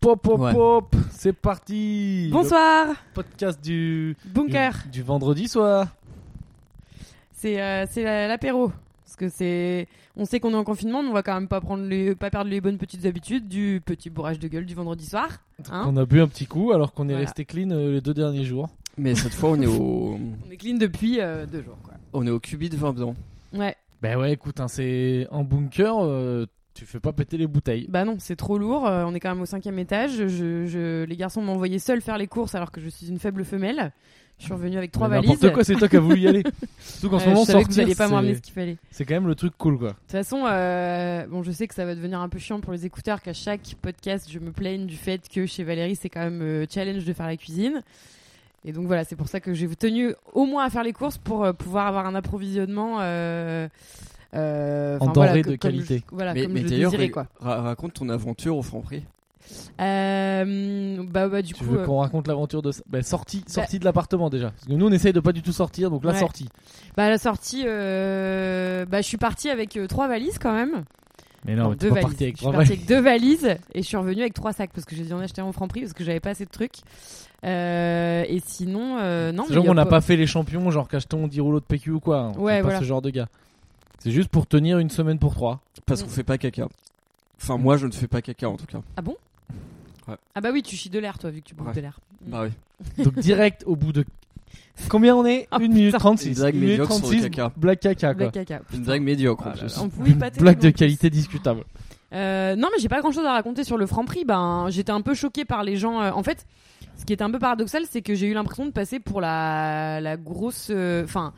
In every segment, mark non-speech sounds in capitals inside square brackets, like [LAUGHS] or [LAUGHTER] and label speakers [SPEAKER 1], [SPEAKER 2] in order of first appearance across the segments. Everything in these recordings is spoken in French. [SPEAKER 1] Pop, pop,
[SPEAKER 2] Ouais.
[SPEAKER 1] pop, c'est parti
[SPEAKER 3] Bonsoir,
[SPEAKER 1] Le podcast du...
[SPEAKER 3] bunker.
[SPEAKER 1] Du, du vendredi soir.
[SPEAKER 3] C'est euh, c'est la- l'apéro. Parce que c'est, on sait qu'on est en confinement, mais on va quand même pas prendre les, pas perdre les bonnes petites habitudes du petit bourrage de gueule du vendredi soir. hein.
[SPEAKER 1] on a bu un petit coup alors qu'on est
[SPEAKER 3] Voilà.
[SPEAKER 1] resté clean euh, les deux derniers jours.
[SPEAKER 2] Mais cette fois, on est au,
[SPEAKER 3] on est clean depuis euh, deux jours, quoi.
[SPEAKER 2] on est au cubit de vin blanc.
[SPEAKER 3] Ouais.
[SPEAKER 1] Ben ouais, écoute, hein, c'est en bunker, euh, tu fais pas péter les bouteilles.
[SPEAKER 3] Bah non, c'est trop lourd. euh, on est quand même au cinquième étage. Je, je- les garçons m'ont envoyé seule faire les courses alors que je suis une faible femelle. Je suis revenue avec trois
[SPEAKER 1] Mais
[SPEAKER 3] valises.
[SPEAKER 1] N'importe quoi, c'est toi qui as voulu
[SPEAKER 3] [LAUGHS]
[SPEAKER 1] y aller. Surtout qu'en
[SPEAKER 3] Euh,
[SPEAKER 1] ce moment,
[SPEAKER 3] je savais que vous
[SPEAKER 1] sortir,
[SPEAKER 3] alliez pas me ramener
[SPEAKER 1] c'est...
[SPEAKER 3] ce qu'il fallait.
[SPEAKER 1] c'est quand même le truc cool, quoi.
[SPEAKER 3] De toute façon, euh, bon, je sais que ça va devenir un peu chiant pour les écouteurs qu'à chaque podcast, je me plaigne du fait que chez Valérie, c'est quand même euh, challenge de faire la cuisine. Et donc voilà, c'est pour ça que j'ai tenu au moins à faire les courses pour euh, pouvoir avoir un approvisionnement euh, euh,
[SPEAKER 1] En
[SPEAKER 3] enfin, voilà,
[SPEAKER 1] denrées
[SPEAKER 3] que-
[SPEAKER 1] de
[SPEAKER 3] comme
[SPEAKER 1] qualité.
[SPEAKER 3] je- voilà,
[SPEAKER 2] mais
[SPEAKER 3] comme
[SPEAKER 2] mais
[SPEAKER 3] je le
[SPEAKER 2] d'ailleurs,
[SPEAKER 1] euh,
[SPEAKER 3] désirais,
[SPEAKER 2] ra-
[SPEAKER 3] quoi.
[SPEAKER 2] ra- raconte ton aventure au Franprix.
[SPEAKER 3] Euh, bah, bah, du
[SPEAKER 1] tu
[SPEAKER 3] coup,
[SPEAKER 1] veux
[SPEAKER 3] euh,
[SPEAKER 1] qu'on raconte l'aventure de... Ben, sortie, sortie de l'appartement, déjà. Parce que nous, on essaye de pas du tout sortir, donc la
[SPEAKER 3] Ouais.
[SPEAKER 1] sortie.
[SPEAKER 3] bah, à la sortie, euh, bah, je suis partie avec euh, trois valises quand même.
[SPEAKER 1] Mais
[SPEAKER 3] Non,
[SPEAKER 1] non, mais t'es
[SPEAKER 3] deux
[SPEAKER 1] pas
[SPEAKER 3] valises.
[SPEAKER 1] parti avec
[SPEAKER 3] je suis
[SPEAKER 1] trois
[SPEAKER 3] partie
[SPEAKER 1] valises.
[SPEAKER 3] avec deux valises et je suis revenue avec trois sacs parce que j'ai dû en acheter un au Franprix parce que j'avais pas assez de trucs. Euh, et sinon, euh, non.
[SPEAKER 1] C'est
[SPEAKER 3] mais
[SPEAKER 1] genre
[SPEAKER 3] il y a
[SPEAKER 1] qu'on n'a pas fait les champions, genre Cacheton, 10 rouleaux de PQ ou quoi. On
[SPEAKER 3] Ouais,
[SPEAKER 1] fait
[SPEAKER 3] voilà.
[SPEAKER 1] pas ce genre de gars. C'est juste pour tenir une semaine pour trois.
[SPEAKER 2] Parce
[SPEAKER 3] Mm.
[SPEAKER 2] qu'on fait pas caca. Enfin, moi, je ne fais pas caca en tout cas.
[SPEAKER 3] Ah bah oui, tu chies de l'air toi vu que tu bois
[SPEAKER 2] Ouais.
[SPEAKER 3] de l'air.
[SPEAKER 2] Bah oui.
[SPEAKER 3] [LAUGHS]
[SPEAKER 1] Donc direct au bout de. Combien on est
[SPEAKER 3] Ah,
[SPEAKER 1] Une minute
[SPEAKER 3] putain.
[SPEAKER 1] 36.
[SPEAKER 2] Une blague
[SPEAKER 1] minute
[SPEAKER 2] médiocre sur le
[SPEAKER 1] 36,
[SPEAKER 2] caca.
[SPEAKER 1] Blague caca, quoi.
[SPEAKER 3] Blague
[SPEAKER 2] [LAUGHS]
[SPEAKER 3] caca.
[SPEAKER 2] Une blague médiocre en
[SPEAKER 3] Ah là
[SPEAKER 2] plus.
[SPEAKER 3] là, on pouvait
[SPEAKER 1] Une
[SPEAKER 3] pas tellement.
[SPEAKER 1] blague de qualité discutable.
[SPEAKER 3] Euh, non, mais j'ai pas grand chose à raconter sur le Franprix. Ben, j'étais un peu choquée par les gens. euh, en fait, ce qui était un peu paradoxal, c'est que j'ai eu l'impression de passer pour la, la grosse, euh, enfin,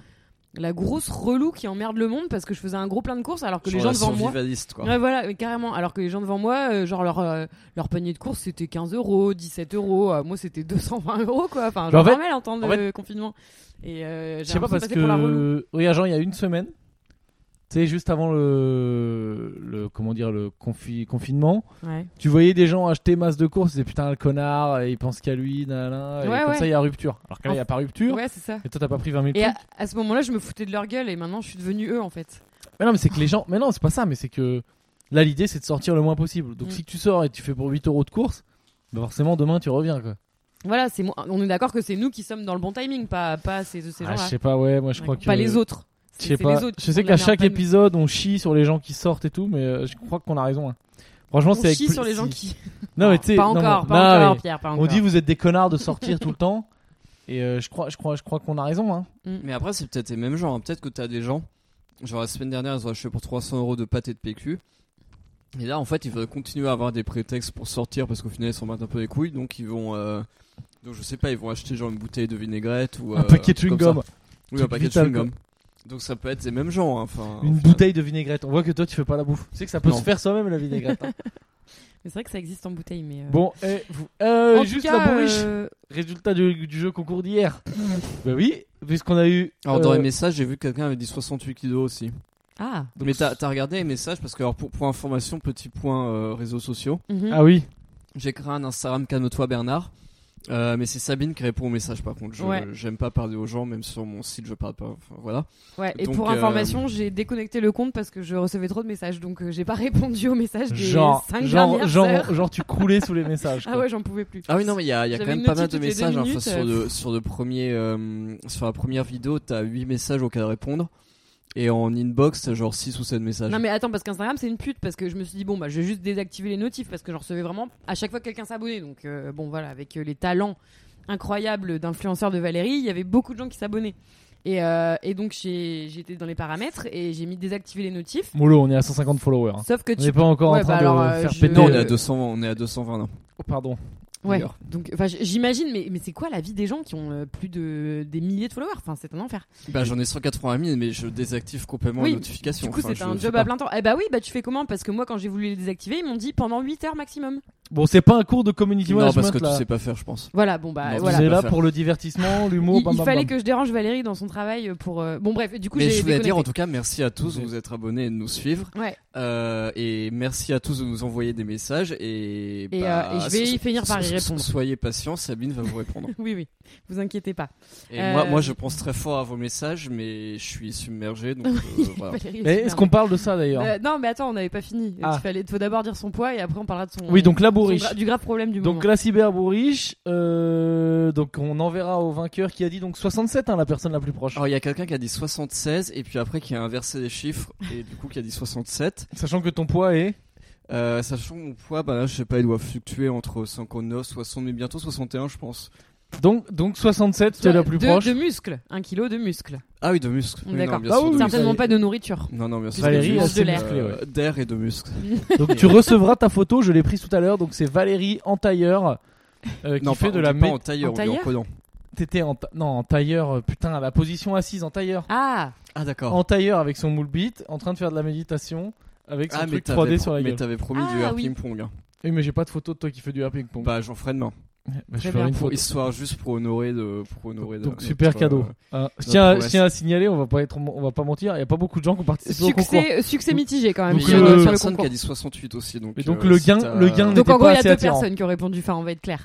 [SPEAKER 3] la grosse relou qui emmerde le monde parce que je faisais un gros plein de courses alors que les
[SPEAKER 2] Genre
[SPEAKER 3] gens devant
[SPEAKER 2] la
[SPEAKER 3] moi.
[SPEAKER 2] survivaliste, quoi.
[SPEAKER 3] Ouais, voilà, mais carrément. Alors que les gens devant moi, euh, genre leur, euh, leur panier de courses, c'était 15 euros, 17 euros. Euh, moi, c'était 220 euros, quoi. Enfin,
[SPEAKER 1] Mais Bah, en
[SPEAKER 3] genre
[SPEAKER 1] fait-
[SPEAKER 3] normal en temps de
[SPEAKER 1] en
[SPEAKER 3] confinement. Et euh,
[SPEAKER 1] Je
[SPEAKER 3] j'ai
[SPEAKER 1] sais pas
[SPEAKER 3] l'impression de
[SPEAKER 1] parce
[SPEAKER 3] passer pour la relou.
[SPEAKER 1] que. Oui, genre, il y a une semaine. Tu sais, juste avant le. le comment dire, le confi- confinement.
[SPEAKER 3] Ouais.
[SPEAKER 1] Tu voyais des gens acheter masse de courses. Ils disaient putain, le connard, il pense qu'à lui, nanana. et
[SPEAKER 3] Ouais,
[SPEAKER 1] comme
[SPEAKER 3] ouais.
[SPEAKER 1] ça, il y a rupture. Alors que là, il n'y a pas rupture.
[SPEAKER 3] Ouais, c'est ça.
[SPEAKER 1] Et toi, t'as pas pris 20 000
[SPEAKER 3] Et
[SPEAKER 1] trucs.
[SPEAKER 3] à, à ce moment-là, je me foutais de leur gueule et maintenant, je suis devenue eux, en fait.
[SPEAKER 1] Mais non, mais c'est que les gens. Mais non, c'est pas ça, mais c'est que. Là, l'idée, c'est de sortir le moins possible. Donc,
[SPEAKER 3] Mm.
[SPEAKER 1] si tu sors et tu fais pour 8 euros de course, bah forcément, demain, tu reviens, quoi.
[SPEAKER 3] Voilà, c'est moi. On est d'accord que c'est nous qui sommes dans le bon timing, pas, pas ces, ces
[SPEAKER 1] Ah, je
[SPEAKER 3] gens-là.
[SPEAKER 1] sais pas, ouais, moi, je crois
[SPEAKER 3] Pas
[SPEAKER 1] que.
[SPEAKER 3] les autres.
[SPEAKER 1] Je
[SPEAKER 3] C'est-
[SPEAKER 1] sais
[SPEAKER 3] c'est
[SPEAKER 1] pas.
[SPEAKER 3] les autres qui
[SPEAKER 1] Je sais
[SPEAKER 3] font de la
[SPEAKER 1] qu'à chaque
[SPEAKER 3] merde, pas nous.
[SPEAKER 1] épisode, on chie sur les gens qui sortent et tout, mais euh, je crois qu'on a raison. hein. Franchement, c'est
[SPEAKER 3] On
[SPEAKER 1] avec
[SPEAKER 3] chie
[SPEAKER 1] plus-
[SPEAKER 3] sur les gens
[SPEAKER 1] si.
[SPEAKER 3] qui.
[SPEAKER 1] Non, mais tu sais.
[SPEAKER 3] Pas
[SPEAKER 1] non, mais-
[SPEAKER 3] encore,
[SPEAKER 1] non,
[SPEAKER 3] pas
[SPEAKER 1] mais
[SPEAKER 3] encore, Pierre, pas
[SPEAKER 1] On
[SPEAKER 3] encore.
[SPEAKER 1] dit, vous êtes des connards de sortir tout le temps. Et euh, je crois, je crois, je crois qu'on a raison. Hein.
[SPEAKER 2] Mais après, c'est peut-être les mêmes genres. hein. Peut-être que t'as des gens. Genre, la semaine dernière, ils ont acheté pour 300 euros de pâté de PQ. Et là, en fait, ils veulent continuer à avoir des prétextes pour sortir parce qu'au final, ils s'en battent un peu les couilles. Donc, ils vont. euh, Donc, je sais pas, ils vont acheter genre une bouteille de vinaigrette ou.
[SPEAKER 1] un
[SPEAKER 2] euh,
[SPEAKER 1] paquet de
[SPEAKER 2] comme ça.
[SPEAKER 1] chewing-gum,
[SPEAKER 2] Oui, un
[SPEAKER 1] Truc
[SPEAKER 2] paquet de
[SPEAKER 1] vital,
[SPEAKER 2] chewing-gum. Donc, ça peut être les mêmes gens. hein. Enfin, au
[SPEAKER 1] une
[SPEAKER 2] final.
[SPEAKER 1] bouteille de vinaigrette. On voit que toi, tu fais pas la bouffe. Tu sais que ça peut
[SPEAKER 2] Non.
[SPEAKER 1] se faire soi-même la vinaigrette. hein.
[SPEAKER 3] Mais C'est vrai que ça existe en bouteille, mais. euh,
[SPEAKER 1] Bon, eh, vous- euh,
[SPEAKER 3] en tout
[SPEAKER 1] juste
[SPEAKER 3] cas,
[SPEAKER 1] la bourriche.
[SPEAKER 3] euh,
[SPEAKER 1] Résultat du, du jeu concours d'hier. bah oui, puisqu'on a eu.
[SPEAKER 2] Alors, dans
[SPEAKER 1] euh,
[SPEAKER 2] les messages, j'ai vu que quelqu'un avait dit 68 kilos aussi.
[SPEAKER 3] Ah.
[SPEAKER 2] Mais t'as t'as regardé les messages parce que, alors, pour, pour information, petit point euh, réseaux sociaux.
[SPEAKER 3] Mhm.
[SPEAKER 1] Ah oui.
[SPEAKER 2] J'ai créé un Instagram Calme-toi Bernard. Euh, mais c'est Sabine qui répond aux messages par contre. Je-
[SPEAKER 3] Ouais.
[SPEAKER 2] J'aime pas parler aux gens, même sur mon site je parle pas. Enfin, voilà.
[SPEAKER 3] Ouais, et
[SPEAKER 2] Donc,
[SPEAKER 3] pour
[SPEAKER 2] euh,
[SPEAKER 3] information, j'ai déconnecté le compte parce que je recevais trop de messages, donc euh, j'ai pas [LAUGHS] répondu aux messages des
[SPEAKER 1] Genre,
[SPEAKER 3] 5
[SPEAKER 1] genre,
[SPEAKER 3] dernières
[SPEAKER 1] genre,
[SPEAKER 3] heures.
[SPEAKER 1] genre, tu croulais sous les
[SPEAKER 3] [LAUGHS]
[SPEAKER 1] messages.
[SPEAKER 3] Ah
[SPEAKER 1] quoi.
[SPEAKER 3] ouais, j'en pouvais plus.
[SPEAKER 2] Ah oui, non, mais il y a, il y a
[SPEAKER 3] J'avais
[SPEAKER 2] quand même
[SPEAKER 3] une
[SPEAKER 2] pas mal de
[SPEAKER 3] notif toutes les
[SPEAKER 2] messages.
[SPEAKER 3] deux
[SPEAKER 2] hein. Enfin,
[SPEAKER 3] minutes,
[SPEAKER 2] sur, le, sur, le premier, euh, sur la première vidéo, t'as 8 messages auxquels répondre. Et en inbox, t'as genre 6 ou 7 messages.
[SPEAKER 3] Non mais attends, parce qu'Instagram c'est une pute, parce que je me suis dit, bon bah je vais juste désactiver les notifs, parce que j'en recevais vraiment à chaque fois que quelqu'un s'abonnait, donc euh, bon voilà, avec euh, les talents incroyables d'influenceurs de Valérie, il y avait beaucoup de gens qui s'abonnaient. Et, euh, et donc j'ai j'étais dans les paramètres et j'ai mis désactiver les notifs,
[SPEAKER 1] Molo, on est à 150 followers. hein.
[SPEAKER 3] sauf que
[SPEAKER 1] On
[SPEAKER 3] tu...
[SPEAKER 1] n'est pas encore
[SPEAKER 3] Ouais,
[SPEAKER 1] en train
[SPEAKER 3] bah alors,
[SPEAKER 1] de
[SPEAKER 3] euh,
[SPEAKER 1] faire
[SPEAKER 3] je-
[SPEAKER 1] péter.
[SPEAKER 2] Non, on est
[SPEAKER 1] euh,
[SPEAKER 2] à 200, on est à 220 non.
[SPEAKER 1] oh, pardon.
[SPEAKER 3] Ouais,
[SPEAKER 2] D'ailleurs.
[SPEAKER 3] donc enfin, j- j'imagine, mais, mais c'est quoi la vie des gens qui ont euh, plus de des milliers de followers Enfin c'est un enfer.
[SPEAKER 2] Bah, j'en ai 180 000, mais je désactive complètement
[SPEAKER 3] Oui,
[SPEAKER 2] les notifications.
[SPEAKER 3] Du coup,
[SPEAKER 2] Enfin,
[SPEAKER 3] c'était
[SPEAKER 2] je
[SPEAKER 3] un
[SPEAKER 2] fais
[SPEAKER 3] job
[SPEAKER 2] pas.
[SPEAKER 3] à plein temps. Eh bah oui, bah tu fais comment Parce que moi, quand j'ai voulu les désactiver, ils m'ont dit pendant 8 heures maximum.
[SPEAKER 1] Bon, c'est pas un cours de community
[SPEAKER 2] Non,
[SPEAKER 1] management
[SPEAKER 2] parce que
[SPEAKER 1] là.
[SPEAKER 2] tu sais pas faire, je pense.
[SPEAKER 3] Voilà, bon bah
[SPEAKER 2] Non,
[SPEAKER 3] voilà.
[SPEAKER 1] On
[SPEAKER 2] sais
[SPEAKER 1] est là
[SPEAKER 2] pas faire.
[SPEAKER 1] pour le divertissement, l'humour.
[SPEAKER 3] il,
[SPEAKER 1] bam,
[SPEAKER 3] il
[SPEAKER 1] bam,
[SPEAKER 3] fallait
[SPEAKER 1] bam.
[SPEAKER 3] que je dérange Valérie dans son travail pour. euh, Bon bref, du coup,
[SPEAKER 2] mais
[SPEAKER 3] j'ai
[SPEAKER 2] je voulais dire en
[SPEAKER 3] déconnecté.
[SPEAKER 2] tout cas, merci à tous de vous être abonnés et de nous suivre.
[SPEAKER 3] Ouais. [LAUGHS]
[SPEAKER 2] Euh, et merci à tous de nous envoyer des messages. Et,
[SPEAKER 3] Et,
[SPEAKER 2] bah,
[SPEAKER 3] euh, et je vais
[SPEAKER 2] so-
[SPEAKER 3] y finir par y
[SPEAKER 2] so- so-
[SPEAKER 3] répondre.
[SPEAKER 2] Soyez patients, Sabine va vous
[SPEAKER 3] [LAUGHS]
[SPEAKER 2] répondre.
[SPEAKER 3] Oui, oui, vous inquiétez pas.
[SPEAKER 2] Et
[SPEAKER 3] Euh,
[SPEAKER 2] moi, moi, je pense très fort à vos messages, mais je suis submergé,
[SPEAKER 3] [LAUGHS]
[SPEAKER 2] donc euh, voilà.
[SPEAKER 3] Valérie
[SPEAKER 1] Mais
[SPEAKER 3] super.
[SPEAKER 1] Est-ce qu'on Eh, parle de ça d'ailleurs
[SPEAKER 3] Euh, non, mais attends, on n'avait pas fini.
[SPEAKER 1] Ah.
[SPEAKER 3] Il fallait, faut d'abord dire son poids et après on parlera de son.
[SPEAKER 1] Oui, donc la cyberbourriche.
[SPEAKER 3] Son gra- Du grave problème du
[SPEAKER 1] Donc
[SPEAKER 3] moment.
[SPEAKER 1] la cyberbourriche, euh, donc on enverra au vainqueur qui a dit donc 67, hein, la personne la plus proche.
[SPEAKER 2] Alors il y a quelqu'un qui a dit 76 et puis après qui a inversé les chiffres et du coup qui a dit 67.
[SPEAKER 1] Sachant que ton poids est.
[SPEAKER 2] Euh, sachant que mon poids, bah là, je sais pas, il doit fluctuer entre 59, 60 mais bientôt 61 je pense.
[SPEAKER 1] Donc, donc 67, tu es la plus
[SPEAKER 3] de,
[SPEAKER 1] proche.
[SPEAKER 3] De muscles, un kilo de muscles.
[SPEAKER 2] Ah oui, de muscles. Oui, non,
[SPEAKER 3] D'accord. Bah
[SPEAKER 2] bien
[SPEAKER 1] Ah oui,
[SPEAKER 2] sûr, de
[SPEAKER 1] oui,
[SPEAKER 2] muscles.
[SPEAKER 3] Certainement
[SPEAKER 1] ça-
[SPEAKER 3] pas de nourriture.
[SPEAKER 2] Non, non, bien sûr.
[SPEAKER 1] Valérie,
[SPEAKER 2] de
[SPEAKER 1] elle
[SPEAKER 2] muscles,
[SPEAKER 3] s'est
[SPEAKER 1] musclée,
[SPEAKER 2] euh, D'air et de muscles.
[SPEAKER 1] Donc tu recevras ta photo, je l'ai prise tout à l'heure. Donc c'est Valérie en tailleur euh, qui
[SPEAKER 2] non,
[SPEAKER 1] fait
[SPEAKER 2] pas-
[SPEAKER 1] de
[SPEAKER 2] on
[SPEAKER 1] la
[SPEAKER 2] dit pas
[SPEAKER 1] mé-
[SPEAKER 2] en tailleur, on
[SPEAKER 3] En
[SPEAKER 2] dit
[SPEAKER 3] tailleur
[SPEAKER 2] en collant.
[SPEAKER 1] T'étais en ta- non en tailleur, euh, putain, à la position assise en tailleur,
[SPEAKER 3] Ah,
[SPEAKER 2] Ah d'accord.
[SPEAKER 1] en tailleur avec son moule bit, en train de faire de la méditation avec son
[SPEAKER 2] Ah mais
[SPEAKER 1] truc 3D
[SPEAKER 2] t'avais
[SPEAKER 1] sur la
[SPEAKER 2] pro- mais
[SPEAKER 1] gueule.
[SPEAKER 2] t'avais promis du
[SPEAKER 3] Ah,
[SPEAKER 2] air
[SPEAKER 3] oui.
[SPEAKER 2] ping-pong. hein.
[SPEAKER 1] Oui, mais j'ai pas de photo de toi qui fais du air ping pong.
[SPEAKER 2] Bah j'en ferai demain.
[SPEAKER 1] Bah, je ferai
[SPEAKER 3] très bien.
[SPEAKER 1] une
[SPEAKER 2] Pour
[SPEAKER 1] photo.
[SPEAKER 2] histoire juste pour honorer de pour honorer de-
[SPEAKER 1] Donc
[SPEAKER 2] notre,
[SPEAKER 1] super cadeau.
[SPEAKER 2] euh,
[SPEAKER 1] Hein, je, tiens, à- je
[SPEAKER 2] promesse.
[SPEAKER 1] tiens à signaler, on va pas être, on va pas mentir, il y a pas beaucoup de gens qui ont participé au concours.
[SPEAKER 3] succès, succès mitigé quand même
[SPEAKER 1] Donc,
[SPEAKER 2] il y
[SPEAKER 3] sur,
[SPEAKER 1] euh,
[SPEAKER 2] a
[SPEAKER 3] le-
[SPEAKER 2] une
[SPEAKER 3] sur le
[SPEAKER 2] personne
[SPEAKER 3] concours.
[SPEAKER 2] qui a dit 68 aussi donc
[SPEAKER 1] Et donc,
[SPEAKER 2] euh,
[SPEAKER 1] le
[SPEAKER 2] si
[SPEAKER 1] gain-
[SPEAKER 2] t'as-
[SPEAKER 1] le gain-
[SPEAKER 3] Donc
[SPEAKER 1] n'était
[SPEAKER 3] en gros,
[SPEAKER 1] pas
[SPEAKER 3] il y a
[SPEAKER 1] assez
[SPEAKER 3] deux
[SPEAKER 1] attirant.
[SPEAKER 3] personnes qui ont répondu, enfin on va être clair.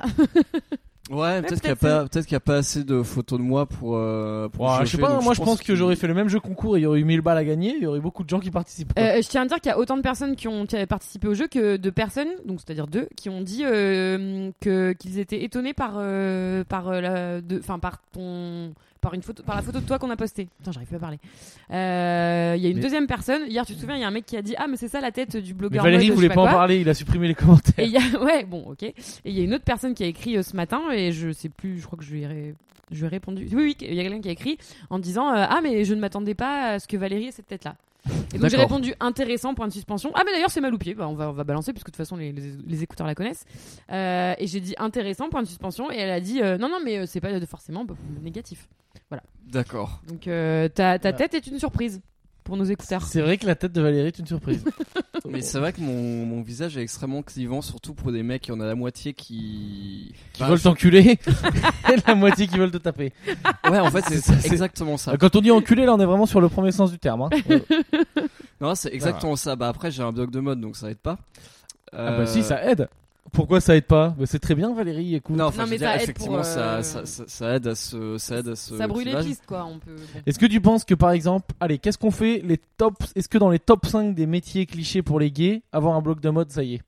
[SPEAKER 2] ouais peut-être qu'il y a
[SPEAKER 3] peut-être
[SPEAKER 2] pas peut-être qu'il y a pas assez de photos de moi pour euh, pour
[SPEAKER 1] Ouais,
[SPEAKER 2] juger,
[SPEAKER 1] je sais pas,
[SPEAKER 2] donc
[SPEAKER 1] moi je pense que
[SPEAKER 2] qu'il-
[SPEAKER 1] j'aurais fait le même jeu concours, il y aurait eu 1000 balles à gagner, il y aurait eu beaucoup de gens qui participent. quoi.
[SPEAKER 3] Euh, je tiens à dire qu'il y a autant de personnes qui ont qui avaient participé au jeu que de personnes, donc c'est-à-dire deux, qui ont dit euh, que qu'ils étaient étonnés par euh, par euh, la, de, enfin par ton par une photo par la photo de toi qu'on a postée. Putain, j'arrive plus à parler. Euh, Il y a une
[SPEAKER 1] Mais-
[SPEAKER 3] deuxième personne. Hier, tu te souviens, il y a un mec qui a dit ah mais c'est ça la tête du
[SPEAKER 1] mais
[SPEAKER 3] blogueur.
[SPEAKER 1] Valérie
[SPEAKER 3] mode, je
[SPEAKER 1] voulait
[SPEAKER 3] sais
[SPEAKER 1] pas en
[SPEAKER 3] quoi.
[SPEAKER 1] parler, il a supprimé les commentaires.
[SPEAKER 3] Et il y a [LAUGHS] ouais bon ok. Et il y a une autre personne qui a écrit euh, ce matin et je sais plus, je crois que je lui ai ré- je lui ai répondu. Oui oui, il y a quelqu'un qui a écrit en disant euh, ah mais je ne m'attendais pas à ce que Valérie ait cette tête là. Et donc j'ai
[SPEAKER 2] D'accord.
[SPEAKER 3] répondu intéressant point de suspension. Ah mais d'ailleurs c'est mal au pied. Bah, on va on va balancer puisque de toute façon les, les- les écouteurs la connaissent. Euh, et j'ai dit intéressant point de suspension et elle a dit euh, non non mais euh, c'est pas forcément bah, négatif.
[SPEAKER 2] d'accord
[SPEAKER 3] Donc euh, ta ta
[SPEAKER 1] Voilà.
[SPEAKER 3] tête est une surprise pour nos écouteurs.
[SPEAKER 1] C'est vrai que la tête de Valérie est une surprise.
[SPEAKER 2] [LAUGHS] mais c'est vrai que mon, mon visage est extrêmement clivant surtout pour des mecs il y en a la moitié qui
[SPEAKER 1] Qui veulent t'enculer [LAUGHS] et la moitié qui veulent te taper.
[SPEAKER 2] ouais en fait
[SPEAKER 1] C'est-
[SPEAKER 2] c'est
[SPEAKER 1] c'est-
[SPEAKER 2] exactement ça
[SPEAKER 1] Euh, Quand on dit enculer, là on est vraiment sur le premier sens du terme. hein. Euh,
[SPEAKER 2] non c'est exactement ça bah après j'ai un blog de mode donc ça aide pas
[SPEAKER 1] Ah bah si, ça aide. Pourquoi ça aide pas Bah, C'est très bien Valérie, écoute.
[SPEAKER 2] euh, non, enfin,
[SPEAKER 3] Non,
[SPEAKER 2] je
[SPEAKER 3] mais
[SPEAKER 2] veux dire,
[SPEAKER 3] ça aide
[SPEAKER 2] effectivement,
[SPEAKER 3] pour, euh,
[SPEAKER 2] ça, ça, ça, ça aide à ce, ça aide à ce.
[SPEAKER 3] Ça brûle les
[SPEAKER 2] clivage.
[SPEAKER 3] pistes quoi. On peut. bon.
[SPEAKER 1] Est-ce que tu penses que par exemple, allez, qu'est-ce qu'on fait les tops Est-ce que dans les top 5 des métiers clichés pour les gays, avoir un bloc de mode, ça y est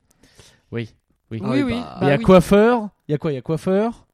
[SPEAKER 1] Oui. Oui.
[SPEAKER 2] Ah
[SPEAKER 3] oui
[SPEAKER 2] oui,
[SPEAKER 3] oui.
[SPEAKER 2] bah-
[SPEAKER 1] Il y
[SPEAKER 3] bah
[SPEAKER 1] a
[SPEAKER 3] oui.
[SPEAKER 1] coiffeur, il y a quoi Il y a coiffeur.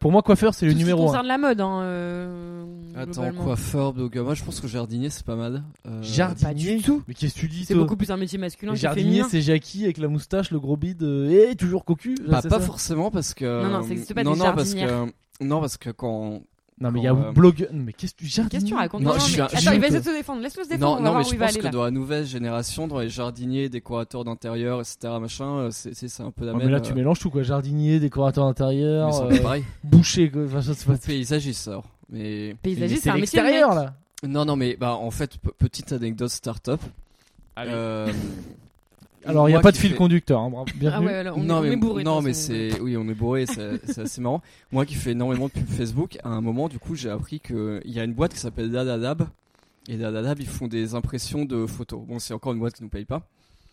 [SPEAKER 1] Pour moi, coiffeur, c'est le
[SPEAKER 3] Tout ce qui
[SPEAKER 1] numéro 1.
[SPEAKER 3] concerne la mode, hein, euh,
[SPEAKER 2] Attends,
[SPEAKER 3] globalement.
[SPEAKER 2] coiffeur, donc euh, moi je pense que jardinier c'est pas mal. Euh,
[SPEAKER 1] Jardinier.
[SPEAKER 3] pas du tout.
[SPEAKER 1] Mais qu'est-ce que tu dis
[SPEAKER 3] C'est
[SPEAKER 1] toi
[SPEAKER 3] beaucoup plus un métier masculin
[SPEAKER 1] Le
[SPEAKER 3] que
[SPEAKER 1] Jardinier,
[SPEAKER 3] féminin.
[SPEAKER 1] c'est Jackie avec la moustache, le gros bide, euh, et toujours cocu.
[SPEAKER 2] Bah,
[SPEAKER 1] c'est
[SPEAKER 2] pas
[SPEAKER 1] ça
[SPEAKER 2] forcément parce que. euh,
[SPEAKER 3] Non, non, ça existe pas,
[SPEAKER 2] non,
[SPEAKER 3] des
[SPEAKER 2] non, parce
[SPEAKER 3] jardinières.
[SPEAKER 2] que Non, parce que quand.
[SPEAKER 1] Non, mais il y a
[SPEAKER 2] Quand, euh,
[SPEAKER 1] blogueur. Mais qu'est-ce que tu jardinier
[SPEAKER 3] Qu'est-ce que tu racontes
[SPEAKER 2] Non,
[SPEAKER 3] Non, non,
[SPEAKER 2] je suis
[SPEAKER 3] mais-
[SPEAKER 2] un-
[SPEAKER 3] Attends,
[SPEAKER 1] je suis
[SPEAKER 3] il va
[SPEAKER 1] un peu-
[SPEAKER 3] essayer de se défendre. Laisse-le se défendre.
[SPEAKER 2] Non,
[SPEAKER 3] on va
[SPEAKER 2] non,
[SPEAKER 3] voir
[SPEAKER 2] mais
[SPEAKER 3] où
[SPEAKER 2] je
[SPEAKER 3] il va
[SPEAKER 2] pense
[SPEAKER 3] aller
[SPEAKER 2] que
[SPEAKER 3] là.
[SPEAKER 2] dans la nouvelle génération, dans les jardiniers, décorateurs d'intérieur, etc., machin, euh, c'est c'est- c'est un peu la
[SPEAKER 1] Ouais,
[SPEAKER 2] même.
[SPEAKER 1] mais là, tu
[SPEAKER 2] euh,
[SPEAKER 1] mélanges tout quoi. Jardinier, décorateur
[SPEAKER 2] mais
[SPEAKER 1] d'intérieur,
[SPEAKER 2] c'est un
[SPEAKER 1] euh,
[SPEAKER 2] peu pareil.
[SPEAKER 1] boucher, quoi. Enfin, ça, c'est pas-
[SPEAKER 2] Paysagiste, alors. Mais.
[SPEAKER 1] Mais c'est
[SPEAKER 3] Paysagiste, c'est un métier de
[SPEAKER 1] l'extérieur
[SPEAKER 3] mec.
[SPEAKER 1] là.
[SPEAKER 2] Non, non, mais bah, en fait, pe- petite anecdote start-up.
[SPEAKER 3] Ah
[SPEAKER 2] Euh,
[SPEAKER 1] [LAUGHS] Alors, il n'y a
[SPEAKER 2] moi
[SPEAKER 1] pas de
[SPEAKER 2] qui
[SPEAKER 1] fil
[SPEAKER 2] fais-
[SPEAKER 1] conducteur. hein, bravo,
[SPEAKER 3] Ah
[SPEAKER 1] Bienvenue.
[SPEAKER 3] ouais, alors, on est-
[SPEAKER 2] non,
[SPEAKER 3] on
[SPEAKER 2] mais,
[SPEAKER 3] est bourré. de
[SPEAKER 2] non,
[SPEAKER 3] toute
[SPEAKER 2] mais
[SPEAKER 3] façon.
[SPEAKER 2] c'est. Oui, on est bourré,
[SPEAKER 3] [LAUGHS]
[SPEAKER 2] c'est c'est assez marrant. Moi qui fais énormément de pubs Facebook, à un moment, du coup, j'ai appris qu'il y a une boîte qui s'appelle Dadadab. Et Dadadab, ils font des impressions de photos. Bon, c'est encore une boîte qui nous paye pas.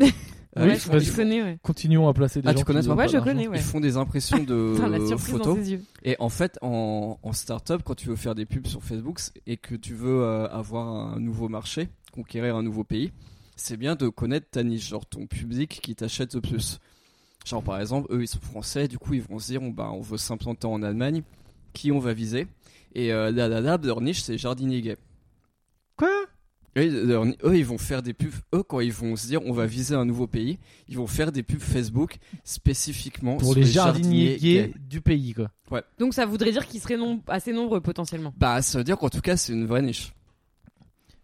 [SPEAKER 2] Euh,
[SPEAKER 1] [LAUGHS] Oui,
[SPEAKER 3] Ouais,
[SPEAKER 2] ils
[SPEAKER 3] je
[SPEAKER 2] font-
[SPEAKER 1] vas-y.
[SPEAKER 2] ils
[SPEAKER 3] je
[SPEAKER 2] font-
[SPEAKER 3] connais, ouais.
[SPEAKER 1] Continuons à placer des
[SPEAKER 2] Ah,
[SPEAKER 1] gens
[SPEAKER 2] tu
[SPEAKER 1] qui
[SPEAKER 2] connais
[SPEAKER 1] nous
[SPEAKER 2] pas
[SPEAKER 1] donnent
[SPEAKER 3] Ouais,
[SPEAKER 1] pas
[SPEAKER 3] je
[SPEAKER 1] d'argent.
[SPEAKER 3] connais, ouais.
[SPEAKER 2] Ils font des impressions de
[SPEAKER 3] Putain, la surprise dans
[SPEAKER 2] photos.
[SPEAKER 3] ses yeux.
[SPEAKER 2] Et en fait, en, en start-up, quand tu veux faire des pubs sur Facebook et que tu veux euh, avoir un nouveau marché, conquérir un nouveau pays, c'est bien de connaître ta niche, genre ton public qui t'achète le plus. Genre par exemple, eux ils sont français, du coup ils vont se dire on, bah, on veut s'implanter en Allemagne, qui on va viser Et euh, la, la, la, leur niche c'est jardinier gay.
[SPEAKER 1] Quoi
[SPEAKER 2] Et leur- eux, ils vont faire des pubs. Eux, quand ils vont se dire, on va viser un nouveau pays, ils vont faire des pubs Facebook spécifiquement
[SPEAKER 1] Pour
[SPEAKER 2] sur
[SPEAKER 1] les jardiniers
[SPEAKER 2] gays.
[SPEAKER 1] gays du pays quoi.
[SPEAKER 3] Donc ça voudrait dire qu'ils seraient nom- assez nombreux potentiellement.
[SPEAKER 2] Bah, ça veut dire qu'en tout cas, c'est une vraie niche.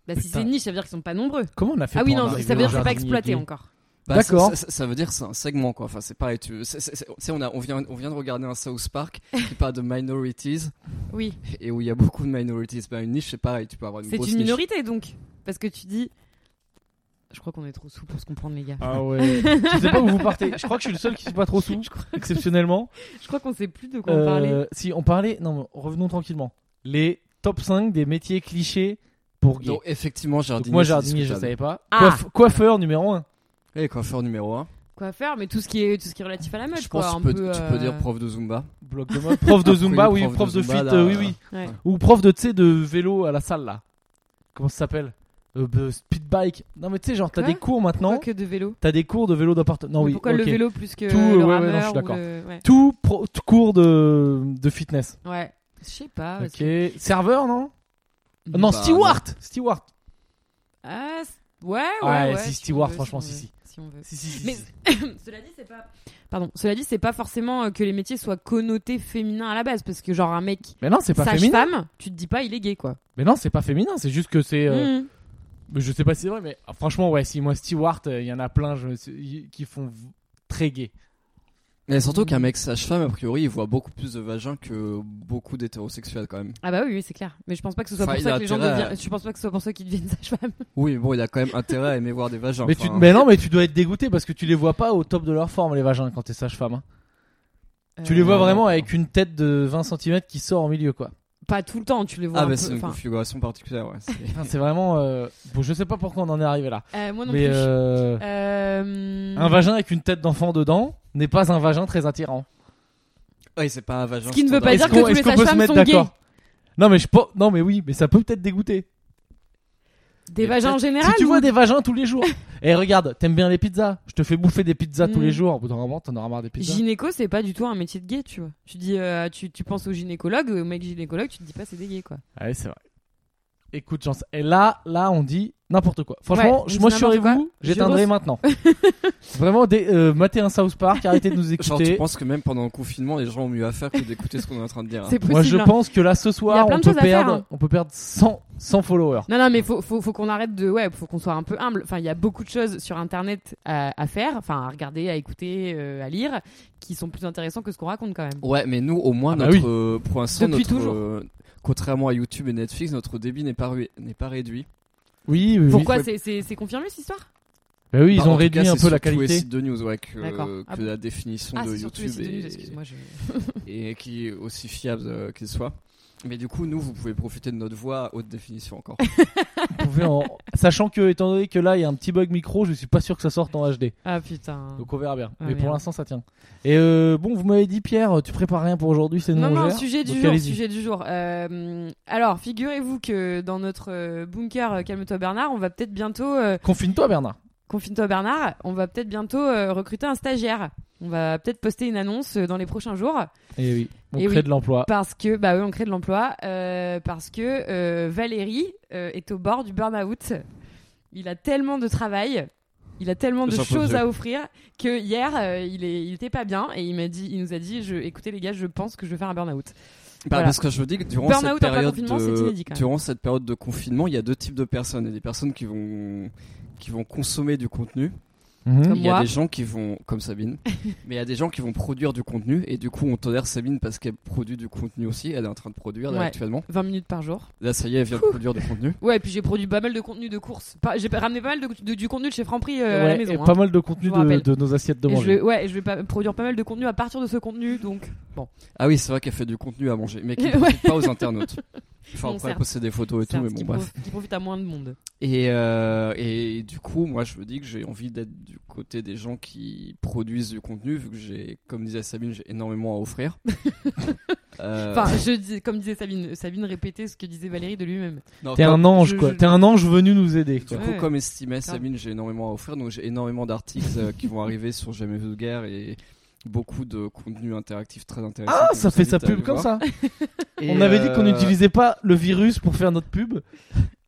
[SPEAKER 3] Bah, si
[SPEAKER 1] Putain.
[SPEAKER 3] c'est une niche, ça veut dire qu'ils sont pas nombreux.
[SPEAKER 1] Comment on a fait
[SPEAKER 3] Ah oui,
[SPEAKER 1] pour en
[SPEAKER 3] non,
[SPEAKER 1] arriver
[SPEAKER 3] ça veut
[SPEAKER 1] au
[SPEAKER 3] dire que c'est pas
[SPEAKER 1] jardinier
[SPEAKER 3] exploité
[SPEAKER 1] gay
[SPEAKER 3] encore.
[SPEAKER 2] Bah,
[SPEAKER 1] D'accord.
[SPEAKER 2] Ça, ça- ça veut dire que c'est un segment, quoi. Enfin, c'est pareil. Tu c'est- c'est- c'est- tu sais, on, a- on, vient, on vient de regarder un South Park qui parle de minorities
[SPEAKER 3] Oui,
[SPEAKER 2] et où il y a beaucoup de minorities. Bah, une niche, c'est pareil. Tu peux avoir une
[SPEAKER 3] c'est
[SPEAKER 2] grosse
[SPEAKER 3] une
[SPEAKER 2] niche.
[SPEAKER 3] minorité donc. Parce que tu dis. Je crois qu'on est trop sous pour se comprendre, les gars.
[SPEAKER 1] Ah ouais.
[SPEAKER 3] [LAUGHS]
[SPEAKER 1] je sais pas où vous partez. Je crois que je suis le seul qui suis pas trop sous,
[SPEAKER 3] Je crois,
[SPEAKER 1] exceptionnellement.
[SPEAKER 3] je crois qu'on sait plus de quoi on
[SPEAKER 1] Euh,
[SPEAKER 3] parlait.
[SPEAKER 1] Si on parlait, non, mais revenons tranquillement. Les top 5 des métiers clichés pour gays.
[SPEAKER 2] Donc, effectivement,
[SPEAKER 1] Donc
[SPEAKER 2] jardinier.
[SPEAKER 1] moi,
[SPEAKER 2] c'est
[SPEAKER 1] jardinier, je
[SPEAKER 2] discutable.
[SPEAKER 1] savais pas.
[SPEAKER 3] Ah.
[SPEAKER 1] Coiff- coiffeur numéro 1.
[SPEAKER 2] Et coiffeur numéro 1.
[SPEAKER 3] Quoi faire Mais tout ce qui est tout ce qui est relatif à la mode.
[SPEAKER 2] Je
[SPEAKER 3] quoi,
[SPEAKER 2] pense que
[SPEAKER 3] un
[SPEAKER 2] tu peux,
[SPEAKER 3] peu,
[SPEAKER 2] tu
[SPEAKER 3] euh,
[SPEAKER 2] peux dire prof de Zumba.
[SPEAKER 1] Bloc de mode. [LAUGHS] Prof de Zumba, oui,
[SPEAKER 2] Oui,
[SPEAKER 1] prof, de,
[SPEAKER 2] Zumba,
[SPEAKER 1] fuite,
[SPEAKER 2] là.
[SPEAKER 1] euh, oui, oui.
[SPEAKER 3] ouais.
[SPEAKER 1] Ou prof de, tu sais, de vélo à la salle, là. Comment ça s'appelle euh, bah, speed bike. Non, mais tu sais, genre, t'as
[SPEAKER 3] Quoi
[SPEAKER 1] des cours maintenant.
[SPEAKER 3] Pourquoi que de vélo
[SPEAKER 1] T'as des cours de vélo d'appartement. Non, oui.
[SPEAKER 3] Pourquoi
[SPEAKER 1] ok.
[SPEAKER 3] le vélo plus que
[SPEAKER 1] Tout,
[SPEAKER 3] le
[SPEAKER 1] euh, ouais, ouais,
[SPEAKER 3] rameur
[SPEAKER 1] non, je suis
[SPEAKER 3] ou
[SPEAKER 1] d'accord.
[SPEAKER 3] le- Ouais.
[SPEAKER 1] Tout, pro- tout cours de, de fitness.
[SPEAKER 3] Ouais. Je sais pas. parce
[SPEAKER 1] ok.
[SPEAKER 3] que-
[SPEAKER 1] Serveur, non Non,
[SPEAKER 2] Bah,
[SPEAKER 1] steward Steward.
[SPEAKER 3] Ah, c- ouais, ouais.
[SPEAKER 1] Ouais,
[SPEAKER 3] ouais,
[SPEAKER 1] Ah, si,
[SPEAKER 3] on
[SPEAKER 1] Stewart,
[SPEAKER 3] veut,
[SPEAKER 1] franchement,
[SPEAKER 3] on
[SPEAKER 1] si,
[SPEAKER 3] veut,
[SPEAKER 1] si.
[SPEAKER 3] Si on veut. [LAUGHS]
[SPEAKER 1] Si, si, si,
[SPEAKER 3] Mais-
[SPEAKER 1] si.
[SPEAKER 3] Cela dit, c'est pas. Pardon. Cela dit, c'est pas forcément euh, que les métiers soient connotés féminins à la base, parce que genre un mec
[SPEAKER 1] Mais non, c'est pas féminin.
[SPEAKER 3] sage-femme, tu te dis pas il est gay quoi.
[SPEAKER 1] Mais non, c'est pas féminin, c'est juste que c'est. euh,
[SPEAKER 3] Mhm.
[SPEAKER 1] Mais Je sais pas si c'est vrai, mais ah, franchement, ouais, si moi, Stewart, euh, il y en a plein je- y- qui font v- très gay.
[SPEAKER 2] Mais surtout qu'un mec sage-femme, a priori, il voit beaucoup plus de vagin que beaucoup d'hétérosexuels quand même.
[SPEAKER 3] Ah bah oui, oui, c'est clair. Mais je pense pas que ce soit
[SPEAKER 2] Enfin,
[SPEAKER 3] pour
[SPEAKER 2] il
[SPEAKER 3] ça
[SPEAKER 2] a
[SPEAKER 3] que les gens
[SPEAKER 2] intérêt à-
[SPEAKER 3] deviennent. Je pense pas que ce soit pour ça qu'ils deviennent [LAUGHS] sage-femme.
[SPEAKER 2] Oui, mais bon, il a quand même intérêt à aimer voir des vagins.
[SPEAKER 1] Mais, tu,
[SPEAKER 2] enfin.
[SPEAKER 1] mais non, mais tu dois être dégoûté parce que tu les vois pas au top de leur forme, les vagins, quand t'es sage-femme. hein. Tu les
[SPEAKER 3] Euh,
[SPEAKER 1] vois
[SPEAKER 2] non,
[SPEAKER 1] vraiment
[SPEAKER 2] non.
[SPEAKER 1] avec une tête de 20 cm qui sort au milieu, quoi.
[SPEAKER 3] Pas tout le temps, tu les vois.
[SPEAKER 2] Ah,
[SPEAKER 3] un
[SPEAKER 2] bah
[SPEAKER 3] peu,
[SPEAKER 2] c'est une
[SPEAKER 3] enfin,
[SPEAKER 2] configuration particulière, ouais. c'est- [LAUGHS]
[SPEAKER 1] Enfin, c'est vraiment. euh, Bon, je sais pas pourquoi on en est arrivé là.
[SPEAKER 3] euh, moi non
[SPEAKER 1] mais
[SPEAKER 3] plus.
[SPEAKER 1] euh,
[SPEAKER 3] Euh,
[SPEAKER 1] un vagin avec une tête d'enfant dedans n'est pas un vagin très attirant.
[SPEAKER 2] Ouais, c'est pas un vagin.
[SPEAKER 3] Ce qui ne veut
[SPEAKER 2] standard.
[SPEAKER 3] pas dire
[SPEAKER 1] Est-ce
[SPEAKER 3] que
[SPEAKER 1] qu'on
[SPEAKER 3] tous les
[SPEAKER 1] est-ce qu'on peut se
[SPEAKER 3] sages-femmes
[SPEAKER 1] mettre
[SPEAKER 3] sont gays.
[SPEAKER 1] d'accord Non, mais je pense- Non, mais oui, mais ça peut peut-être dégoûter.
[SPEAKER 3] Des
[SPEAKER 2] Mais
[SPEAKER 3] vagins en
[SPEAKER 2] peut-être-
[SPEAKER 3] général.
[SPEAKER 1] Si tu
[SPEAKER 3] ou-
[SPEAKER 1] vois des vagins tous les
[SPEAKER 3] [LAUGHS]
[SPEAKER 1] jours. Et regarde, t'aimes bien les pizzas. Je te fais bouffer des pizzas tous
[SPEAKER 3] Mm.
[SPEAKER 1] les jours. Au bout d'un moment, t'en auras marre des pizzas.
[SPEAKER 3] Gynéco, c'est pas du tout un métier de gay, tu vois. Tu dis, euh, tu, tu penses au gynécologue, au mec gynécologue, tu te dis pas c'est des gays, quoi.
[SPEAKER 1] Ouais, Ah c'est vrai. Écoute, chance. Et là, là, on dit n'importe quoi. Franchement,
[SPEAKER 3] Ouais, on
[SPEAKER 1] je-
[SPEAKER 3] dit
[SPEAKER 1] moi, je suis
[SPEAKER 3] n'importe
[SPEAKER 1] avec
[SPEAKER 3] quoi.
[SPEAKER 1] vous.
[SPEAKER 3] Je
[SPEAKER 1] J'éteindrai
[SPEAKER 3] reçois- [LAUGHS]
[SPEAKER 1] maintenant. Vraiment, dé- euh, matez un South Park. Arrêtez de
[SPEAKER 3] [LAUGHS]
[SPEAKER 1] nous
[SPEAKER 2] Genre, tu
[SPEAKER 1] écouter.
[SPEAKER 2] penses que même pendant le confinement, les gens ont mieux à faire que d'écouter ce qu'on est en train de dire. hein.
[SPEAKER 3] C'est possible.
[SPEAKER 1] Ah. Moi, je
[SPEAKER 3] hein.
[SPEAKER 1] pense que là, ce
[SPEAKER 3] Il y a
[SPEAKER 1] soir,
[SPEAKER 3] plein
[SPEAKER 1] on
[SPEAKER 3] de
[SPEAKER 1] peut,
[SPEAKER 3] choses à faire,
[SPEAKER 1] perdre,
[SPEAKER 3] hein.
[SPEAKER 1] on peut perdre 100, 100 followers.
[SPEAKER 3] Non, non, mais faut, faut, faut qu'on arrête de. Ouais, faut qu'on soit un peu humble. Enfin, il y a beaucoup de choses sur Internet à, à faire, enfin, à regarder, à écouter, euh, à lire, qui sont plus intéressants que ce qu'on raconte quand même.
[SPEAKER 2] Ouais, mais nous, au moins,
[SPEAKER 1] Ah bah
[SPEAKER 2] notre,
[SPEAKER 1] oui.
[SPEAKER 2] euh, pour l'instant,
[SPEAKER 3] Depuis
[SPEAKER 2] notre,
[SPEAKER 3] toujours.
[SPEAKER 2] euh, contrairement à YouTube et Netflix, notre débit n'est pas, ré- n'est pas réduit.
[SPEAKER 1] Oui, oui, oui.
[SPEAKER 3] Pourquoi
[SPEAKER 2] oui.
[SPEAKER 3] c'est- c'est c'est confirmé cette histoire
[SPEAKER 1] Bah oui, ils
[SPEAKER 2] Bah, en
[SPEAKER 1] ont
[SPEAKER 2] tout
[SPEAKER 1] réduit
[SPEAKER 2] cas,
[SPEAKER 1] un
[SPEAKER 2] c'est
[SPEAKER 1] peu la
[SPEAKER 2] surtout les
[SPEAKER 1] qualité.
[SPEAKER 2] sites de news, ouais, que,
[SPEAKER 3] D'accord.
[SPEAKER 2] euh,
[SPEAKER 3] Ah
[SPEAKER 2] que
[SPEAKER 3] bon.
[SPEAKER 2] la définition
[SPEAKER 3] Ah,
[SPEAKER 2] de
[SPEAKER 3] c'est surtout les
[SPEAKER 2] YouTube
[SPEAKER 3] sites de news,
[SPEAKER 2] est,
[SPEAKER 3] excuse-moi. Je...
[SPEAKER 2] et qui est aussi fiable euh, qu'il soit. Mais du coup, nous, vous pouvez profiter de notre voix à haute définition encore.
[SPEAKER 1] Vous pouvez
[SPEAKER 3] [LAUGHS]
[SPEAKER 1] en- Sachant que, étant donné que là, il y a un petit bug micro, je suis pas sûr que ça sorte en HD.
[SPEAKER 3] Ah putain.
[SPEAKER 1] Donc on verra bien.
[SPEAKER 3] Ah,
[SPEAKER 1] Mais pour
[SPEAKER 3] merde.
[SPEAKER 1] l'instant, ça tient. Et euh, bon, vous m'avez dit, Pierre, tu prépares rien pour aujourd'hui, c'est nous
[SPEAKER 3] Non,
[SPEAKER 1] on
[SPEAKER 3] non,
[SPEAKER 1] gère.
[SPEAKER 3] sujet du
[SPEAKER 1] Donc,
[SPEAKER 3] jour.
[SPEAKER 1] allez-y.
[SPEAKER 3] Sujet du jour. Euh, alors, figurez-vous que dans notre euh, bunker euh, Calme-toi Bernard, on va peut-être bientôt. euh,
[SPEAKER 1] Confine-toi, Bernard.
[SPEAKER 3] Confine-toi Bernard, on va peut-être bientôt euh, recruter un stagiaire. On va peut-être poster une annonce euh, dans les prochains jours
[SPEAKER 1] Et oui, on
[SPEAKER 3] Eh
[SPEAKER 1] crée
[SPEAKER 3] oui.
[SPEAKER 1] de l'emploi.
[SPEAKER 3] parce que bah oui, on crée de l'emploi euh, parce que euh, Valérie euh, est au bord du burn-out. Il a tellement de travail, il a tellement de
[SPEAKER 2] J'en peux
[SPEAKER 3] choses
[SPEAKER 2] plus.
[SPEAKER 3] à offrir que hier euh, il est il était pas bien et il m'a dit il nous a dit je écoutez les gars, je pense que je vais faire un burn-out.
[SPEAKER 2] Bah,
[SPEAKER 3] [LAUGHS] Voilà.
[SPEAKER 2] Parce que je vous dis que durant
[SPEAKER 3] Burnout
[SPEAKER 2] cette,
[SPEAKER 3] en plein
[SPEAKER 2] période
[SPEAKER 3] confinement,
[SPEAKER 2] de,
[SPEAKER 3] c'est inédit, quand même.
[SPEAKER 2] durant cette période de confinement, il y a deux types de personnes. Il y a des personnes qui vont, qui vont consommer du contenu.
[SPEAKER 3] Comme
[SPEAKER 1] Mhm.
[SPEAKER 3] euh,
[SPEAKER 2] Il y a
[SPEAKER 3] moi.
[SPEAKER 2] des gens qui vont, comme
[SPEAKER 3] [LAUGHS]
[SPEAKER 2] Sabine, mais il y a des gens qui vont produire du contenu. Et du coup, on tolère Sabine parce qu'elle produit du contenu aussi. Elle est en train de produire là,
[SPEAKER 3] Ouais.
[SPEAKER 2] actuellement.
[SPEAKER 3] 20 minutes par jour.
[SPEAKER 2] Là, ça y est, elle vient de produire du contenu.
[SPEAKER 3] Ouais, puis j'ai produit pas mal de contenu de course. Pas- J'ai ramené pas mal de, de- du contenu de chez Franprix euh, à la
[SPEAKER 1] Ouais,
[SPEAKER 3] maison.
[SPEAKER 1] et
[SPEAKER 3] hein.
[SPEAKER 1] pas mal de contenu
[SPEAKER 3] Je vous
[SPEAKER 1] de,
[SPEAKER 3] rappelle.
[SPEAKER 1] de nos assiettes de
[SPEAKER 3] Et je
[SPEAKER 1] manger.
[SPEAKER 3] vais, ouais, et je vais pas, produire pas mal de contenu à partir de ce contenu, donc bon.
[SPEAKER 2] Ah oui, c'est vrai qu'elle fait du contenu à manger, [LAUGHS] mais qui
[SPEAKER 3] [LAUGHS]
[SPEAKER 2] ne
[SPEAKER 3] Ouais.
[SPEAKER 2] profite pas aux internautes. Enfin,
[SPEAKER 3] Non,
[SPEAKER 2] après, elle
[SPEAKER 3] certes.
[SPEAKER 2] poste des photos et tout,
[SPEAKER 3] certes,
[SPEAKER 2] mais bon,
[SPEAKER 3] qui,
[SPEAKER 2] bref.
[SPEAKER 3] prof- qui profite à moins de monde.
[SPEAKER 2] Et, euh, et du coup, moi, je me dis que j'ai envie d'être du côté des gens qui produisent du contenu, vu que j'ai, comme disait Sabine, j'ai énormément à
[SPEAKER 3] [LAUGHS]
[SPEAKER 2] offrir. Euh,
[SPEAKER 3] Enfin, je dis, comme disait Sabine, euh, Sabine répétait ce que disait Valérie de lui-même.
[SPEAKER 2] non,
[SPEAKER 1] T'es
[SPEAKER 2] comme-
[SPEAKER 1] un ange,
[SPEAKER 3] je-
[SPEAKER 1] quoi.
[SPEAKER 3] je-
[SPEAKER 1] T'es un ange venu nous aider.
[SPEAKER 2] Du
[SPEAKER 1] quoi.
[SPEAKER 2] coup,
[SPEAKER 3] Ouais.
[SPEAKER 2] comme estimait
[SPEAKER 3] Grave.
[SPEAKER 2] Sabine, j'ai énormément à offrir, donc j'ai énormément d'articles euh, qui vont arriver sur Jamais vu de guerre et beaucoup de contenu interactif très intéressant.
[SPEAKER 1] Ah,
[SPEAKER 2] que je
[SPEAKER 1] ça
[SPEAKER 2] vous
[SPEAKER 1] fait sa
[SPEAKER 2] invite à
[SPEAKER 1] pub
[SPEAKER 2] aller
[SPEAKER 1] comme
[SPEAKER 2] voir.
[SPEAKER 1] ça.
[SPEAKER 2] hein. Et,
[SPEAKER 1] On avait dit qu'on
[SPEAKER 2] euh,
[SPEAKER 1] n'utilisait pas le virus pour faire notre pub.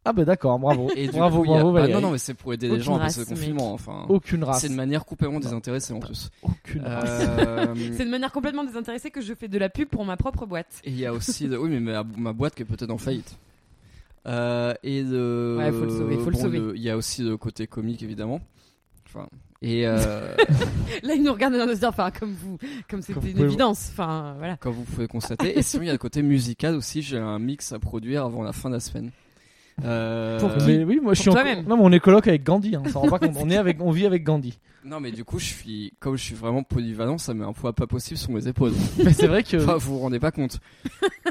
[SPEAKER 1] Ah bah d'accord, bravo.
[SPEAKER 2] Et du
[SPEAKER 1] bravo,
[SPEAKER 2] coup, il y a-
[SPEAKER 1] bravo,
[SPEAKER 2] bah,
[SPEAKER 1] Valérie.
[SPEAKER 2] non, non, mais c'est pour aider les
[SPEAKER 3] Aucune
[SPEAKER 2] gens après
[SPEAKER 3] race,
[SPEAKER 2] ce
[SPEAKER 3] mec.
[SPEAKER 2] confinement. Enfin,
[SPEAKER 1] Aucune race.
[SPEAKER 2] c'est une manière complètement désintéressée en plus.
[SPEAKER 1] Aucune race. [LAUGHS]
[SPEAKER 2] Euh,
[SPEAKER 3] C'est de manière complètement désintéressée que je fais de la pub pour ma propre boîte. [LAUGHS]
[SPEAKER 2] et il y a aussi, de- oui, mais ma, ma boîte qui est peut-être en faillite. Euh, et de,
[SPEAKER 3] Ouais, faut le sauver, faut le
[SPEAKER 2] bon,
[SPEAKER 3] sauver.
[SPEAKER 2] Il y a aussi le côté comique évidemment. Enfin, et
[SPEAKER 3] [LAUGHS]
[SPEAKER 2] euh,
[SPEAKER 3] Là, ils nous regardent et on se dit, enfin, comme vous, comme
[SPEAKER 1] Comme vous
[SPEAKER 3] c'était une
[SPEAKER 1] pouvez
[SPEAKER 3] évidence. Enfin, voilà.
[SPEAKER 2] comme vous pouvez constater. Et sinon, il y a le côté musical aussi. J'ai un mix à produire avant la fin de la semaine. Euh,
[SPEAKER 3] Pour qui
[SPEAKER 1] Mais oui, moi je suis
[SPEAKER 3] Pour
[SPEAKER 1] en...
[SPEAKER 3] toi-même.
[SPEAKER 1] Non, mais on est coloc avec Gandhi, hein, on s'en rend pas compte. On, est avec... on vit avec Gandhi.
[SPEAKER 2] Non, mais du coup, je suis, comme je suis vraiment polyvalent, ça met un poids pas possible sur
[SPEAKER 1] [LAUGHS]
[SPEAKER 2] mes épaules.
[SPEAKER 1] Mais c'est vrai que.
[SPEAKER 2] Enfin, vous vous rendez pas compte.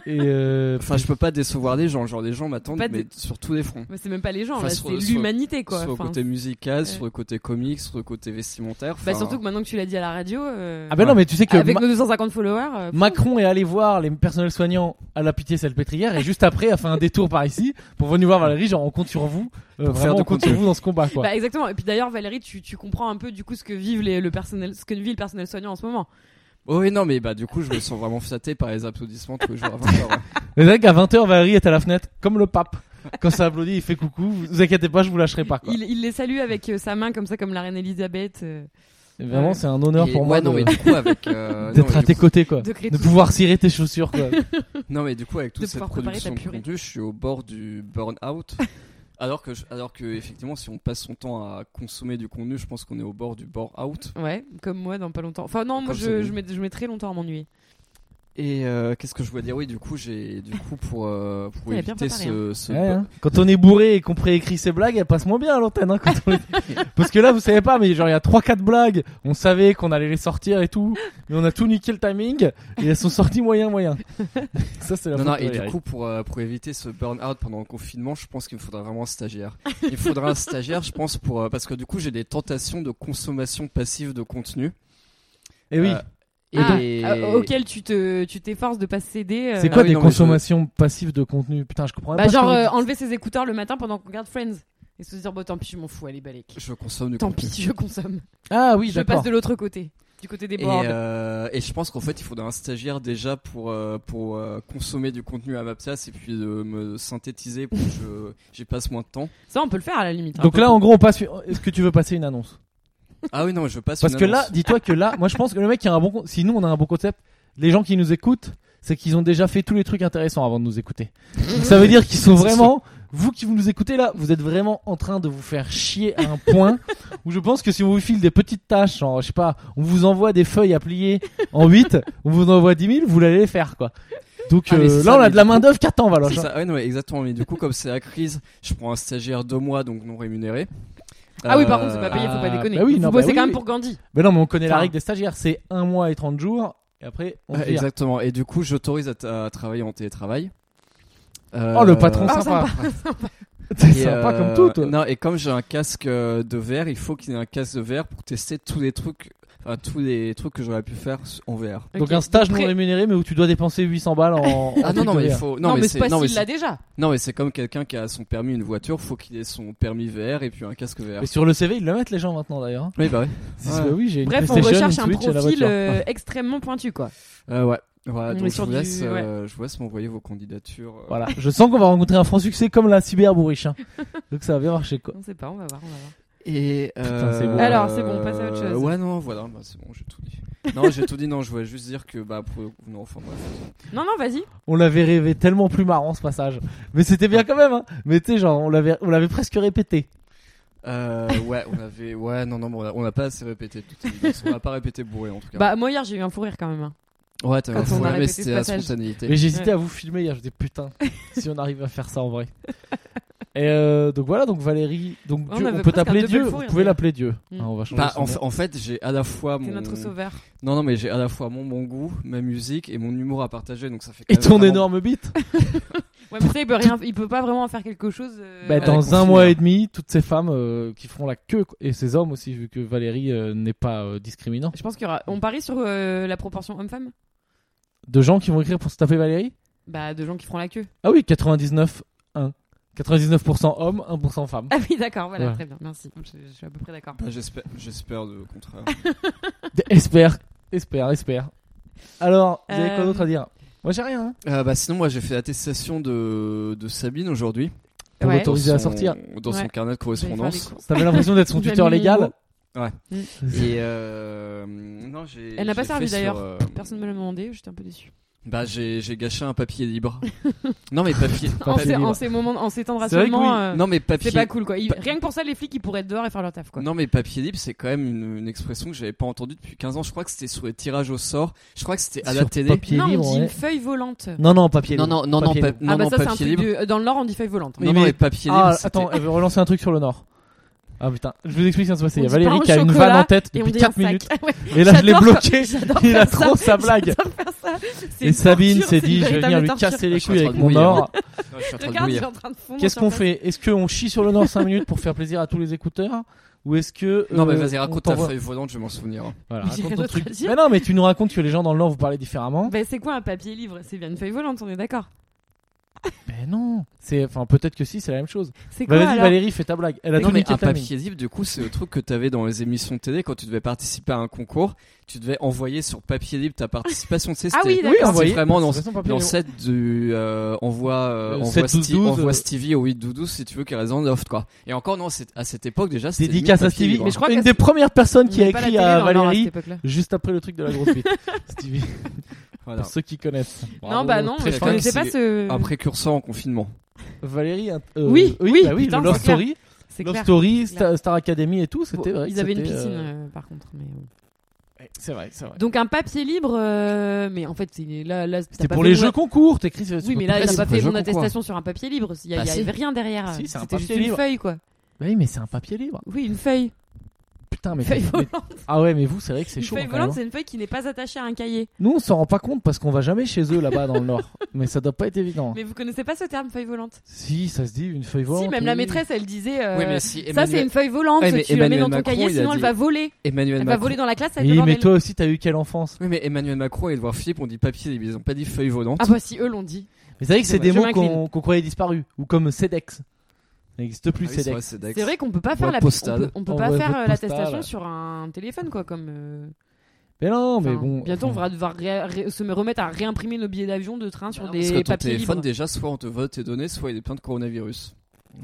[SPEAKER 1] et, euh,
[SPEAKER 2] Enfin, je peux pas décevoir les gens. Genre, les gens m'attendent,
[SPEAKER 3] Pas de-
[SPEAKER 2] mais sur tous les fronts.
[SPEAKER 3] Mais c'est même pas les gens,
[SPEAKER 2] Enfin,
[SPEAKER 3] là,
[SPEAKER 2] sur-
[SPEAKER 3] c'est
[SPEAKER 2] sur-
[SPEAKER 3] l'humanité, quoi.
[SPEAKER 2] sur le
[SPEAKER 3] Enfin,
[SPEAKER 2] côté musical,
[SPEAKER 3] ouais.
[SPEAKER 2] sur le côté comique, sur le côté vestimentaire.
[SPEAKER 3] bah,
[SPEAKER 2] enfin, bah,
[SPEAKER 3] surtout que maintenant que tu l'as dit à la radio, euh,
[SPEAKER 1] Ah ben non, mais tu sais que
[SPEAKER 3] avec
[SPEAKER 1] Ma-
[SPEAKER 3] nos 250 followers, euh,
[SPEAKER 1] Macron est allé voir les personnels soignants à la pitié salpêtrière et juste après a fait un détour par ici pour venir voir Valérie, genre on compte sur vous, euh,
[SPEAKER 2] faire
[SPEAKER 1] vraiment
[SPEAKER 2] de
[SPEAKER 1] contre vous dans ce combat, quoi.
[SPEAKER 3] Bah, exactement. Et puis d'ailleurs, Valérie, tu, tu comprends un peu du coup ce que vivent les, le personnel, ce que vit le personnel soignant en ce moment.
[SPEAKER 2] Oh oui, non, mais bah, du coup, je me sens vraiment flatté par les applaudissements tous les jours à 20h.
[SPEAKER 1] [LAUGHS]
[SPEAKER 2] ouais.
[SPEAKER 1] Les mecs, à 20h, Valérie est à la fenêtre, comme le pape. Quand ça applaudit, il fait coucou. Vous inquiétez pas, je vous lâcherai pas, quoi.
[SPEAKER 3] Il, il les salue avec euh, sa main comme ça, comme la reine Elisabeth euh,
[SPEAKER 1] Et Vraiment, c'est un honneur
[SPEAKER 2] Et-
[SPEAKER 1] pour
[SPEAKER 2] ouais,
[SPEAKER 1] moi
[SPEAKER 2] non,
[SPEAKER 1] de-
[SPEAKER 2] mais du coup, avec. euh,
[SPEAKER 1] [LAUGHS]
[SPEAKER 2] non,
[SPEAKER 1] d'être
[SPEAKER 2] mais
[SPEAKER 1] à
[SPEAKER 2] du
[SPEAKER 1] tes
[SPEAKER 2] coup-
[SPEAKER 1] côtés, quoi.
[SPEAKER 3] de
[SPEAKER 1] De
[SPEAKER 3] Créteil.
[SPEAKER 1] pouvoir cirer tes chaussures, quoi.
[SPEAKER 2] Non, mais du coup, avec
[SPEAKER 3] de
[SPEAKER 2] toute cette
[SPEAKER 3] pouvoir préparer ta
[SPEAKER 2] production de
[SPEAKER 3] purée.
[SPEAKER 2] contenu, je suis au bord du
[SPEAKER 3] [LAUGHS]
[SPEAKER 2] burn-out. alors, que je- alors que, effectivement, si on passe son temps à consommer du contenu, je pense qu'on est au bord du burn-out.
[SPEAKER 3] Ouais, comme moi dans pas longtemps. Enfin non, moi
[SPEAKER 2] Comme c'est
[SPEAKER 3] je,
[SPEAKER 2] bon.
[SPEAKER 3] je, mets, je mets très longtemps à m'ennuyer.
[SPEAKER 2] Et euh, qu'est-ce que je voulais dire Oui, du coup, j'ai. Du coup, pour, euh, pour
[SPEAKER 3] Elle a bien
[SPEAKER 2] éviter
[SPEAKER 3] préparé,
[SPEAKER 2] ce. ce
[SPEAKER 1] Ouais,
[SPEAKER 2] bu-
[SPEAKER 1] hein. Quand on est bourré et qu'on préécrit ses blagues, elles passent moins bien à l'antenne. hein, quand on les- Parce que là, vous savez pas, mais genre il y a 3-4 blagues, on savait qu'on allait les sortir et tout, mais on a tout niqué le timing et elles sont sorties moyen [LAUGHS] moyen. Ça c'est la
[SPEAKER 2] Non,
[SPEAKER 1] faute
[SPEAKER 2] non,
[SPEAKER 1] de
[SPEAKER 2] et du
[SPEAKER 1] Valérie.
[SPEAKER 2] coup, pour, euh, pour éviter ce burn-out pendant le confinement, je pense qu'il me faudra vraiment un stagiaire. Il me faudra un stagiaire, je pense, pour, euh, parce que du coup, j'ai des tentations de consommation passive de contenu.
[SPEAKER 1] Et Eh oui,
[SPEAKER 2] Euh,
[SPEAKER 3] Ah,
[SPEAKER 2] et-
[SPEAKER 3] euh, auquel tu te, tu t'efforces de pas céder. euh,
[SPEAKER 1] c'est quoi
[SPEAKER 2] ah oui,
[SPEAKER 1] des
[SPEAKER 2] non, mais je-
[SPEAKER 1] consommations passives de contenu Putain, je comprends même
[SPEAKER 3] Bah
[SPEAKER 1] pas. ce
[SPEAKER 3] genre
[SPEAKER 1] que vous
[SPEAKER 3] euh,
[SPEAKER 1] dites.
[SPEAKER 3] enlever ses écouteurs le matin pendant qu'on regarde Friends et se dire bon tant pis je m'en fous allez balèque.
[SPEAKER 2] Je consomme du
[SPEAKER 3] Tant
[SPEAKER 2] contenu.
[SPEAKER 3] pis je
[SPEAKER 1] [LAUGHS]
[SPEAKER 3] consomme.
[SPEAKER 1] Ah oui,
[SPEAKER 3] je passe
[SPEAKER 1] d'accord.
[SPEAKER 3] de l'autre côté, du côté des
[SPEAKER 2] Et,
[SPEAKER 3] boards.
[SPEAKER 2] euh, et je pense qu'en fait, il faudra un stagiaire déjà pour, euh, pour euh, consommer du contenu à ma place et puis de me synthétiser pour que je- j'y passe moins de temps.
[SPEAKER 3] Ça on peut le faire à la limite. hein.
[SPEAKER 1] Donc là, en gros, on passe. Est-ce que tu veux passer une annonce
[SPEAKER 2] Ah oui, non, je passe.
[SPEAKER 1] Parce
[SPEAKER 2] une
[SPEAKER 1] que là,
[SPEAKER 2] annonce.
[SPEAKER 1] dis-toi que là, moi je pense que le mec qui a un bon, con- si nous on a un bon concept, les gens qui nous écoutent, c'est qu'ils ont déjà fait tous les trucs intéressants avant de nous écouter. Donc, ça veut dire qu'ils
[SPEAKER 2] [LAUGHS]
[SPEAKER 1] sont vraiment, vous qui vous nous écoutez là, vous êtes vraiment en train de vous faire chier à un
[SPEAKER 2] [LAUGHS]
[SPEAKER 1] point où je pense que si on vous file des petites tâches, genre je sais pas, on vous envoie des feuilles à plier en 8,
[SPEAKER 2] [LAUGHS]
[SPEAKER 1] on vous envoie 10 000, vous allez les faire quoi. Donc
[SPEAKER 2] Ah, mais
[SPEAKER 1] euh,
[SPEAKER 2] c'est
[SPEAKER 1] là
[SPEAKER 2] ça,
[SPEAKER 1] on a
[SPEAKER 2] mais
[SPEAKER 1] de la
[SPEAKER 2] du
[SPEAKER 1] main d'œuvre qui attend, Valoche. hein.
[SPEAKER 2] C'est ça. Ah oui, non, mais exactement. Mais du coup, comme c'est la crise, je prends un stagiaire deux mois, donc non rémunéré. Euh,
[SPEAKER 3] Ah oui par contre c'est pas payé faut
[SPEAKER 1] ah,
[SPEAKER 3] pas déconner.
[SPEAKER 1] bah oui,
[SPEAKER 3] vous
[SPEAKER 1] non, bah
[SPEAKER 3] bossez
[SPEAKER 1] oui,
[SPEAKER 3] quand même
[SPEAKER 1] oui.
[SPEAKER 3] pour Gandhi.
[SPEAKER 1] Mais non, mais on connaît la
[SPEAKER 2] Enfin.
[SPEAKER 1] règle des stagiaires, c'est un mois et 30 jours, et après on
[SPEAKER 2] Ouais,
[SPEAKER 1] vire.
[SPEAKER 2] exactement. Et du coup, j'autorise à, t- à travailler en télétravail. Euh,
[SPEAKER 1] Oh le patron
[SPEAKER 3] Ah,
[SPEAKER 1] sympa. [LAUGHS]
[SPEAKER 2] et,
[SPEAKER 1] T'es sympa
[SPEAKER 2] euh,
[SPEAKER 1] comme tout. toi.
[SPEAKER 2] Non, et comme j'ai un casque euh, de verre, il faut qu'il y ait un casque de verre pour tester tous les trucs, enfin, tous les trucs que j'aurais pu faire s- en verre.
[SPEAKER 1] Donc
[SPEAKER 3] Ok.
[SPEAKER 1] un stage
[SPEAKER 3] Après-
[SPEAKER 1] non rémunéré mais où tu dois dépenser 800 balles en... en
[SPEAKER 2] Ah non, non, mais
[SPEAKER 1] tutoriel.
[SPEAKER 2] il faut.
[SPEAKER 3] Non, mais, c'est pas
[SPEAKER 2] non, mais
[SPEAKER 3] s'il l'a déjà.
[SPEAKER 2] non, mais c'est comme quelqu'un qui a son permis, une voiture, faut qu'il ait son permis VR et puis un casque VR.
[SPEAKER 1] Mais sur le CV, ils le mettent les gens maintenant d'ailleurs.
[SPEAKER 2] Oui, bah ouais.
[SPEAKER 1] C'est-
[SPEAKER 2] Ouais.
[SPEAKER 1] bah oui, j'ai une
[SPEAKER 3] Bref on
[SPEAKER 1] PlayStation,
[SPEAKER 3] recherche
[SPEAKER 1] une
[SPEAKER 3] un
[SPEAKER 1] Switch et la
[SPEAKER 3] profil
[SPEAKER 1] voiture.
[SPEAKER 3] euh, extrêmement
[SPEAKER 1] [LAUGHS]
[SPEAKER 3] pointu quoi.
[SPEAKER 2] Euh, ouais. Voilà,
[SPEAKER 3] On est
[SPEAKER 2] donc je
[SPEAKER 3] sur
[SPEAKER 2] vous,
[SPEAKER 3] du-
[SPEAKER 2] laisse, euh, je vous laisse m'envoyer vos candidatures. euh.
[SPEAKER 1] Voilà, je sens qu'on va rencontrer un franc succès comme la cyberbourriche.
[SPEAKER 3] [LAUGHS]
[SPEAKER 1] hein. Donc ça va bien marcher quoi.
[SPEAKER 3] On sait pas on va voir on va voir.
[SPEAKER 2] Et
[SPEAKER 1] c'est
[SPEAKER 2] euh,
[SPEAKER 1] beau.
[SPEAKER 3] Alors, c'est bon, passe à autre chose.
[SPEAKER 2] Ouais, non, voilà, bah, c'est bon, j'ai tout
[SPEAKER 3] [LAUGHS]
[SPEAKER 2] dit. Non, j'ai tout dit, non, je voulais juste dire que, bah, pour... non, enfin, bref.
[SPEAKER 3] Non non vas-y.
[SPEAKER 1] On l'avait rêvé tellement plus marrant ce passage. Mais c'était bien quand même. Hein. Mais tu sais, genre, on l'avait, on l'avait presque répété.
[SPEAKER 2] Euh, ouais, on avait, ouais, non, non, mais on a- on n'a pas assez répété. de toute évidence. On n'a pas répété bourré, en tout cas.
[SPEAKER 3] Bah moi hier j'ai eu un fou rire quand même. hein.
[SPEAKER 2] ouais, t'as
[SPEAKER 3] quand on a
[SPEAKER 2] mais
[SPEAKER 3] répété ce
[SPEAKER 2] c'était la
[SPEAKER 3] passage.
[SPEAKER 2] spontanéité.
[SPEAKER 1] Mais j'hésitais
[SPEAKER 3] Ouais.
[SPEAKER 1] à vous filmer hier. Je dis putain, si on arrive à faire ça
[SPEAKER 3] [LAUGHS]
[SPEAKER 1] en vrai. Et euh, donc voilà, donc Valérie, donc
[SPEAKER 3] On
[SPEAKER 1] Dieu,
[SPEAKER 3] avait
[SPEAKER 1] on peut
[SPEAKER 3] presque un
[SPEAKER 1] t'appeler
[SPEAKER 3] double
[SPEAKER 1] Dieu,
[SPEAKER 3] fou
[SPEAKER 1] vous
[SPEAKER 3] rire,
[SPEAKER 1] pouvez
[SPEAKER 3] d'ailleurs.
[SPEAKER 1] l'appeler Dieu.
[SPEAKER 3] Mm.
[SPEAKER 1] Hein, on va changer
[SPEAKER 2] Bah,
[SPEAKER 1] son
[SPEAKER 2] en,
[SPEAKER 1] nom.
[SPEAKER 2] fa- en fait, j'ai à la fois
[SPEAKER 3] C'est
[SPEAKER 2] mon.
[SPEAKER 1] Mmh.
[SPEAKER 3] notre sauveur.
[SPEAKER 2] Non, non, mais j'ai à la fois mon bon goût, ma musique et mon humour à partager, donc ça fait. quand
[SPEAKER 1] Et
[SPEAKER 2] même
[SPEAKER 1] ton
[SPEAKER 2] vraiment-
[SPEAKER 1] énorme bite
[SPEAKER 3] Ouais, mais ça, il peut rien, il peut pas vraiment en faire quelque chose. euh,
[SPEAKER 1] Bah,
[SPEAKER 2] Euh,
[SPEAKER 1] dans
[SPEAKER 2] confine,
[SPEAKER 1] un mois
[SPEAKER 2] hein.
[SPEAKER 1] et demi, toutes ces femmes euh, qui feront la queue, quoi. et ces hommes aussi, vu que Valérie euh, n'est pas euh, discriminant,
[SPEAKER 3] Je pense qu'il y aura. On parie sur euh, la proportion homme-femme.
[SPEAKER 1] de gens qui vont écrire pour se taper Valérie
[SPEAKER 3] Bah, de gens qui feront la queue.
[SPEAKER 1] Ah oui, 99, 1. 99% hommes, 1% femmes.
[SPEAKER 3] [LAUGHS] Ah oui, d'accord, voilà,
[SPEAKER 1] Ouais.
[SPEAKER 3] très bien, merci. Je, je suis à peu près d'accord.
[SPEAKER 2] Bah, j'espère, j'espère le contraire.
[SPEAKER 1] espère, espère, espère. Alors, vous avez quoi
[SPEAKER 3] Euh,
[SPEAKER 1] d'autre à dire Moi j'ai rien. hein.
[SPEAKER 2] [LAUGHS] Euh, bah, sinon, moi, j'ai fait l'attestation de, de Sabine aujourd'hui.
[SPEAKER 1] Pour
[SPEAKER 3] Ouais.
[SPEAKER 1] l'autoriser à
[SPEAKER 2] Dans son-
[SPEAKER 1] sortir.
[SPEAKER 2] Dans son
[SPEAKER 3] Ouais.
[SPEAKER 2] carnet de
[SPEAKER 3] Vous allez faire des
[SPEAKER 2] correspondance.
[SPEAKER 3] courses.
[SPEAKER 1] T'avais l'impression d'être son
[SPEAKER 3] [LAUGHS] Vous avez
[SPEAKER 1] tuteur
[SPEAKER 3] mis
[SPEAKER 1] légal
[SPEAKER 3] Momo.
[SPEAKER 2] Et euh, non, j'ai.
[SPEAKER 3] Mm. Elle n'a pas
[SPEAKER 2] j'ai
[SPEAKER 3] servi
[SPEAKER 2] fait
[SPEAKER 3] d'ailleurs.
[SPEAKER 2] sur, euh,
[SPEAKER 3] Personne ne me l'a demandé, j'étais un peu déçu.
[SPEAKER 2] Bah, j'ai j'ai gâché un papier
[SPEAKER 3] [LAUGHS]
[SPEAKER 2] libre. non, mais papier.
[SPEAKER 1] Pas
[SPEAKER 3] En
[SPEAKER 1] fait
[SPEAKER 3] ces,
[SPEAKER 1] libre.
[SPEAKER 3] en ces moments, en ces temps de
[SPEAKER 1] C'est vrai que
[SPEAKER 3] rassemblement,
[SPEAKER 1] oui.
[SPEAKER 3] euh,
[SPEAKER 2] Non, mais
[SPEAKER 3] c'est
[SPEAKER 2] papier.
[SPEAKER 3] pas cool quoi. Ils- Rien que pour ça, les flics ils pourraient être dehors et faire leur taf quoi.
[SPEAKER 2] Non, mais papier libre, c'est quand même une, une expression que j'avais pas entendue depuis 15 ans. Je crois que c'était sous les tirages au sort. Je crois que c'était à la
[SPEAKER 1] Sur
[SPEAKER 2] télé.
[SPEAKER 1] papier
[SPEAKER 3] Non,
[SPEAKER 1] libre,
[SPEAKER 3] on dit une
[SPEAKER 1] ouais.
[SPEAKER 3] feuille volante.
[SPEAKER 1] Non, non, papier
[SPEAKER 2] Non,
[SPEAKER 1] libre.
[SPEAKER 2] non, non, non,
[SPEAKER 1] Papier
[SPEAKER 2] pa-
[SPEAKER 1] libre.
[SPEAKER 2] non,
[SPEAKER 3] ah bah
[SPEAKER 2] non,
[SPEAKER 3] ça c'est un
[SPEAKER 2] papier
[SPEAKER 3] truc
[SPEAKER 2] libre.
[SPEAKER 3] de- euh, dans le Nord on dit feuille volante.
[SPEAKER 1] Mais-
[SPEAKER 2] Non, non, mais papier libre.
[SPEAKER 1] Ah,
[SPEAKER 2] c'était-
[SPEAKER 1] attends, elle veut relancer un truc sur le Nord. Ah putain, je vous explique ce qui se passe. Il y a
[SPEAKER 3] On dit
[SPEAKER 1] Valérie
[SPEAKER 3] pain au
[SPEAKER 1] qui a une
[SPEAKER 3] chocolat
[SPEAKER 1] vanne en tête
[SPEAKER 3] Et on
[SPEAKER 1] depuis
[SPEAKER 3] dit un
[SPEAKER 1] 4
[SPEAKER 3] sac. [LAUGHS] Ah
[SPEAKER 1] minutes.
[SPEAKER 3] Ouais,
[SPEAKER 1] Et là, je l'ai
[SPEAKER 3] j'adore-
[SPEAKER 1] bloqué.
[SPEAKER 3] j'adore
[SPEAKER 1] Il a
[SPEAKER 3] faire ça.
[SPEAKER 1] trop sa blague.
[SPEAKER 3] J'adore faire ça. C'est
[SPEAKER 1] Et
[SPEAKER 3] une
[SPEAKER 1] Sabine
[SPEAKER 3] torture,
[SPEAKER 1] s'est
[SPEAKER 3] c'est
[SPEAKER 1] dit,
[SPEAKER 3] une
[SPEAKER 1] je vais venir
[SPEAKER 3] véritable
[SPEAKER 1] lui
[SPEAKER 3] torture.
[SPEAKER 1] casser les
[SPEAKER 2] Je suis
[SPEAKER 1] couilles avec
[SPEAKER 2] en train de
[SPEAKER 1] mon
[SPEAKER 2] bouillir.
[SPEAKER 1] or.
[SPEAKER 2] Non, je suis en train de
[SPEAKER 3] Regarde, il est
[SPEAKER 2] bouillir.
[SPEAKER 3] en train de fondre
[SPEAKER 1] Qu'est-ce
[SPEAKER 3] sur
[SPEAKER 1] qu'on
[SPEAKER 3] ta-
[SPEAKER 1] fait Est-ce qu'on chie sur le Nord 5 minutes pour faire plaisir à tous les écouteurs Ou est-ce que.
[SPEAKER 2] Non, mais
[SPEAKER 1] euh,
[SPEAKER 2] vas-y,
[SPEAKER 1] on
[SPEAKER 2] raconte ta
[SPEAKER 1] t'envoie-
[SPEAKER 2] feuille volante, je vais m'en souvenir.
[SPEAKER 1] Voilà,
[SPEAKER 3] Mais
[SPEAKER 1] raconte
[SPEAKER 3] j'ai rien
[SPEAKER 1] ton
[SPEAKER 3] d'autre à
[SPEAKER 1] truc.
[SPEAKER 3] dire.
[SPEAKER 1] Mais non, mais tu nous racontes que les gens dans le Nord vous parlez différemment.
[SPEAKER 3] Bah, c'est quoi un papier libre C'est bien une feuille volante, on est d'accord.
[SPEAKER 1] Mais non. C'est, enfin, peut-être que si, c'est la même chose.
[SPEAKER 3] C'est
[SPEAKER 1] Bah,
[SPEAKER 3] quoi
[SPEAKER 1] vas-y,
[SPEAKER 3] alors
[SPEAKER 1] Valérie, fais ta blague. Elle a
[SPEAKER 2] Non,
[SPEAKER 1] tout
[SPEAKER 2] mais
[SPEAKER 1] niqué
[SPEAKER 2] un
[SPEAKER 1] ta mine.
[SPEAKER 2] papier zip, du coup, c'est le truc que t'avais dans les émissions de télé quand tu devais participer à un concours. Tu devais envoyer sur papier libre ta participation. Tu sais,
[SPEAKER 3] Ah oui,
[SPEAKER 2] c'était-
[SPEAKER 1] Oui,
[SPEAKER 3] D'accord,
[SPEAKER 1] envoyez.
[SPEAKER 2] c'est vraiment dans,
[SPEAKER 1] C'est son papier
[SPEAKER 2] dans
[SPEAKER 1] numéro-
[SPEAKER 2] 7 du euh, envoie, euh,
[SPEAKER 1] Euh,
[SPEAKER 2] envoie,
[SPEAKER 1] 7, 12,
[SPEAKER 2] Stevie-
[SPEAKER 1] 12,
[SPEAKER 2] envoie
[SPEAKER 1] euh.
[SPEAKER 2] Stevie au 8 doudou si tu veux qu'elle reste en loft quoi. Et encore non, c'est- à cette époque déjà c'était
[SPEAKER 1] Dédicace
[SPEAKER 2] limite
[SPEAKER 1] à
[SPEAKER 2] papier
[SPEAKER 1] Stevie.
[SPEAKER 2] libre. hein.
[SPEAKER 3] Mais je crois
[SPEAKER 1] une
[SPEAKER 3] qu'à
[SPEAKER 1] des premières personnes
[SPEAKER 3] On
[SPEAKER 1] qui a
[SPEAKER 3] avait pas la
[SPEAKER 1] écrit
[SPEAKER 3] télé
[SPEAKER 1] à
[SPEAKER 3] dans l'or à
[SPEAKER 1] Valérie
[SPEAKER 3] cette époque-là.
[SPEAKER 1] juste après le truc de la grosse bite. Stevie,
[SPEAKER 2] Voilà.
[SPEAKER 1] pour ceux qui connaissent.
[SPEAKER 3] Non, bah non,
[SPEAKER 1] Très
[SPEAKER 3] je
[SPEAKER 1] fin.
[SPEAKER 3] connaissais
[SPEAKER 2] C'est
[SPEAKER 3] pas ce.
[SPEAKER 2] Un précurseur en confinement.
[SPEAKER 1] Valérie, un- euh,
[SPEAKER 3] Oui, oui,
[SPEAKER 1] bah oui,
[SPEAKER 3] putain,
[SPEAKER 1] le Love
[SPEAKER 3] c'est clair.
[SPEAKER 1] Story,
[SPEAKER 3] C'est
[SPEAKER 1] Love
[SPEAKER 3] clair.
[SPEAKER 1] Story,
[SPEAKER 3] C'est clair.
[SPEAKER 1] Star, Star Academy et tout, c'était
[SPEAKER 3] Bon,
[SPEAKER 1] vrai.
[SPEAKER 3] Ils
[SPEAKER 1] que
[SPEAKER 3] avaient une
[SPEAKER 1] c'était,
[SPEAKER 3] piscine,
[SPEAKER 1] euh,
[SPEAKER 3] euh, par contre. mais bon.
[SPEAKER 1] ouais, C'est vrai, c'est vrai.
[SPEAKER 3] Donc un papier libre, euh, mais en fait, c'est- là, là t'as
[SPEAKER 1] C'était
[SPEAKER 3] pas
[SPEAKER 1] pour
[SPEAKER 3] fait
[SPEAKER 1] les
[SPEAKER 3] mon-
[SPEAKER 1] jeux concours, t'écris. sur-
[SPEAKER 3] Oui,
[SPEAKER 1] sur-
[SPEAKER 3] mais là,
[SPEAKER 2] Ouais,
[SPEAKER 3] t'as
[SPEAKER 2] c'est
[SPEAKER 3] pas
[SPEAKER 2] pour les
[SPEAKER 3] fait
[SPEAKER 2] jeux
[SPEAKER 3] mon
[SPEAKER 2] concours.
[SPEAKER 3] attestation sur un papier libre. Il y, a-
[SPEAKER 2] Bah
[SPEAKER 3] il y
[SPEAKER 2] si.
[SPEAKER 3] avait rien derrière.
[SPEAKER 1] Si, c'est un
[SPEAKER 3] C'était juste
[SPEAKER 1] papier
[SPEAKER 3] une
[SPEAKER 1] libre.
[SPEAKER 3] feuille, quoi.
[SPEAKER 1] Oui, mais c'est un papier libre.
[SPEAKER 3] Oui, une feuille.
[SPEAKER 1] Putain, mais,
[SPEAKER 3] Une feuille
[SPEAKER 1] mais-
[SPEAKER 3] volante.
[SPEAKER 1] ah ouais, mais vous, c'est vrai que c'est
[SPEAKER 3] Une
[SPEAKER 1] chaud.
[SPEAKER 3] feuille
[SPEAKER 1] quand même,
[SPEAKER 3] volante,
[SPEAKER 1] hein.
[SPEAKER 3] c'est une feuille qui n'est pas attachée à un cahier.
[SPEAKER 1] Nous, on s'en rend pas compte parce qu'on va jamais chez eux là-bas dans le
[SPEAKER 3] [LAUGHS]
[SPEAKER 1] Nord. Mais ça doit pas être évident.
[SPEAKER 3] Mais vous connaissez pas ce terme, feuille volante
[SPEAKER 1] Si, ça se dit une feuille volante.
[SPEAKER 3] Si, même la
[SPEAKER 1] oui.
[SPEAKER 3] maîtresse, elle disait. euh,
[SPEAKER 2] Oui, mais si
[SPEAKER 3] Ça,
[SPEAKER 2] Emmanuel,
[SPEAKER 3] c'est une feuille volante.
[SPEAKER 2] Ouais, mais
[SPEAKER 3] tu la mets
[SPEAKER 2] Emmanuel
[SPEAKER 3] dans ton
[SPEAKER 2] Macron,
[SPEAKER 3] cahier,
[SPEAKER 2] il a
[SPEAKER 3] sinon elle
[SPEAKER 2] dit-
[SPEAKER 3] va voler.
[SPEAKER 2] Emmanuel
[SPEAKER 3] Elle va
[SPEAKER 2] Macron.
[SPEAKER 3] voler dans la classe, elle
[SPEAKER 1] Oui,
[SPEAKER 3] va
[SPEAKER 1] mais toi aussi, t'as eu quelle enfance
[SPEAKER 2] Oui, mais Emmanuel Macron et Edouard Philippe ont dit papier libre, ils ont pas dit feuille volante.
[SPEAKER 3] Ah bah si, eux l'ont dit.
[SPEAKER 1] Mais c'est vrai que
[SPEAKER 3] C'est
[SPEAKER 1] c'est des
[SPEAKER 3] vrai. Je
[SPEAKER 1] mots
[SPEAKER 3] m'incline.
[SPEAKER 1] qu'on qu'on croyait disparus, ou comme CEDEX. Ça n'existe plus,
[SPEAKER 2] Ah oui, c'est vrai,
[SPEAKER 1] CEDEX.
[SPEAKER 2] c'est Dex.
[SPEAKER 3] C'est vrai qu'on peut pas
[SPEAKER 2] Voie
[SPEAKER 3] faire la
[SPEAKER 2] postale.
[SPEAKER 3] On peut, on peut
[SPEAKER 1] En
[SPEAKER 3] pas
[SPEAKER 1] voie-
[SPEAKER 3] faire
[SPEAKER 1] voie
[SPEAKER 3] euh,
[SPEAKER 1] postale.
[SPEAKER 3] l'attestation sur un téléphone quoi comme. euh,
[SPEAKER 1] Mais non, mais
[SPEAKER 3] enfin,
[SPEAKER 1] bon.
[SPEAKER 3] bientôt on
[SPEAKER 1] enfin,
[SPEAKER 3] va devoir ré- ré- se remettre à réimprimer nos billets d'avion de train sur
[SPEAKER 2] Parce que
[SPEAKER 3] des
[SPEAKER 2] ton
[SPEAKER 3] papiers
[SPEAKER 2] téléphone
[SPEAKER 3] libres.
[SPEAKER 2] déjà, soit on te vote tes données, soit il est plein de coronavirus.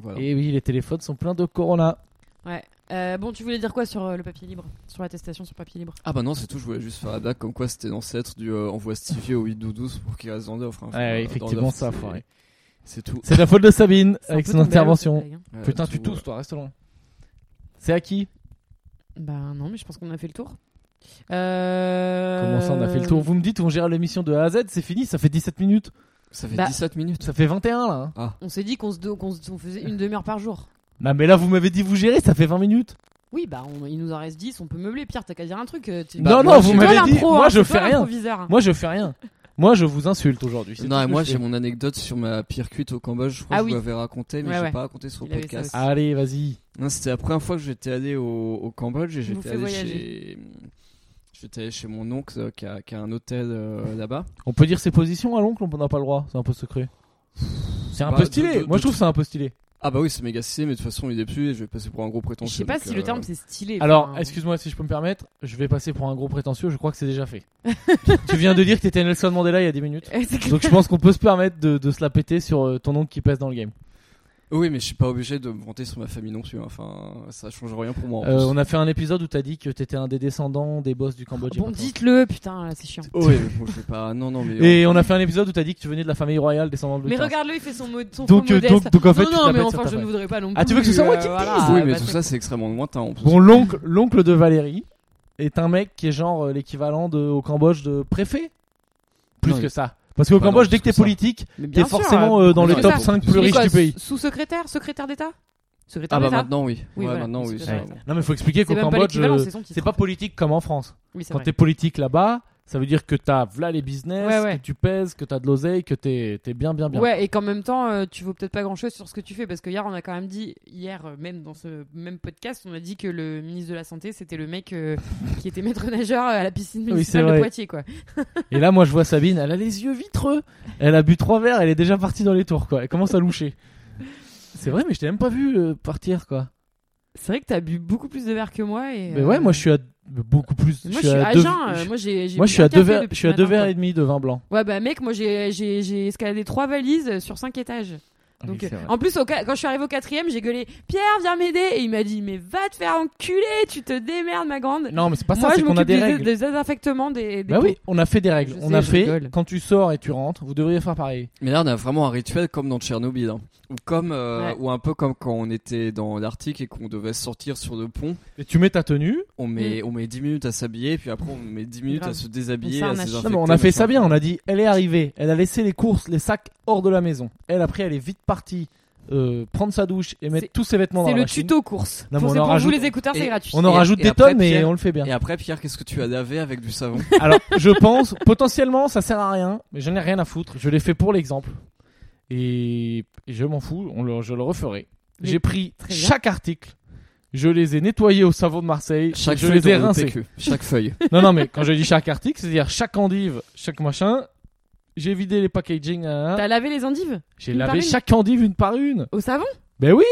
[SPEAKER 2] Voilà.
[SPEAKER 1] Et oui, les téléphones sont pleins de corona.
[SPEAKER 3] Ouais. Euh, bon, tu voulais dire quoi sur euh, le papier libre Sur l'attestation sur papier libre
[SPEAKER 2] Ah bah non, c'est tout, je voulais juste faire la blague comme quoi c'était l'ancêtre du euh, envoie Stevie au 8 12 pour qu'il reste dans l'offre. hein. Enfin,
[SPEAKER 1] Ouais,
[SPEAKER 2] euh, dans
[SPEAKER 1] effectivement,
[SPEAKER 2] l'offre,
[SPEAKER 1] ça,
[SPEAKER 2] c'est-
[SPEAKER 1] foiré.
[SPEAKER 2] C'est tout.
[SPEAKER 1] C'est la faute de Sabine
[SPEAKER 3] C'est un
[SPEAKER 1] avec
[SPEAKER 3] peu
[SPEAKER 1] son
[SPEAKER 3] tombé à l'eau, cette
[SPEAKER 1] intervention.
[SPEAKER 3] blague, hein.
[SPEAKER 2] Euh,
[SPEAKER 1] Putain, tu
[SPEAKER 2] tout,
[SPEAKER 1] tousses, toi, reste loin. C'est à qui
[SPEAKER 3] Bah non, mais je pense qu'on a fait le tour. Euh...
[SPEAKER 1] Comment ça, on a fait le tour Vous me dites, on gère l'émission de A à Z, c'est fini, ça fait 17 minutes.
[SPEAKER 2] euh, Ça fait
[SPEAKER 3] Bah.
[SPEAKER 2] 17 minutes.
[SPEAKER 1] Ça fait 21 là. hein.
[SPEAKER 3] On s'est dit qu'on se, do- qu'on se- on faisait une demi-heure par jour.
[SPEAKER 1] Non, mais là, vous m'avez dit vous gérez, ça fait 20 minutes.
[SPEAKER 3] Oui, bah on- il nous en reste 10, on peut meubler. Pierre, t'as qu'à dire un truc. euh, Tu...
[SPEAKER 2] Bah,
[SPEAKER 1] non,
[SPEAKER 2] moi,
[SPEAKER 1] non,
[SPEAKER 2] je-
[SPEAKER 1] vous
[SPEAKER 3] Toi,
[SPEAKER 1] m'avez
[SPEAKER 3] l'impro,
[SPEAKER 1] dit, moi
[SPEAKER 3] hein,
[SPEAKER 1] je
[SPEAKER 3] c'est toi
[SPEAKER 1] fais rien.
[SPEAKER 3] l'improviseur.
[SPEAKER 1] Moi je fais rien. Moi je vous insulte aujourd'hui. c'est
[SPEAKER 2] Non,
[SPEAKER 1] tout
[SPEAKER 2] et
[SPEAKER 1] ce
[SPEAKER 2] moi
[SPEAKER 1] que je
[SPEAKER 2] j'ai
[SPEAKER 1] fais.
[SPEAKER 2] mon anecdote sur ma pire cuite au Cambodge. Je crois
[SPEAKER 3] Ah
[SPEAKER 2] que
[SPEAKER 3] oui.
[SPEAKER 2] je vous l'avais raconté, mais
[SPEAKER 3] Ouais,
[SPEAKER 2] j'ai
[SPEAKER 3] ouais.
[SPEAKER 2] pas raconté sur le
[SPEAKER 3] Il avait ça
[SPEAKER 2] podcast.
[SPEAKER 3] aussi.
[SPEAKER 1] Allez, vas-y.
[SPEAKER 2] Non, C'était la première fois que j'étais allé au, au Cambodge et
[SPEAKER 3] Vous
[SPEAKER 2] j'étais
[SPEAKER 3] fait
[SPEAKER 2] allé
[SPEAKER 3] voyager.
[SPEAKER 2] chez... j'étais allé chez mon oncle euh, qui a, qui a un hôtel euh, là-bas.
[SPEAKER 1] On peut dire ses positions à l'oncle, on n'a pas le droit, c'est un peu secret. C'est un
[SPEAKER 2] Bah,
[SPEAKER 1] peu
[SPEAKER 2] de-
[SPEAKER 1] stylé,
[SPEAKER 2] de- de
[SPEAKER 1] moi je trouve
[SPEAKER 2] tout-
[SPEAKER 1] ça un peu stylé.
[SPEAKER 2] Ah bah oui, c'est méga stylé, mais de toute façon il est plus et je vais passer pour un gros
[SPEAKER 3] Je
[SPEAKER 2] prétentieux.
[SPEAKER 3] sais pas
[SPEAKER 2] donc,
[SPEAKER 3] si le
[SPEAKER 2] euh,
[SPEAKER 3] terme c'est stylé.
[SPEAKER 1] Alors,
[SPEAKER 3] enfin,
[SPEAKER 1] excuse-moi si je peux me permettre, je vais passer pour un gros prétentieux, je crois que c'est déjà fait. tu viens de dire que t'étais Nelson Mandela il y a 10 minutes.
[SPEAKER 3] [LAUGHS] C'est clair.
[SPEAKER 1] Donc je pense qu'on peut se permettre de, de se la péter sur euh, ton oncle qui pèse dans le game.
[SPEAKER 2] Oui, mais je suis pas obligé de me vanter sur ma famille non plus. hein. Enfin, ça change rien pour moi. en
[SPEAKER 1] Euh,
[SPEAKER 2] plus.
[SPEAKER 1] on a fait un épisode où t'as dit que t'étais un des descendants des boss du Cambodge.
[SPEAKER 3] Bon, dites-le, putain, là, c'est chiant.
[SPEAKER 1] [LAUGHS]
[SPEAKER 2] Oh, oui, mais bon, je vais pas. Non, non, mais.
[SPEAKER 1] Et on a fait un épisode où t'as dit que tu venais de la famille royale descendant de
[SPEAKER 3] Mais
[SPEAKER 1] Luther.
[SPEAKER 3] regarde-le, il fait son, mode, son
[SPEAKER 1] Donc,
[SPEAKER 3] faux
[SPEAKER 1] euh,
[SPEAKER 3] modeste.
[SPEAKER 1] donc- donc, en fait,
[SPEAKER 3] non,
[SPEAKER 1] tu
[SPEAKER 3] non,
[SPEAKER 1] t'appelles
[SPEAKER 3] mais
[SPEAKER 1] sur
[SPEAKER 3] enfin,
[SPEAKER 1] ta
[SPEAKER 3] je ne
[SPEAKER 1] femme.
[SPEAKER 3] voudrais pas non plus.
[SPEAKER 1] Ah, tu veux que ce soit moi qui te
[SPEAKER 3] voilà,
[SPEAKER 2] Oui,
[SPEAKER 3] euh,
[SPEAKER 2] mais
[SPEAKER 3] bah,
[SPEAKER 2] tout
[SPEAKER 3] c'est-
[SPEAKER 2] ça, c'est extrêmement lointain en plus.
[SPEAKER 1] Bon, l'oncle, l'oncle de Valérie est un mec qui est genre euh, l'équivalent de, au Cambodge de préfet. Plus
[SPEAKER 2] Non,
[SPEAKER 1] que
[SPEAKER 2] il-
[SPEAKER 1] ça. Parce qu'au
[SPEAKER 2] Bah non,
[SPEAKER 1] Cambodge, dès
[SPEAKER 2] plus
[SPEAKER 1] que t'es
[SPEAKER 2] que ça.
[SPEAKER 1] politique,
[SPEAKER 3] Mais
[SPEAKER 1] t'es
[SPEAKER 3] bien sûr,
[SPEAKER 1] forcément
[SPEAKER 3] euh,
[SPEAKER 1] euh, dans le
[SPEAKER 3] mais c'est
[SPEAKER 1] top
[SPEAKER 3] ça.
[SPEAKER 1] 5 plus
[SPEAKER 3] Mais
[SPEAKER 1] riches
[SPEAKER 3] quoi,
[SPEAKER 1] du pays.
[SPEAKER 3] Sous-secrétaire Secrétaire d'État Secrétaire
[SPEAKER 2] Ah bah
[SPEAKER 3] d'État
[SPEAKER 2] maintenant, oui.
[SPEAKER 3] Oui,
[SPEAKER 2] ouais,
[SPEAKER 3] voilà,
[SPEAKER 2] maintenant,
[SPEAKER 3] c'est
[SPEAKER 2] oui.
[SPEAKER 3] ce que
[SPEAKER 2] ça-
[SPEAKER 3] j'allais dire.
[SPEAKER 1] Non, mais faut expliquer
[SPEAKER 3] C'est
[SPEAKER 1] qu'au
[SPEAKER 3] même pas
[SPEAKER 1] Cambodge,
[SPEAKER 3] l'équivalent,
[SPEAKER 1] euh,
[SPEAKER 3] c'est son titre. hein.
[SPEAKER 1] c'est pas politique comme en France.
[SPEAKER 3] Oui, c'est
[SPEAKER 1] Quand
[SPEAKER 3] vrai.
[SPEAKER 1] t'es politique là-bas, ça veut dire que t'as v'là les business,
[SPEAKER 3] Ouais, ouais.
[SPEAKER 1] que tu pèses, que t'as de l'oseille, que t'es t'es bien, bien, bien.
[SPEAKER 3] Ouais, et qu'en même temps, euh, tu vaux peut-être pas grand-chose sur ce que tu fais, parce que hier, on a quand même dit, hier, euh, même dans ce même podcast, on a dit que le ministre de la Santé, c'était le mec euh, [LAUGHS] qui était maître nageur euh, à la piscine
[SPEAKER 1] Oui,
[SPEAKER 3] municipale
[SPEAKER 1] c'est
[SPEAKER 3] de
[SPEAKER 1] vrai.
[SPEAKER 3] Poitiers, quoi.
[SPEAKER 1] Et là, moi, je vois Sabine, elle a les yeux vitreux. Elle a bu trois verres, elle est déjà partie dans les tours, quoi. Elle commence à loucher. C'est vrai, mais je t'ai même pas vu euh, partir, quoi.
[SPEAKER 3] C'est vrai que t'as bu beaucoup plus de verres que moi. Et,
[SPEAKER 1] Mais
[SPEAKER 3] euh,
[SPEAKER 1] ouais, moi, je suis à beaucoup plus.
[SPEAKER 3] Moi, je suis
[SPEAKER 1] à
[SPEAKER 3] à
[SPEAKER 1] deux-
[SPEAKER 3] jeun. euh,
[SPEAKER 1] je-
[SPEAKER 3] Moi, j'ai. j'ai
[SPEAKER 1] Moi,
[SPEAKER 3] bu
[SPEAKER 1] je suis
[SPEAKER 3] un
[SPEAKER 1] à deux
[SPEAKER 3] café
[SPEAKER 1] verres,
[SPEAKER 3] depuis
[SPEAKER 1] je suis à
[SPEAKER 3] le
[SPEAKER 1] deux
[SPEAKER 3] matin,
[SPEAKER 1] verres
[SPEAKER 3] quoi.
[SPEAKER 1] et demi de vin blanc.
[SPEAKER 3] Ouais, bah mec, moi j'ai- j'ai j'ai escaladé trois valises euh, sur cinq étages.
[SPEAKER 1] Ah,
[SPEAKER 3] Donc, euh, en plus, au ca- quand je suis arrivée au quatrième, j'ai gueulé Pierre, viens m'aider. Et il m'a dit Mais va te faire enculer, tu te démerdes, ma grande.
[SPEAKER 1] non, mais c'est pas ça,
[SPEAKER 3] moi,
[SPEAKER 1] c'est
[SPEAKER 3] je
[SPEAKER 1] qu'on a
[SPEAKER 3] m'occupe
[SPEAKER 1] des
[SPEAKER 3] des,
[SPEAKER 1] règles.
[SPEAKER 3] des désinfectements des. des
[SPEAKER 1] Bah oui,
[SPEAKER 3] pots.
[SPEAKER 1] on a fait des règles.
[SPEAKER 3] Je
[SPEAKER 1] on
[SPEAKER 3] sais,
[SPEAKER 1] a
[SPEAKER 3] je
[SPEAKER 1] fait
[SPEAKER 3] rigole.
[SPEAKER 1] quand tu sors et tu rentres, vous devriez faire pareil.
[SPEAKER 2] Mais là, on a vraiment un rituel comme dans Tchernobyl. hein. Ou, comme, euh,
[SPEAKER 3] Ouais.
[SPEAKER 2] ou un peu comme quand on était dans l'Arctique et qu'on devait sortir sur le pont.
[SPEAKER 1] Et tu mets ta tenue.
[SPEAKER 2] On met, on met 10 minutes à s'habiller, puis après, on met 10 minutes
[SPEAKER 3] Mm. Grave.
[SPEAKER 2] à se déshabiller.
[SPEAKER 3] On
[SPEAKER 2] à se
[SPEAKER 3] s'arnache.
[SPEAKER 1] Non,
[SPEAKER 2] désinfecter,
[SPEAKER 1] mais on a fait
[SPEAKER 2] machin.
[SPEAKER 1] ça bien. On a dit, elle est arrivée, elle a laissé les courses, les sacs hors de la maison. Elle après, elle est vite partie euh, prendre sa douche et mettre
[SPEAKER 3] C'est-
[SPEAKER 1] tous ses vêtements dans
[SPEAKER 3] C'est
[SPEAKER 1] la
[SPEAKER 3] le
[SPEAKER 1] machine.
[SPEAKER 3] tuto course.
[SPEAKER 1] Non, mais
[SPEAKER 3] pour
[SPEAKER 1] on
[SPEAKER 3] c'est
[SPEAKER 1] en
[SPEAKER 3] pour
[SPEAKER 1] rajoute-
[SPEAKER 3] vous les écouteurs, c'est
[SPEAKER 2] Et-
[SPEAKER 3] gratuit.
[SPEAKER 1] On en
[SPEAKER 2] Et-
[SPEAKER 1] rajoute
[SPEAKER 2] et
[SPEAKER 1] des
[SPEAKER 2] après,
[SPEAKER 1] tonnes, mais
[SPEAKER 2] Pierre-
[SPEAKER 1] on le fait [LAUGHS] bien.
[SPEAKER 2] Et après, Pierre, qu'est-ce que tu as lavé avec du savon
[SPEAKER 1] Alors, [LAUGHS] je pense, potentiellement, ça sert à rien, mais j'en ai rien à foutre. Je l'ai fait pour l'exemple. Et, et je m'en fous, on le- je le referai.
[SPEAKER 3] Mais
[SPEAKER 1] J'ai pris
[SPEAKER 3] très bien.
[SPEAKER 1] chaque article. Je les ai nettoyés au savon de Marseille.
[SPEAKER 2] Chaque
[SPEAKER 1] je
[SPEAKER 2] feuille
[SPEAKER 1] les ai
[SPEAKER 2] de
[SPEAKER 1] rincés.
[SPEAKER 3] [LAUGHS]
[SPEAKER 2] PQ. Chaque feuille.
[SPEAKER 1] Non, non, mais quand je dis chaque article, c'est-à-dire chaque endive, chaque machin, j'ai vidé les packaging. hein, hein.
[SPEAKER 3] T'as lavé les endives
[SPEAKER 1] J'ai
[SPEAKER 3] une par
[SPEAKER 1] lavé
[SPEAKER 3] une
[SPEAKER 1] chaque endive une par une.
[SPEAKER 3] au savon
[SPEAKER 1] Ben oui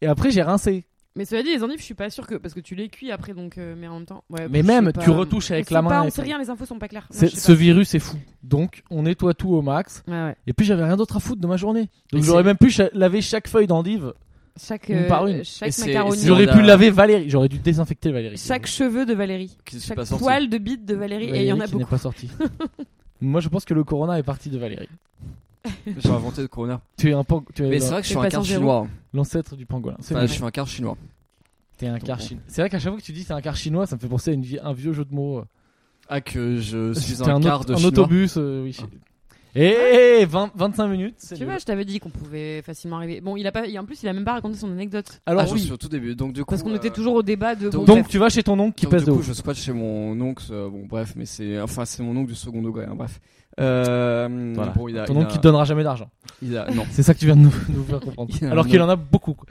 [SPEAKER 1] Et après, j'ai rincé.
[SPEAKER 3] Mais cela dit, les endives, je suis pas sûr que. Parce que tu les cuis après, donc. euh, mais en même temps. Ouais,
[SPEAKER 1] Mais
[SPEAKER 3] je
[SPEAKER 1] même,
[SPEAKER 3] sais pas.
[SPEAKER 1] tu retouches
[SPEAKER 3] On
[SPEAKER 1] avec
[SPEAKER 3] sait
[SPEAKER 1] la
[SPEAKER 3] pas,
[SPEAKER 1] main.
[SPEAKER 3] on
[SPEAKER 1] et
[SPEAKER 3] sait
[SPEAKER 1] tout.
[SPEAKER 3] rien, les infos sont pas claires. Moi,
[SPEAKER 1] C'est-
[SPEAKER 3] je sais
[SPEAKER 1] ce
[SPEAKER 3] pas.
[SPEAKER 1] virus est fou. Donc, on nettoie tout au max.
[SPEAKER 3] Ouais, ouais.
[SPEAKER 1] Et puis, j'avais rien d'autre à foutre de ma journée.
[SPEAKER 2] Mais
[SPEAKER 1] Donc, j'aurais
[SPEAKER 2] c'est-
[SPEAKER 1] même pu cha- laver chaque feuille d'endive.
[SPEAKER 3] Chaque,
[SPEAKER 1] Une
[SPEAKER 3] euh,
[SPEAKER 1] par une.
[SPEAKER 2] Et
[SPEAKER 3] chaque
[SPEAKER 2] c'est-
[SPEAKER 3] macaroni,
[SPEAKER 2] Si
[SPEAKER 1] J'aurais
[SPEAKER 2] on
[SPEAKER 1] pu
[SPEAKER 2] a-
[SPEAKER 1] laver Valérie. J'aurais dû désinfecter Valérie.
[SPEAKER 3] chaque cheveu de Valérie,
[SPEAKER 2] Qui se
[SPEAKER 3] chaque
[SPEAKER 2] pas sorti.
[SPEAKER 3] poil de bite de Valérie, et il y en a
[SPEAKER 1] qui n'est
[SPEAKER 3] beaucoup.
[SPEAKER 1] pas sorti. Moi, je pense que le corona est parti de Valérie.
[SPEAKER 2] J'ai inventé le corona.
[SPEAKER 1] Tu es un pan- tu es
[SPEAKER 2] Mais
[SPEAKER 1] la-
[SPEAKER 2] c'est vrai que je
[SPEAKER 3] C'est
[SPEAKER 2] suis un
[SPEAKER 3] pas
[SPEAKER 2] quart
[SPEAKER 3] sans zéro.
[SPEAKER 2] chinois.
[SPEAKER 1] l'ancêtre du pangolin. C'est
[SPEAKER 2] Enfin,
[SPEAKER 1] vrai.
[SPEAKER 2] je suis un quart chinois.
[SPEAKER 1] T'es un quart chinois. C'est vrai qu'à chaque fois que tu dis c'est un quart chinois, ça me fait penser à une vie- un vieux jeu de mots. euh,
[SPEAKER 2] Ah, que [LAUGHS] je suis
[SPEAKER 1] C'était
[SPEAKER 2] un quart
[SPEAKER 1] aut-
[SPEAKER 2] de
[SPEAKER 1] un
[SPEAKER 2] chinois.
[SPEAKER 1] autobus, euh, oui. eh, Et 25 minutes. c'est
[SPEAKER 3] Ah. Tu
[SPEAKER 1] nul.
[SPEAKER 3] vois, je t'avais dit qu'on pouvait facilement arriver. Bon, il a pas, il- en plus, il a même pas raconté son anecdote.
[SPEAKER 1] Alors
[SPEAKER 2] ah, je
[SPEAKER 1] oui.
[SPEAKER 2] suis au tout début. Donc, du coup,
[SPEAKER 3] Parce qu'on
[SPEAKER 2] euh,
[SPEAKER 3] était toujours au débat de.
[SPEAKER 2] donc-
[SPEAKER 3] bon,
[SPEAKER 1] Donc
[SPEAKER 3] bref.
[SPEAKER 1] tu vas chez ton oncle qui
[SPEAKER 2] donc,
[SPEAKER 1] pèse
[SPEAKER 2] du
[SPEAKER 1] de
[SPEAKER 2] coup,
[SPEAKER 1] haut.
[SPEAKER 2] je squatte chez mon oncle. euh, bon, bref, mais c'est enfin c'est mon oncle du second degré. hein, bref. Euh,
[SPEAKER 1] Voilà.
[SPEAKER 2] bon, il a,
[SPEAKER 1] Ton
[SPEAKER 2] il
[SPEAKER 1] oncle
[SPEAKER 2] a-
[SPEAKER 1] qui te donnera jamais d'argent.
[SPEAKER 2] il a-
[SPEAKER 1] [LAUGHS]
[SPEAKER 2] non.
[SPEAKER 1] C'est ça que tu viens de nous, nous faire comprendre.
[SPEAKER 2] Il a un
[SPEAKER 1] Alors qu'il en a beaucoup. quoi.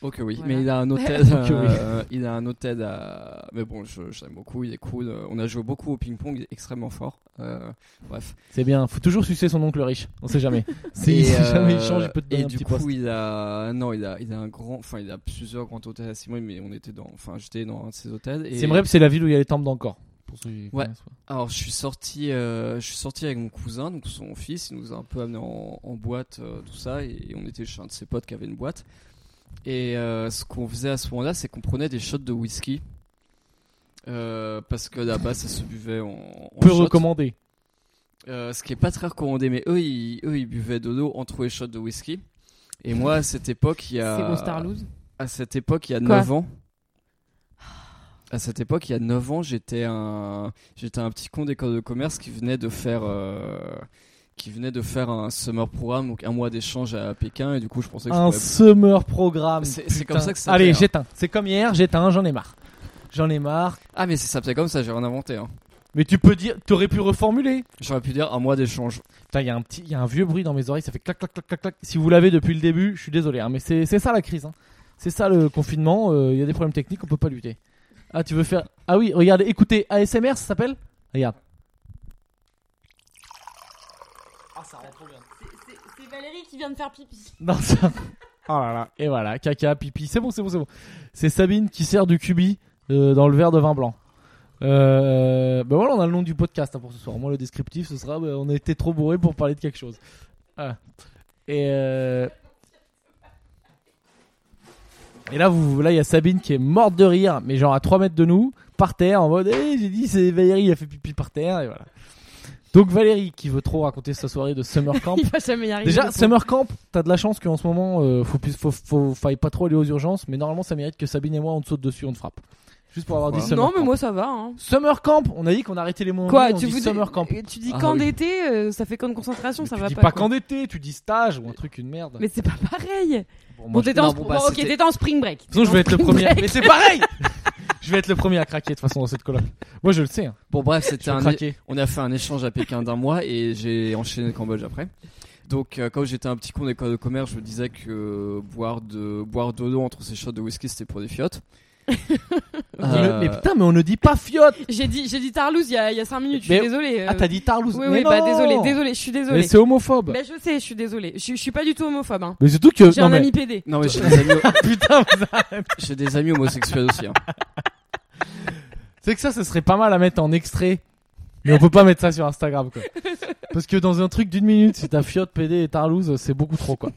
[SPEAKER 2] Ok oui,
[SPEAKER 3] Voilà.
[SPEAKER 2] mais il a
[SPEAKER 1] [LAUGHS]
[SPEAKER 2] un hôtel.
[SPEAKER 1] Ok, oui.
[SPEAKER 2] euh, il a un hôtel à. Mais bon, je, je l'aime beaucoup. Il est cool. euh, On a joué beaucoup au ping-pong. Il est extrêmement fort. euh, bref.
[SPEAKER 1] C'est bien. Faut toujours sucer son oncle riche. On sait jamais. [LAUGHS] Si,
[SPEAKER 2] Et,
[SPEAKER 1] si jamais il
[SPEAKER 2] euh,
[SPEAKER 1] change, il peut te donner
[SPEAKER 2] Et
[SPEAKER 1] un
[SPEAKER 2] du
[SPEAKER 1] petit
[SPEAKER 2] coup,
[SPEAKER 1] poste.
[SPEAKER 2] il a non, il a, il a un grand. Enfin, il a plusieurs grands hôtels à Simone, mais on était dans. Enfin, j'étais dans un de ses hôtels. Et...
[SPEAKER 1] C'est vrai, que c'est la ville où il y a les temples d'encore. Pour ceux qui
[SPEAKER 2] Ouais.
[SPEAKER 1] connaissent, quoi.
[SPEAKER 2] Alors, je suis sorti. euh, je suis sorti avec mon cousin, donc son fils. Il nous a un peu amené en, en boîte, euh, tout ça, et on était chez un de ses potes qui avait une boîte. Et euh, ce qu'on faisait à ce moment-là, c'est qu'on prenait des shots de whisky. Euh, parce que là-bas, ça se buvait en, en
[SPEAKER 1] Peu
[SPEAKER 2] shot.
[SPEAKER 1] recommandé.
[SPEAKER 2] Euh, ce qui est pas très recommandé, mais eux, ils, eux, ils buvaient de l'eau entre les shots de whisky. Et moi, à cette époque, il y a.
[SPEAKER 3] C'est bon, Starloose.
[SPEAKER 2] À cette époque, il y a
[SPEAKER 3] Quoi
[SPEAKER 2] 9 ans. À cette époque, il y a 9 ans, j'étais un, j'étais un petit con d'école de commerce qui venait de faire, euh, qui venait de faire un summer programme, donc un mois d'échange à Pékin, et du coup, je pensais que je
[SPEAKER 3] Ah,
[SPEAKER 1] Un
[SPEAKER 2] pouvais-
[SPEAKER 1] summer programme.
[SPEAKER 2] C'est- c'est comme
[SPEAKER 1] putain.
[SPEAKER 2] ça que ça
[SPEAKER 1] Allez,
[SPEAKER 2] s'appelle, hein.
[SPEAKER 1] j'éteins. C'est comme hier, j'éteins, j'en ai marre. J'en ai marre.
[SPEAKER 2] Ah, mais ça s'appelait comme ça, j'ai rien inventé. hein.
[SPEAKER 1] Mais tu peux dire, t'aurais pu reformuler.
[SPEAKER 2] J'aurais pu dire un mois d'échange.
[SPEAKER 1] Putain, il y a un petit, il y a un vieux bruit dans mes oreilles, ça fait clac clac clac clac clac. Si vous l'avez depuis le début, je suis désolé, hein, mais c'est c'est ça la crise. hein. C'est ça le confinement. euh, Il y a des problèmes techniques, on peut pas lutter. Ah, tu veux faire Ah oui, regarde, écoutez, ASMR, ça s'appelle Regarde. Ah, ça rentre bien.
[SPEAKER 3] C'est Valérie qui vient de faire pipi.
[SPEAKER 1] [LAUGHS] Non, ça. Oh là là. Et voilà, caca, pipi, c'est bon, c'est bon, c'est bon. C'est Sabine qui sert du cubi euh, dans le verre de vin blanc. Euh, ben voilà, on a le nom du podcast hein, pour ce soir. Moi, le descriptif, ce sera ben, on a été trop bourré pour parler de quelque chose. Voilà. Et, euh, et là, vous, là, il y a Sabine qui est morte de rire, mais genre à 3 mètres de nous, par terre, en mode Eh, j'ai dit, c'est Valérie, il a fait pipi par terre, et voilà. Donc, Valérie qui veut trop raconter sa soirée de summer camp.
[SPEAKER 3] [LAUGHS] Il va jamais y arriver.
[SPEAKER 1] Déjà,
[SPEAKER 3] le pauvre.
[SPEAKER 1] Summer Camp, t'as de la chance qu'en ce moment, euh, faut, plus, faut, faut- faille pas trop aller aux urgences, mais normalement, ça mérite que Sabine et moi, on te saute dessus, on te frappe. Juste pour avoir dit
[SPEAKER 2] Pourquoi
[SPEAKER 1] Summer
[SPEAKER 3] Non,
[SPEAKER 1] Camp.
[SPEAKER 3] mais moi ça va. hein.
[SPEAKER 1] Summer Camp, on a dit qu'on arrêtait les mots
[SPEAKER 3] Quoi,
[SPEAKER 1] anglais, on
[SPEAKER 3] tu
[SPEAKER 1] dit
[SPEAKER 3] vous dis-
[SPEAKER 1] Summer Camp.
[SPEAKER 3] et Tu dis
[SPEAKER 2] Ah,
[SPEAKER 3] camp
[SPEAKER 2] oui.
[SPEAKER 3] d'été, euh, ça fait camp de concentration,
[SPEAKER 1] Mais
[SPEAKER 3] ça
[SPEAKER 1] tu
[SPEAKER 3] va
[SPEAKER 1] dis
[SPEAKER 3] pas.
[SPEAKER 1] pas
[SPEAKER 3] quoi.
[SPEAKER 1] qu'en été, tu dis stage ou un truc, une merde.
[SPEAKER 3] Mais c'est pas pareil.
[SPEAKER 1] Bon,
[SPEAKER 3] Bon,
[SPEAKER 1] moi, je-
[SPEAKER 3] t'étais en,
[SPEAKER 2] Non, bon, bah,
[SPEAKER 3] bon, ok,
[SPEAKER 2] c'était-
[SPEAKER 3] t'étais en spring break.
[SPEAKER 1] De toute façon, je vais être le
[SPEAKER 3] Spring
[SPEAKER 1] premier.
[SPEAKER 3] [LAUGHS] break.
[SPEAKER 1] Mais c'est pareil [LAUGHS] Je vais être le premier à craquer, de toute façon, dans cette coloc. Moi, je le sais, hein.
[SPEAKER 2] Bon, bref,
[SPEAKER 1] je
[SPEAKER 2] c'était
[SPEAKER 1] vais
[SPEAKER 2] un,
[SPEAKER 1] craquer.
[SPEAKER 2] On a fait un échange à Pékin d'un mois et j'ai enchaîné le Cambodge après. Donc, euh, comme j'étais un petit con d'école de commerce, je me disais que euh, boire de boire de l'eau entre ces shots de whisky, c'était pour des fiottes. Euh,
[SPEAKER 1] Mais putain, mais on ne dit pas fiotte
[SPEAKER 3] J'ai dit, j'ai dit Tarlouse il y a, il y a 5 minutes, je suis
[SPEAKER 1] Mais-
[SPEAKER 3] désolée. euh.
[SPEAKER 1] Ah, t'as dit Tarlouse
[SPEAKER 3] Oui,
[SPEAKER 1] Mais
[SPEAKER 3] oui, bah
[SPEAKER 1] non
[SPEAKER 3] désolée, désolée, je suis désolée.
[SPEAKER 1] Mais c'est homophobe
[SPEAKER 3] Mais je sais, je suis désolée. Je, je suis pas du tout homophobe. Hein.
[SPEAKER 1] Mais surtout que.
[SPEAKER 3] J'ai
[SPEAKER 1] Euh, non,
[SPEAKER 3] un
[SPEAKER 1] mais-
[SPEAKER 3] ami PD.
[SPEAKER 2] Non, mais j'ai des, amis-
[SPEAKER 1] [LAUGHS] Putain, vous
[SPEAKER 2] j'ai des amis homosexuels aussi. hein.
[SPEAKER 1] C'est que ça, ce serait pas mal à mettre en extrait. Mais on peut pas mettre ça sur Instagram,
[SPEAKER 2] [LAUGHS]
[SPEAKER 1] quoi. Parce que dans un truc d'une minute, si t'as Fiotte, PD et Tarlouse, c'est beaucoup trop, quoi.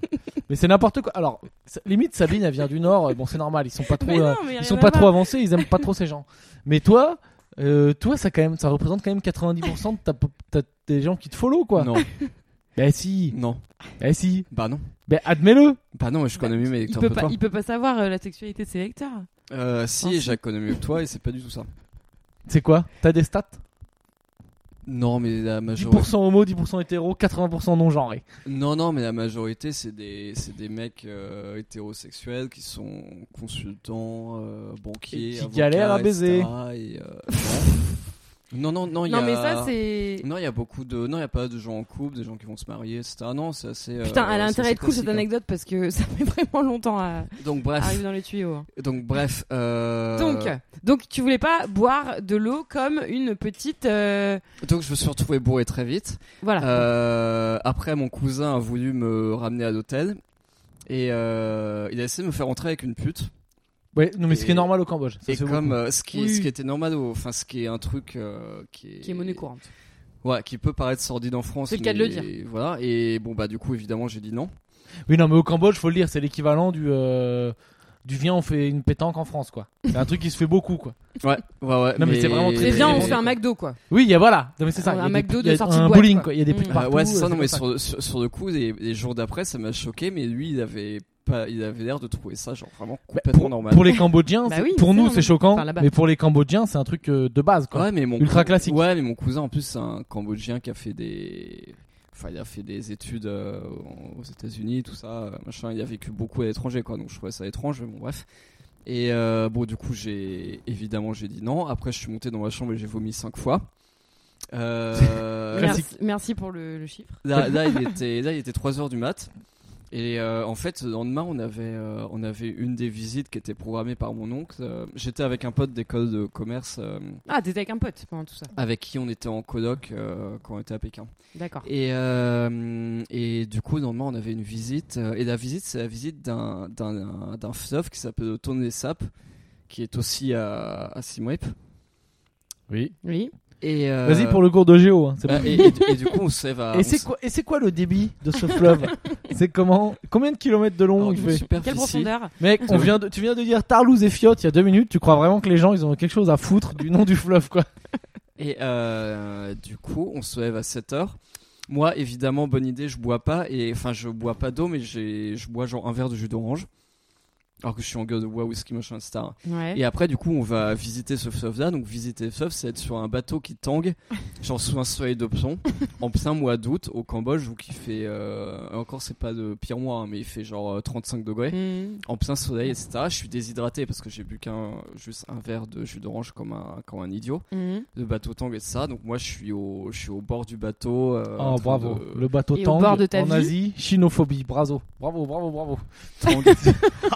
[SPEAKER 1] Mais c'est n'importe quoi. Alors, ça- limite, Sabine, elle vient du Nord. euh, Bon, c'est normal. Ils sont pas trop,
[SPEAKER 3] Mais non,
[SPEAKER 1] euh,
[SPEAKER 3] mais rien
[SPEAKER 1] ils sont
[SPEAKER 3] à
[SPEAKER 1] pas
[SPEAKER 3] voir.
[SPEAKER 1] trop avancés. Ils aiment pas trop ces gens. Mais toi, euh, toi, ça quand même, ça représente quand même 90% de ta, pop- ta- des gens qui te follow, quoi.
[SPEAKER 2] Non,
[SPEAKER 1] Bah si,
[SPEAKER 2] non,
[SPEAKER 1] bah si.
[SPEAKER 2] bah non,
[SPEAKER 1] Bah admets-le.
[SPEAKER 2] bah non. Je connais mieux mes
[SPEAKER 3] Il
[SPEAKER 2] lecteurs
[SPEAKER 3] peut,
[SPEAKER 2] que
[SPEAKER 3] pas,
[SPEAKER 2] toi.
[SPEAKER 3] il peut pas savoir euh, la sexualité de ses lecteurs.
[SPEAKER 2] Euh, si, je la connais mieux que toi et c'est pas du tout ça.
[SPEAKER 1] C'est quoi T'as des stats
[SPEAKER 2] Non, mais la majorité.
[SPEAKER 1] 10% homo, 10% hétéro, 80% non genré.
[SPEAKER 2] Non, non, mais la majorité, c'est des, c'est des mecs euh, hétérosexuels qui sont consultants, euh, banquiers,
[SPEAKER 1] Et qui galèrent à
[SPEAKER 2] avocats, etc. Et, euh, non. Non, [LAUGHS] non, non, il y a.
[SPEAKER 3] Non, mais ça, c'est.
[SPEAKER 2] Non, il y a beaucoup de. Non, il n'y a pas de gens en couple, des gens qui vont se marier, etc. Non, c'est assez. euh,
[SPEAKER 3] Putain, elle a
[SPEAKER 2] c'est
[SPEAKER 3] intérêt
[SPEAKER 2] assez
[SPEAKER 3] à être cool
[SPEAKER 1] hein.
[SPEAKER 3] cette
[SPEAKER 2] classique,
[SPEAKER 3] anecdote parce que [LAUGHS] ça met vraiment longtemps à
[SPEAKER 2] hein. Donc,
[SPEAKER 1] Ah,
[SPEAKER 3] à
[SPEAKER 2] bref.
[SPEAKER 3] arriver dans les tuyaux. hein.
[SPEAKER 2] Donc, bref. euh,
[SPEAKER 3] Donc, donc tu voulais pas boire de l'eau comme une petite euh,
[SPEAKER 2] Donc, je me suis retrouvé bourré très vite.
[SPEAKER 3] voilà.
[SPEAKER 2] Euh, après, mon cousin a voulu me ramener à l'hôtel. Et euh, il a essayé de me faire entrer avec une pute.
[SPEAKER 1] Ouais, non, mais ce qui est
[SPEAKER 2] Et-
[SPEAKER 1] normal au Cambodge. ça
[SPEAKER 2] et
[SPEAKER 1] se voit
[SPEAKER 2] comme
[SPEAKER 1] beaucoup.
[SPEAKER 2] euh, ce, qui,
[SPEAKER 1] Oui.
[SPEAKER 2] ce qui était normal, au- enfin, ce qui est un truc euh, qui est.
[SPEAKER 3] qui est monnaie courante.
[SPEAKER 2] Ouais, qui peut paraître sordide en France.
[SPEAKER 3] C'est le cas de le
[SPEAKER 2] mais Voilà. Et bon, bah, du coup, évidemment, j'ai dit non.
[SPEAKER 1] Oui, non, mais au Cambodge, faut le dire, c'est l'équivalent du. euh, Du viens, on fait une pétanque en France, quoi. C'est un truc qui se fait beaucoup, quoi.
[SPEAKER 2] Ouais, ouais, ouais.
[SPEAKER 1] Non, mais c'est vraiment très
[SPEAKER 3] Très bien, on fait
[SPEAKER 1] c'est-
[SPEAKER 3] un McDo quoi.
[SPEAKER 1] Oui, il y a voilà. Non, mais c'est ça.
[SPEAKER 3] Un
[SPEAKER 1] il y a des-
[SPEAKER 3] McDo de
[SPEAKER 1] il y a
[SPEAKER 3] sortie de
[SPEAKER 1] Un
[SPEAKER 3] boîte,
[SPEAKER 1] bowling,
[SPEAKER 3] quoi.
[SPEAKER 1] quoi. Il y a des putes
[SPEAKER 3] Mm.
[SPEAKER 1] partout.
[SPEAKER 2] Bah, Ah ouais, c'est ça,
[SPEAKER 1] euh,
[SPEAKER 2] non, mais
[SPEAKER 1] comme
[SPEAKER 2] sur, sur, sur le coup, les, les jours d'après, ça m'a choqué, mais lui, il avait pas, il avait l'air de trouver ça, genre, vraiment
[SPEAKER 1] Bah,
[SPEAKER 2] complètement
[SPEAKER 1] pour,
[SPEAKER 2] normal.
[SPEAKER 1] pour les Cambodgiens,
[SPEAKER 3] Bah
[SPEAKER 1] c'est-
[SPEAKER 3] oui,
[SPEAKER 1] pour
[SPEAKER 3] c'est
[SPEAKER 1] nous
[SPEAKER 3] normal.
[SPEAKER 1] c'est choquant,
[SPEAKER 3] Enfin, là-bas.
[SPEAKER 1] mais pour les Cambodgiens c'est un truc euh, de base quoi.
[SPEAKER 2] Ouais, mais mon
[SPEAKER 1] Ultra
[SPEAKER 2] cou-
[SPEAKER 1] classique.
[SPEAKER 2] Ouais, mais mon cousin, en plus, c'est un Cambodgien qui a fait des, enfin, il a fait des études euh, aux États-Unis, tout ça, euh, machin. Il a vécu beaucoup à l'étranger, quoi. Donc je trouvais ça étrange, mais bon, bref. Et euh, bon, du coup, j'ai évidemment j'ai dit non. Après, je suis monté dans ma chambre et j'ai vomi cinq fois. Euh...
[SPEAKER 3] [LAUGHS]
[SPEAKER 2] [LAUGHS]
[SPEAKER 1] Classique.
[SPEAKER 3] Merci, merci pour le, le chiffre.
[SPEAKER 2] Là, là, il était, là, il était 3h du mat. Et euh, en fait, le lendemain, on avait, euh, on avait une des visites qui était programmée par mon oncle. Euh, J'étais avec un pote d'école de commerce euh,
[SPEAKER 3] Ah, t'étais avec un pote pendant tout ça.
[SPEAKER 2] avec qui on était en coloc euh, quand on était à Pékin.
[SPEAKER 3] D'accord.
[SPEAKER 2] Et, euh, et du coup, le lendemain, on avait une visite. euh, et la visite, c'est la visite d'un- d'un d'un fleuve qui s'appelle Tonle Sap, qui est aussi à, à Siem Reap.
[SPEAKER 1] Oui.
[SPEAKER 3] Oui.
[SPEAKER 2] Et, euh,
[SPEAKER 1] Vas-y pour le cours de géo. hein, c'est
[SPEAKER 2] euh,
[SPEAKER 1] bon.
[SPEAKER 2] et, et- et du coup, on se lève à.
[SPEAKER 1] Et
[SPEAKER 2] on
[SPEAKER 1] c'est
[SPEAKER 2] se-
[SPEAKER 1] quoi, et c'est quoi le débit de ce
[SPEAKER 3] [LAUGHS]
[SPEAKER 1] fleuve C'est comment Combien de kilomètres de long
[SPEAKER 2] alors,
[SPEAKER 1] il
[SPEAKER 2] d'une
[SPEAKER 1] fait
[SPEAKER 3] Quelle
[SPEAKER 2] superficie
[SPEAKER 3] profondeur
[SPEAKER 1] Mec,
[SPEAKER 2] [LAUGHS]
[SPEAKER 1] on vient de, tu viens de dire Tarlouse et Fiotte il y a deux minutes. Tu crois vraiment que les gens ils ont quelque chose à foutre du nom du fleuve quoi
[SPEAKER 2] Et euh, du coup, on se lève à 7 heures. Moi, évidemment, bonne idée, je bois pas. Et enfin, je bois pas d'eau, mais j'ai, je bois genre un verre de jus d'orange. Alors que je suis en gueule de bois, whisky, machin, etc.
[SPEAKER 3] Ouais.
[SPEAKER 2] Et après, du coup, on va visiter ce fleuve-là. Donc, visiter le fleuve, c'est être sur un bateau qui tangue, genre sous un soleil de plomb, en plein mois d'août, au Cambodge, où il fait. euh, encore, c'est pas le pire mois, hein, mais il fait genre euh, 35 degrés
[SPEAKER 3] Mmh.
[SPEAKER 2] en plein soleil, etc. Je suis déshydraté parce que j'ai bu qu'un juste un verre de jus d'orange comme un comme un idiot.
[SPEAKER 3] Mmh.
[SPEAKER 2] Le bateau Tang et ça. Donc moi, je suis au, je suis au bord du bateau. euh, en
[SPEAKER 1] Oh
[SPEAKER 2] train
[SPEAKER 1] bravo.
[SPEAKER 2] de- [LAUGHS]
[SPEAKER 1] Le bateau
[SPEAKER 3] Et au
[SPEAKER 1] Tang
[SPEAKER 3] bord de ta
[SPEAKER 1] en
[SPEAKER 3] vie
[SPEAKER 1] Asie, chinophobie, bravo, bravo, bravo, bravo. [LAUGHS]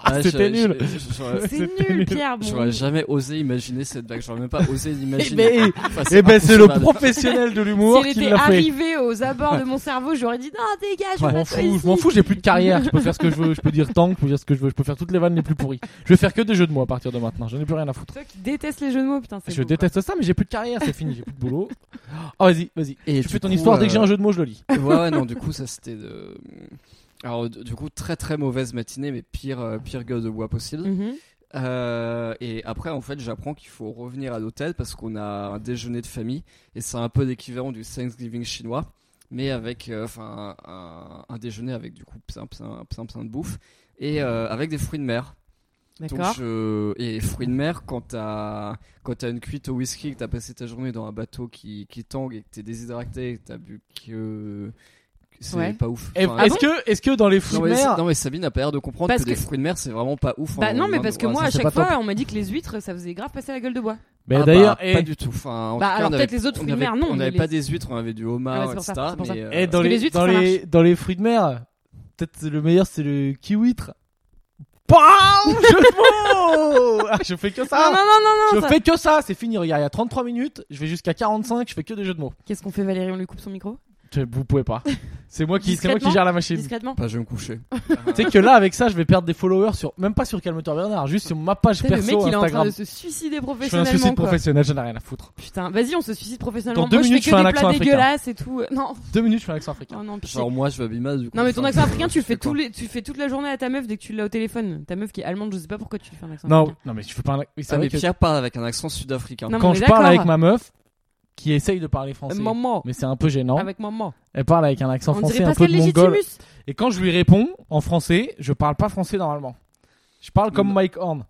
[SPEAKER 2] Ah,
[SPEAKER 1] c'était
[SPEAKER 2] je- je-
[SPEAKER 1] nul.
[SPEAKER 2] je- J'aurais
[SPEAKER 3] C'est
[SPEAKER 1] C'était
[SPEAKER 3] nul,
[SPEAKER 1] nul.
[SPEAKER 3] Pierre. Bon.
[SPEAKER 2] j'aurais jamais osé imaginer cette blague. J'aurais même pas
[SPEAKER 1] [LAUGHS]
[SPEAKER 2] osé l'imaginer.
[SPEAKER 1] ben,
[SPEAKER 2] Enfin,
[SPEAKER 1] Et ben c'est le
[SPEAKER 2] inconcevable.
[SPEAKER 1] professionnel de
[SPEAKER 3] Si
[SPEAKER 1] l'humour
[SPEAKER 3] elle
[SPEAKER 1] qui
[SPEAKER 3] était
[SPEAKER 1] l'a fait.
[SPEAKER 3] arrivée aux abords de mon cerveau, j'aurais dit non, dégage,
[SPEAKER 1] Je
[SPEAKER 3] on
[SPEAKER 1] m'en
[SPEAKER 3] va
[SPEAKER 1] fous, je m'en fous, j'ai plus de carrière, je peux faire ce que je veux, je peux dire tank, je peux dire ce que je veux, je peux faire toutes les vannes les plus pourries. Je vais faire que des jeux de mots à partir de maintenant, j'en ai plus rien à foutre.
[SPEAKER 3] Toi qui détestes les jeux de mots, putain, c'est
[SPEAKER 1] Je
[SPEAKER 3] beau,
[SPEAKER 1] déteste ça, mais j'ai plus de carrière, c'est fini, j'ai plus de
[SPEAKER 2] [LAUGHS]
[SPEAKER 1] boulot. Oh, vas-y, vas-y.
[SPEAKER 2] Et
[SPEAKER 1] Tu
[SPEAKER 2] du
[SPEAKER 1] fais ton
[SPEAKER 2] coup,
[SPEAKER 1] histoire, dès que j'ai
[SPEAKER 2] euh,
[SPEAKER 1] un jeu de mots, je le lis.
[SPEAKER 2] ouais, ouais, non, du coup, ça c'était. de- mm, Alors, du du coup, très très mauvaise matinée, mais pire, euh, pire gueule de bois
[SPEAKER 3] quoi.
[SPEAKER 2] possible.
[SPEAKER 3] Mhm.
[SPEAKER 2] Euh, et après, en fait, j'apprends qu'il faut revenir à l'hôtel parce qu'on a un déjeuner de famille et c'est un peu l'équivalent du Thanksgiving chinois, mais avec euh, enfin un, un déjeuner avec du coup plein plein plein, plein de bouffe et euh, avec des fruits de mer. Donc
[SPEAKER 3] D'accord.
[SPEAKER 2] je- et fruits de mer quand t'as quand t'as une cuite au whisky que t'as passé ta journée dans un bateau qui qui tangue et que t'es déshydraté et que t'as bu que c'est
[SPEAKER 3] Ouais. Ah
[SPEAKER 2] pas ouf.
[SPEAKER 1] Et-
[SPEAKER 2] Enfin,
[SPEAKER 1] Est-ce que, est-ce que dans les
[SPEAKER 2] non,
[SPEAKER 1] fruits de
[SPEAKER 2] mais,
[SPEAKER 1] mer,
[SPEAKER 2] non mais Sabine a pas l'air de comprendre
[SPEAKER 3] Parce
[SPEAKER 2] que, les
[SPEAKER 3] que-
[SPEAKER 2] fruits de mer c'est vraiment pas ouf. hein, en
[SPEAKER 3] Bah non, mais
[SPEAKER 2] Inde.
[SPEAKER 3] parce que
[SPEAKER 2] Voilà,
[SPEAKER 3] moi,
[SPEAKER 2] ça,
[SPEAKER 3] à
[SPEAKER 2] c'est
[SPEAKER 3] chaque
[SPEAKER 2] pas top.
[SPEAKER 3] fois, on m'a dit que les huîtres, ça faisait grave passer la gueule de bois.
[SPEAKER 1] Ben,
[SPEAKER 2] Ah
[SPEAKER 1] d'ailleurs,
[SPEAKER 2] bah,
[SPEAKER 1] et-
[SPEAKER 2] pas du tout. Enfin, en
[SPEAKER 3] Bah,
[SPEAKER 2] tout cas,
[SPEAKER 3] alors
[SPEAKER 2] on
[SPEAKER 3] peut-être
[SPEAKER 2] avait-
[SPEAKER 3] les autres
[SPEAKER 2] on
[SPEAKER 3] fruits de
[SPEAKER 2] avait-
[SPEAKER 3] mer, non,
[SPEAKER 2] On
[SPEAKER 3] mais
[SPEAKER 2] n'avait
[SPEAKER 3] les-
[SPEAKER 2] pas des huîtres, on avait du
[SPEAKER 3] Ah ouais,
[SPEAKER 2] homard,
[SPEAKER 3] c'est pour ça,
[SPEAKER 2] etc.
[SPEAKER 3] c'est pour ça.
[SPEAKER 2] mais,
[SPEAKER 1] et
[SPEAKER 2] euh,
[SPEAKER 1] Eh, dans
[SPEAKER 3] que
[SPEAKER 1] les,
[SPEAKER 3] les huîtres,
[SPEAKER 1] dans
[SPEAKER 3] ça
[SPEAKER 1] les, dans les fruits de mer, peut-être le meilleur c'est le kiwitre. [LAUGHS] Bam! Jeu de mots! Ah, je fais que ça!
[SPEAKER 3] Ah non, non, non,
[SPEAKER 1] je
[SPEAKER 3] non. ça-
[SPEAKER 1] fais que ça, c'est fini, regarde, il y a 33 minutes, je vais jusqu'à 45, je fais que des jeux de mots.
[SPEAKER 3] Qu'est-ce qu'on fait, Valérie On lui coupe son micro
[SPEAKER 1] Tu- Vous pouvez pas. C'est moi qui, c'est moi qui
[SPEAKER 3] Discrètement
[SPEAKER 1] gère la machine.
[SPEAKER 3] Discrètement
[SPEAKER 2] Pas je vais me coucher.
[SPEAKER 1] Tu
[SPEAKER 3] [LAUGHS]
[SPEAKER 1] sais que là, avec ça, je vais perdre des followers sur, même pas sur Calme-toi Bernard, juste sur ma page
[SPEAKER 3] Putain, le
[SPEAKER 1] perso
[SPEAKER 3] mec, il est en train
[SPEAKER 1] Instagram.
[SPEAKER 3] de se
[SPEAKER 1] je fais
[SPEAKER 3] suicider
[SPEAKER 1] un
[SPEAKER 3] professionnellement.
[SPEAKER 1] suicide
[SPEAKER 3] quoi.
[SPEAKER 1] professionnel, j'en ai rien à foutre.
[SPEAKER 3] Putain, vas-y, on se suicide professionnellement.
[SPEAKER 1] Dans deux
[SPEAKER 3] Moi,
[SPEAKER 1] minutes, je
[SPEAKER 3] je fais
[SPEAKER 1] fais
[SPEAKER 3] que
[SPEAKER 1] un
[SPEAKER 3] des
[SPEAKER 1] accent
[SPEAKER 3] plats
[SPEAKER 1] africain.
[SPEAKER 3] dégueulasses et tout. Euh, Non,
[SPEAKER 1] Deux minutes, je fais un accent africain.
[SPEAKER 3] oh, non, pitié.
[SPEAKER 2] Genre moi je vais abîmer du coup.
[SPEAKER 3] Non mais ton
[SPEAKER 2] enfin,
[SPEAKER 3] accent
[SPEAKER 2] je-
[SPEAKER 3] africain, tu
[SPEAKER 2] je
[SPEAKER 3] le fais
[SPEAKER 2] quoi
[SPEAKER 3] tous les, tu le fais toute la journée à ta meuf dès que tu l'as au téléphone. Ta meuf qui est allemande, je sais pas pourquoi tu lui fais un accent.
[SPEAKER 1] Non,
[SPEAKER 3] africain.
[SPEAKER 1] non, mais je fais pas un, oui, c'est
[SPEAKER 2] Ah,
[SPEAKER 1] vrai
[SPEAKER 2] mais
[SPEAKER 1] que
[SPEAKER 2] Pierre parle avec un accent sud-africain.
[SPEAKER 3] Ah, Non, mais on
[SPEAKER 1] quand je
[SPEAKER 3] est
[SPEAKER 1] parle
[SPEAKER 3] d'accord.
[SPEAKER 1] avec ma meuf, qui essaye de parler
[SPEAKER 3] Euh,
[SPEAKER 1] français,
[SPEAKER 3] maman, Ah,
[SPEAKER 1] mais c'est un peu gênant,
[SPEAKER 3] avec maman.
[SPEAKER 1] elle parle avec un accent
[SPEAKER 3] on dirait
[SPEAKER 1] français un peu
[SPEAKER 3] Pascal
[SPEAKER 1] de mongol.
[SPEAKER 3] Légitimus.
[SPEAKER 1] Et quand je lui réponds en français, je parle pas français normalement. Je parle comme
[SPEAKER 2] Non.
[SPEAKER 1] Mike Horn.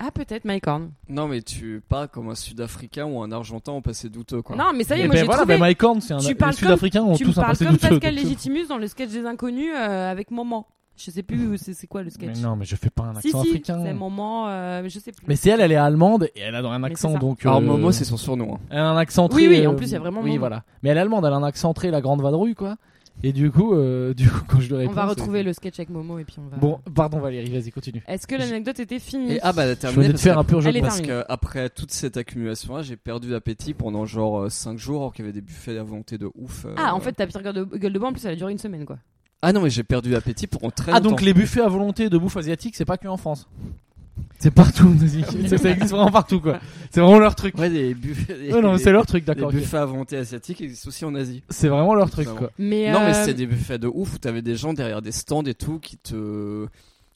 [SPEAKER 3] Ah peut-être Mike Horn.
[SPEAKER 2] Non mais tu parles comme un sud-africain ou un argentin en passé douteux quoi.
[SPEAKER 3] Non mais ça y est,
[SPEAKER 1] Et
[SPEAKER 3] moi
[SPEAKER 1] ben
[SPEAKER 3] j'ai
[SPEAKER 1] voilà,
[SPEAKER 3] trouvé.
[SPEAKER 1] ben Mike Horn, c'est un
[SPEAKER 3] Tu parles
[SPEAKER 1] les Sud-Africains ont
[SPEAKER 3] tu me
[SPEAKER 1] tous un
[SPEAKER 3] parles
[SPEAKER 1] passé
[SPEAKER 3] comme
[SPEAKER 1] douteux,
[SPEAKER 3] Pascal
[SPEAKER 1] donc-
[SPEAKER 3] Légitimus dans le sketch des inconnus euh, avec maman. Je sais plus où c'est c'est quoi le sketch.
[SPEAKER 1] Mais non, mais je fais pas un
[SPEAKER 3] si,
[SPEAKER 1] accent
[SPEAKER 3] si, c'est
[SPEAKER 1] africain.
[SPEAKER 3] un moment, euh, mais je sais plus.
[SPEAKER 1] Mais c'est elle, elle est allemande et elle a un
[SPEAKER 3] Mais
[SPEAKER 1] accent
[SPEAKER 3] c'est ça.
[SPEAKER 1] donc.
[SPEAKER 2] Alors,
[SPEAKER 1] euh,
[SPEAKER 2] Momo, Ah, c'est son surnom. hein.
[SPEAKER 1] Elle a un accent très.
[SPEAKER 3] Oui, oui, en
[SPEAKER 1] euh,
[SPEAKER 3] plus, il y a vraiment
[SPEAKER 1] Oui,
[SPEAKER 3] Momo.
[SPEAKER 1] voilà. Mais elle est allemande, elle a un accent très la grande vadrouille, quoi. Et du coup, euh, [LAUGHS] du coup, quand je lui réponds.
[SPEAKER 3] on va
[SPEAKER 1] c'est-
[SPEAKER 3] retrouver le sketch avec Momo et puis on va.
[SPEAKER 1] Bon, pardon Valérie, vas-y, continue.
[SPEAKER 3] Est-ce que l'anecdote était finie
[SPEAKER 2] Et ah bah, elle a
[SPEAKER 1] Je
[SPEAKER 2] terminé.
[SPEAKER 1] venais de
[SPEAKER 2] parce
[SPEAKER 1] faire
[SPEAKER 2] qu'après-
[SPEAKER 1] un pur jeu
[SPEAKER 3] Elle
[SPEAKER 1] de
[SPEAKER 3] est
[SPEAKER 1] mots.
[SPEAKER 2] Parce
[SPEAKER 3] Terminé.
[SPEAKER 2] que après toute cette accumulation-là, j'ai perdu l'appétit pendant genre 5 jours, alors qu'il y avait des buffets à volonté de ouf. euh.
[SPEAKER 3] Ah, en fait, ta pire gueule de, gueule de bois, en plus, elle a duré une semaine, quoi.
[SPEAKER 2] Ah non, mais j'ai perdu l'appétit pour en très
[SPEAKER 1] Ah,
[SPEAKER 2] longtemps.
[SPEAKER 1] donc les buffets à volonté de bouffe asiatique, c'est pas que en France. [LAUGHS] C'est partout, vas-y. [LAUGHS] ça, ça existe vraiment partout, quoi. C'est vraiment leur truc.
[SPEAKER 2] Ouais, les buffets.
[SPEAKER 1] Ouais, non, mais c'est leur truc, d'accord. ok.
[SPEAKER 2] buffets à volonté asiatiques existent aussi en Asie.
[SPEAKER 1] C'est vraiment leur truc,
[SPEAKER 2] Vraiment.
[SPEAKER 1] quoi.
[SPEAKER 3] Mais,
[SPEAKER 2] Non, mais
[SPEAKER 3] euh,
[SPEAKER 2] c'était des buffets de ouf où t'avais des gens derrière des stands et tout qui te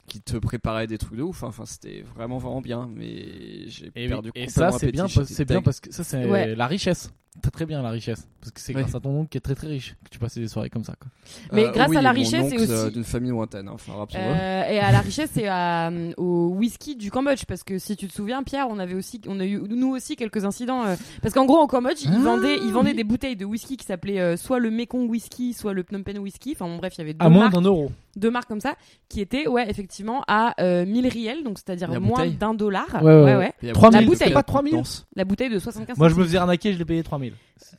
[SPEAKER 2] qui te préparaient des trucs de ouf. hein. Enfin, c'était vraiment vraiment bien, mais j'ai
[SPEAKER 1] Et,
[SPEAKER 2] perdu
[SPEAKER 1] oui, et
[SPEAKER 2] complètement
[SPEAKER 1] ça, c'est bien,
[SPEAKER 2] appétit,
[SPEAKER 1] parce-
[SPEAKER 2] j'étais
[SPEAKER 1] c'est bien
[SPEAKER 2] deg.
[SPEAKER 1] parce que ça, c'est
[SPEAKER 3] Ouais.
[SPEAKER 1] la richesse. Très très bien la richesse. Parce que c'est
[SPEAKER 2] Ouais.
[SPEAKER 1] grâce à ton oncle qui est très très riche que tu passais des soirées comme ça. Quoi.
[SPEAKER 3] Mais grâce à la
[SPEAKER 2] Euh, mon
[SPEAKER 3] richesse et
[SPEAKER 2] oncle, euh,
[SPEAKER 3] aussi-
[SPEAKER 2] d'une famille lointaine. hein. Enfin, rappelons-le.
[SPEAKER 3] euh, et à la richesse et à, euh, au whisky du Cambodge parce que si tu te souviens Pierre on avait aussi on a eu nous aussi quelques incidents euh, parce qu'en gros au Cambodge
[SPEAKER 1] Ah,
[SPEAKER 3] ils vendaient ils vendaient
[SPEAKER 1] oui.
[SPEAKER 3] des bouteilles de whisky qui s'appelaient euh, soit le Mekong whisky soit le Phnom Penh whisky enfin bon, bref il y avait deux
[SPEAKER 1] À moins
[SPEAKER 3] marques,
[SPEAKER 1] d'un euro.
[SPEAKER 3] deux marques comme ça qui étaient ouais effectivement à euh, 1000 riels donc c'est-à-dire
[SPEAKER 2] La
[SPEAKER 3] moins
[SPEAKER 2] bouteille
[SPEAKER 3] d'un dollar
[SPEAKER 1] Ouais, ouais, ouais.
[SPEAKER 2] Et la
[SPEAKER 1] 3000,
[SPEAKER 2] bouteille de
[SPEAKER 3] c'est
[SPEAKER 2] quatre
[SPEAKER 1] pas 3000?
[SPEAKER 2] danses.
[SPEAKER 3] la bouteille de 75
[SPEAKER 1] Moi, je me faisais arnaquer, je l'ai payé 3000.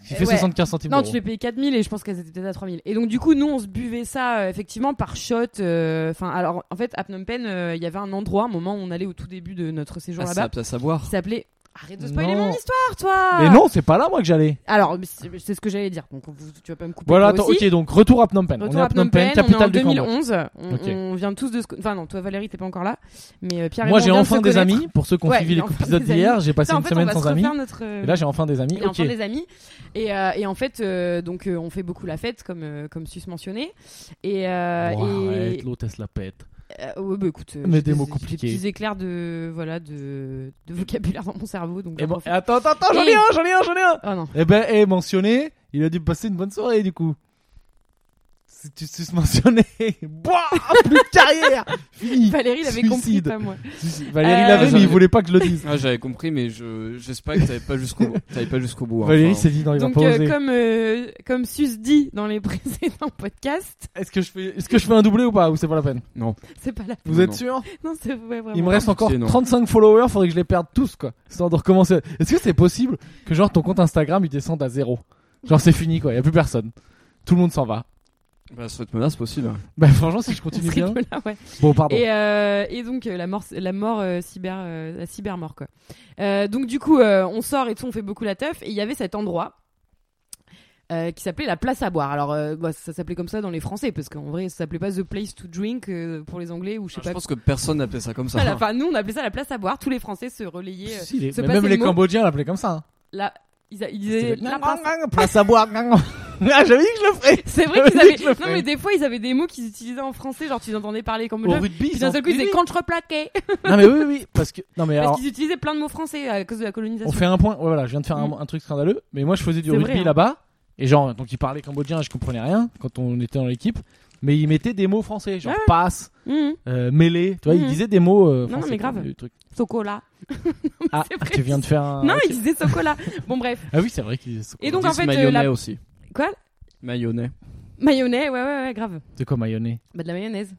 [SPEAKER 1] J'ai fait
[SPEAKER 3] ouais.
[SPEAKER 1] 75 centimes.
[SPEAKER 3] Non,
[SPEAKER 1] d'euros.
[SPEAKER 3] tu l'as payé 4000 et je pense qu'elles étaient peut-être à 3000. Et donc, du coup, nous, on se buvait ça, euh, effectivement, par shot. euh, Enfin, alors, en fait, à Phnom Penh, euh, il y avait un endroit, un moment où on allait au tout début de notre séjour
[SPEAKER 2] Ah, ça
[SPEAKER 3] là-bas,
[SPEAKER 2] apte à savoir.
[SPEAKER 3] qui s'appelait. Arrête de spoiler
[SPEAKER 1] Non.
[SPEAKER 3] mon histoire, toi
[SPEAKER 1] Mais non, c'est pas là, moi, que j'allais.
[SPEAKER 3] Alors, mais c'est c'est ce que j'allais dire, donc vous- tu vas pas me couper.
[SPEAKER 1] Voilà,
[SPEAKER 3] toi
[SPEAKER 1] attends,
[SPEAKER 3] aussi.
[SPEAKER 1] ok, donc retour à Phnom Penh.
[SPEAKER 3] Retour
[SPEAKER 1] on est
[SPEAKER 3] à Phnom Penh, on est en
[SPEAKER 1] capitale du Cambodge.
[SPEAKER 3] 2011. On,
[SPEAKER 1] Ok.
[SPEAKER 3] on vient tous de ce. Enfin, non, toi, Valérie, t'es pas encore là. Mais euh, Pierre et
[SPEAKER 1] Moi,
[SPEAKER 3] on
[SPEAKER 1] j'ai
[SPEAKER 3] vient de
[SPEAKER 1] enfin
[SPEAKER 3] se
[SPEAKER 1] des
[SPEAKER 3] connaître.
[SPEAKER 1] amis pour ceux qui ont
[SPEAKER 3] Ouais,
[SPEAKER 1] suivi
[SPEAKER 3] il
[SPEAKER 1] les
[SPEAKER 3] a enfin
[SPEAKER 1] épisodes
[SPEAKER 3] des amis.
[SPEAKER 1] d'hier. J'ai passé
[SPEAKER 3] Ça, en
[SPEAKER 1] une
[SPEAKER 3] fait, on
[SPEAKER 1] semaine
[SPEAKER 3] va
[SPEAKER 1] sans
[SPEAKER 3] se
[SPEAKER 1] amis.
[SPEAKER 3] refaire notre. euh,
[SPEAKER 1] Et là, j'ai enfin des amis.
[SPEAKER 3] Et
[SPEAKER 1] Ok.
[SPEAKER 3] enfin des amis. Et, euh, et en fait, euh, donc euh, on fait beaucoup la fête, comme euh, comme sus mentionné. Et, euh,
[SPEAKER 1] Bon,
[SPEAKER 3] et-
[SPEAKER 1] arrête, l'hôtesse la pète.
[SPEAKER 3] euh, ouais, bah, écoute, euh,
[SPEAKER 1] Mais
[SPEAKER 3] j'ai
[SPEAKER 1] des mots
[SPEAKER 3] j'ai
[SPEAKER 1] compliqués.
[SPEAKER 3] Des petits éclairs de voilà de, de vocabulaire dans mon cerveau, donc.
[SPEAKER 1] Et
[SPEAKER 3] j'en
[SPEAKER 1] Eh bon,
[SPEAKER 3] profite.
[SPEAKER 1] attends, attends, attends, j'en ai
[SPEAKER 3] Et-
[SPEAKER 1] un, j'en ai un, j'en ai un.
[SPEAKER 3] Oh non.
[SPEAKER 1] Eh ben, et mentionné, il a dû passer une bonne soirée du coup. Si tu sus mentionné, boah, plus de carrière, [LAUGHS] fini.
[SPEAKER 3] Valérie l'avait compris,
[SPEAKER 1] Suicide.
[SPEAKER 3] pas moi.
[SPEAKER 1] Suicide. Valérie
[SPEAKER 3] Euh,
[SPEAKER 1] l'avait, mais
[SPEAKER 2] J'avais-
[SPEAKER 1] il voulait pas que je le dise.
[SPEAKER 2] Ah, j'avais compris, mais je j'espère que t'avais pas jusqu'au bout. T'avais pas jusqu'au bout. hein.
[SPEAKER 1] Valérie
[SPEAKER 2] Enfin,
[SPEAKER 1] s'est dit non, il
[SPEAKER 3] Donc
[SPEAKER 1] va pas
[SPEAKER 3] euh,
[SPEAKER 1] oser.
[SPEAKER 3] comme euh, comme sus dit dans les [LAUGHS] précédents podcasts,
[SPEAKER 1] Est-ce que je fais, est-ce que je fais un doublé ou pas ou c'est pas la peine
[SPEAKER 3] c'est pas la.
[SPEAKER 1] Vous
[SPEAKER 2] Non,
[SPEAKER 1] êtes
[SPEAKER 2] non.
[SPEAKER 1] sûr
[SPEAKER 3] Non, c'est ouais, vraiment.
[SPEAKER 1] Il me reste encore
[SPEAKER 2] C'est non.
[SPEAKER 1] 35 followers, faudrait que je les perde tous quoi, histoire de recommencer. Est-ce que c'est possible que genre ton compte Instagram il descende à zéro Genre c'est fini quoi, y a plus personne, tout le monde s'en va.
[SPEAKER 2] Bah, sur cette menace possible.
[SPEAKER 1] Bah franchement si je continue
[SPEAKER 3] Ce
[SPEAKER 1] bien.
[SPEAKER 3] rythme-là, ah ouais.
[SPEAKER 1] Bon pardon.
[SPEAKER 3] Et, euh, et donc euh, la mort, la mort euh, cyber, euh, la cybermort quoi. Euh, donc du coup, euh, on sort et tout, on fait beaucoup la teuf. Et il y avait cet endroit euh, qui s'appelait la place à boire. Alors euh, bah, ça s'appelait comme ça dans les Français parce qu'en vrai, ça s'appelait pas the place to drink euh, pour les Anglais ou je sais
[SPEAKER 2] Ah, Je
[SPEAKER 3] pas.
[SPEAKER 2] pense que personne n'appelait ça comme ça. hein.
[SPEAKER 3] Voilà, Enfin, nous on appelait ça la place à boire. Tous les Français se relayaient. euh,
[SPEAKER 1] Si, les-
[SPEAKER 3] se
[SPEAKER 1] mais
[SPEAKER 3] passer
[SPEAKER 1] même les
[SPEAKER 3] le mot.
[SPEAKER 1] Cambodgiens l'appelaient comme ça. hein.
[SPEAKER 3] la- ils, a- ils
[SPEAKER 1] C'est
[SPEAKER 3] disaient
[SPEAKER 1] le-
[SPEAKER 3] la place.
[SPEAKER 1] Place à boire.
[SPEAKER 3] [LAUGHS]
[SPEAKER 1] Ah, J'avais dit que je le ferais.
[SPEAKER 3] C'est vrai
[SPEAKER 1] Je [LAUGHS]
[SPEAKER 3] qu'ils
[SPEAKER 1] dis
[SPEAKER 3] avaient.
[SPEAKER 1] que je le
[SPEAKER 3] Non
[SPEAKER 1] ferai.
[SPEAKER 3] mais des fois ils avaient des mots qu'ils utilisaient en français, genre tu les entendais parler comme
[SPEAKER 1] Au
[SPEAKER 3] je.
[SPEAKER 1] rugby.
[SPEAKER 3] Puis
[SPEAKER 1] ils
[SPEAKER 3] d'un
[SPEAKER 1] ont-
[SPEAKER 3] seul coup ils
[SPEAKER 1] Oui,
[SPEAKER 3] disaient contreplaqué
[SPEAKER 1] oui. Non mais oui, oui, oui, parce que non mais alors
[SPEAKER 3] parce qu'ils utilisaient plein de mots français à cause de la colonisation.
[SPEAKER 1] on fait un point. Ouais, voilà, je viens de faire un,
[SPEAKER 3] Mm.
[SPEAKER 1] un truc scandaleux, mais moi je faisais du
[SPEAKER 3] C'est
[SPEAKER 1] rugby
[SPEAKER 3] vrai, hein.
[SPEAKER 1] là-bas et genre donc ils parlaient cambodgien, je comprenais rien quand on était dans l'équipe, mais ils mettaient des mots français, genre
[SPEAKER 3] Ah Ouais.
[SPEAKER 1] passe,
[SPEAKER 3] Mhm.
[SPEAKER 1] euh, mêlée, tu vois, ils
[SPEAKER 3] Mm.
[SPEAKER 1] disaient des mots euh,
[SPEAKER 3] Non, non,
[SPEAKER 1] français.
[SPEAKER 3] mais
[SPEAKER 1] quoi,
[SPEAKER 3] grave.
[SPEAKER 1] du truc.
[SPEAKER 3] Socola.
[SPEAKER 1] Ah,
[SPEAKER 3] [LAUGHS] c'est vrai.
[SPEAKER 1] tu viens de faire un
[SPEAKER 3] non,
[SPEAKER 1] ok.
[SPEAKER 3] il disait Socola. bon, bref.
[SPEAKER 1] Ah oui, c'est vrai qu'ils disaient
[SPEAKER 3] Et
[SPEAKER 2] Ils
[SPEAKER 3] donc, en
[SPEAKER 2] disent
[SPEAKER 3] fait, euh,
[SPEAKER 2] mayonnais
[SPEAKER 3] la-
[SPEAKER 2] aussi.
[SPEAKER 3] Quoi
[SPEAKER 2] Mayonnais.
[SPEAKER 3] Mayonnaise, ouais, ouais, ouais, grave.
[SPEAKER 1] de quoi mayonnaise.
[SPEAKER 3] Bah, de la mayonnaise.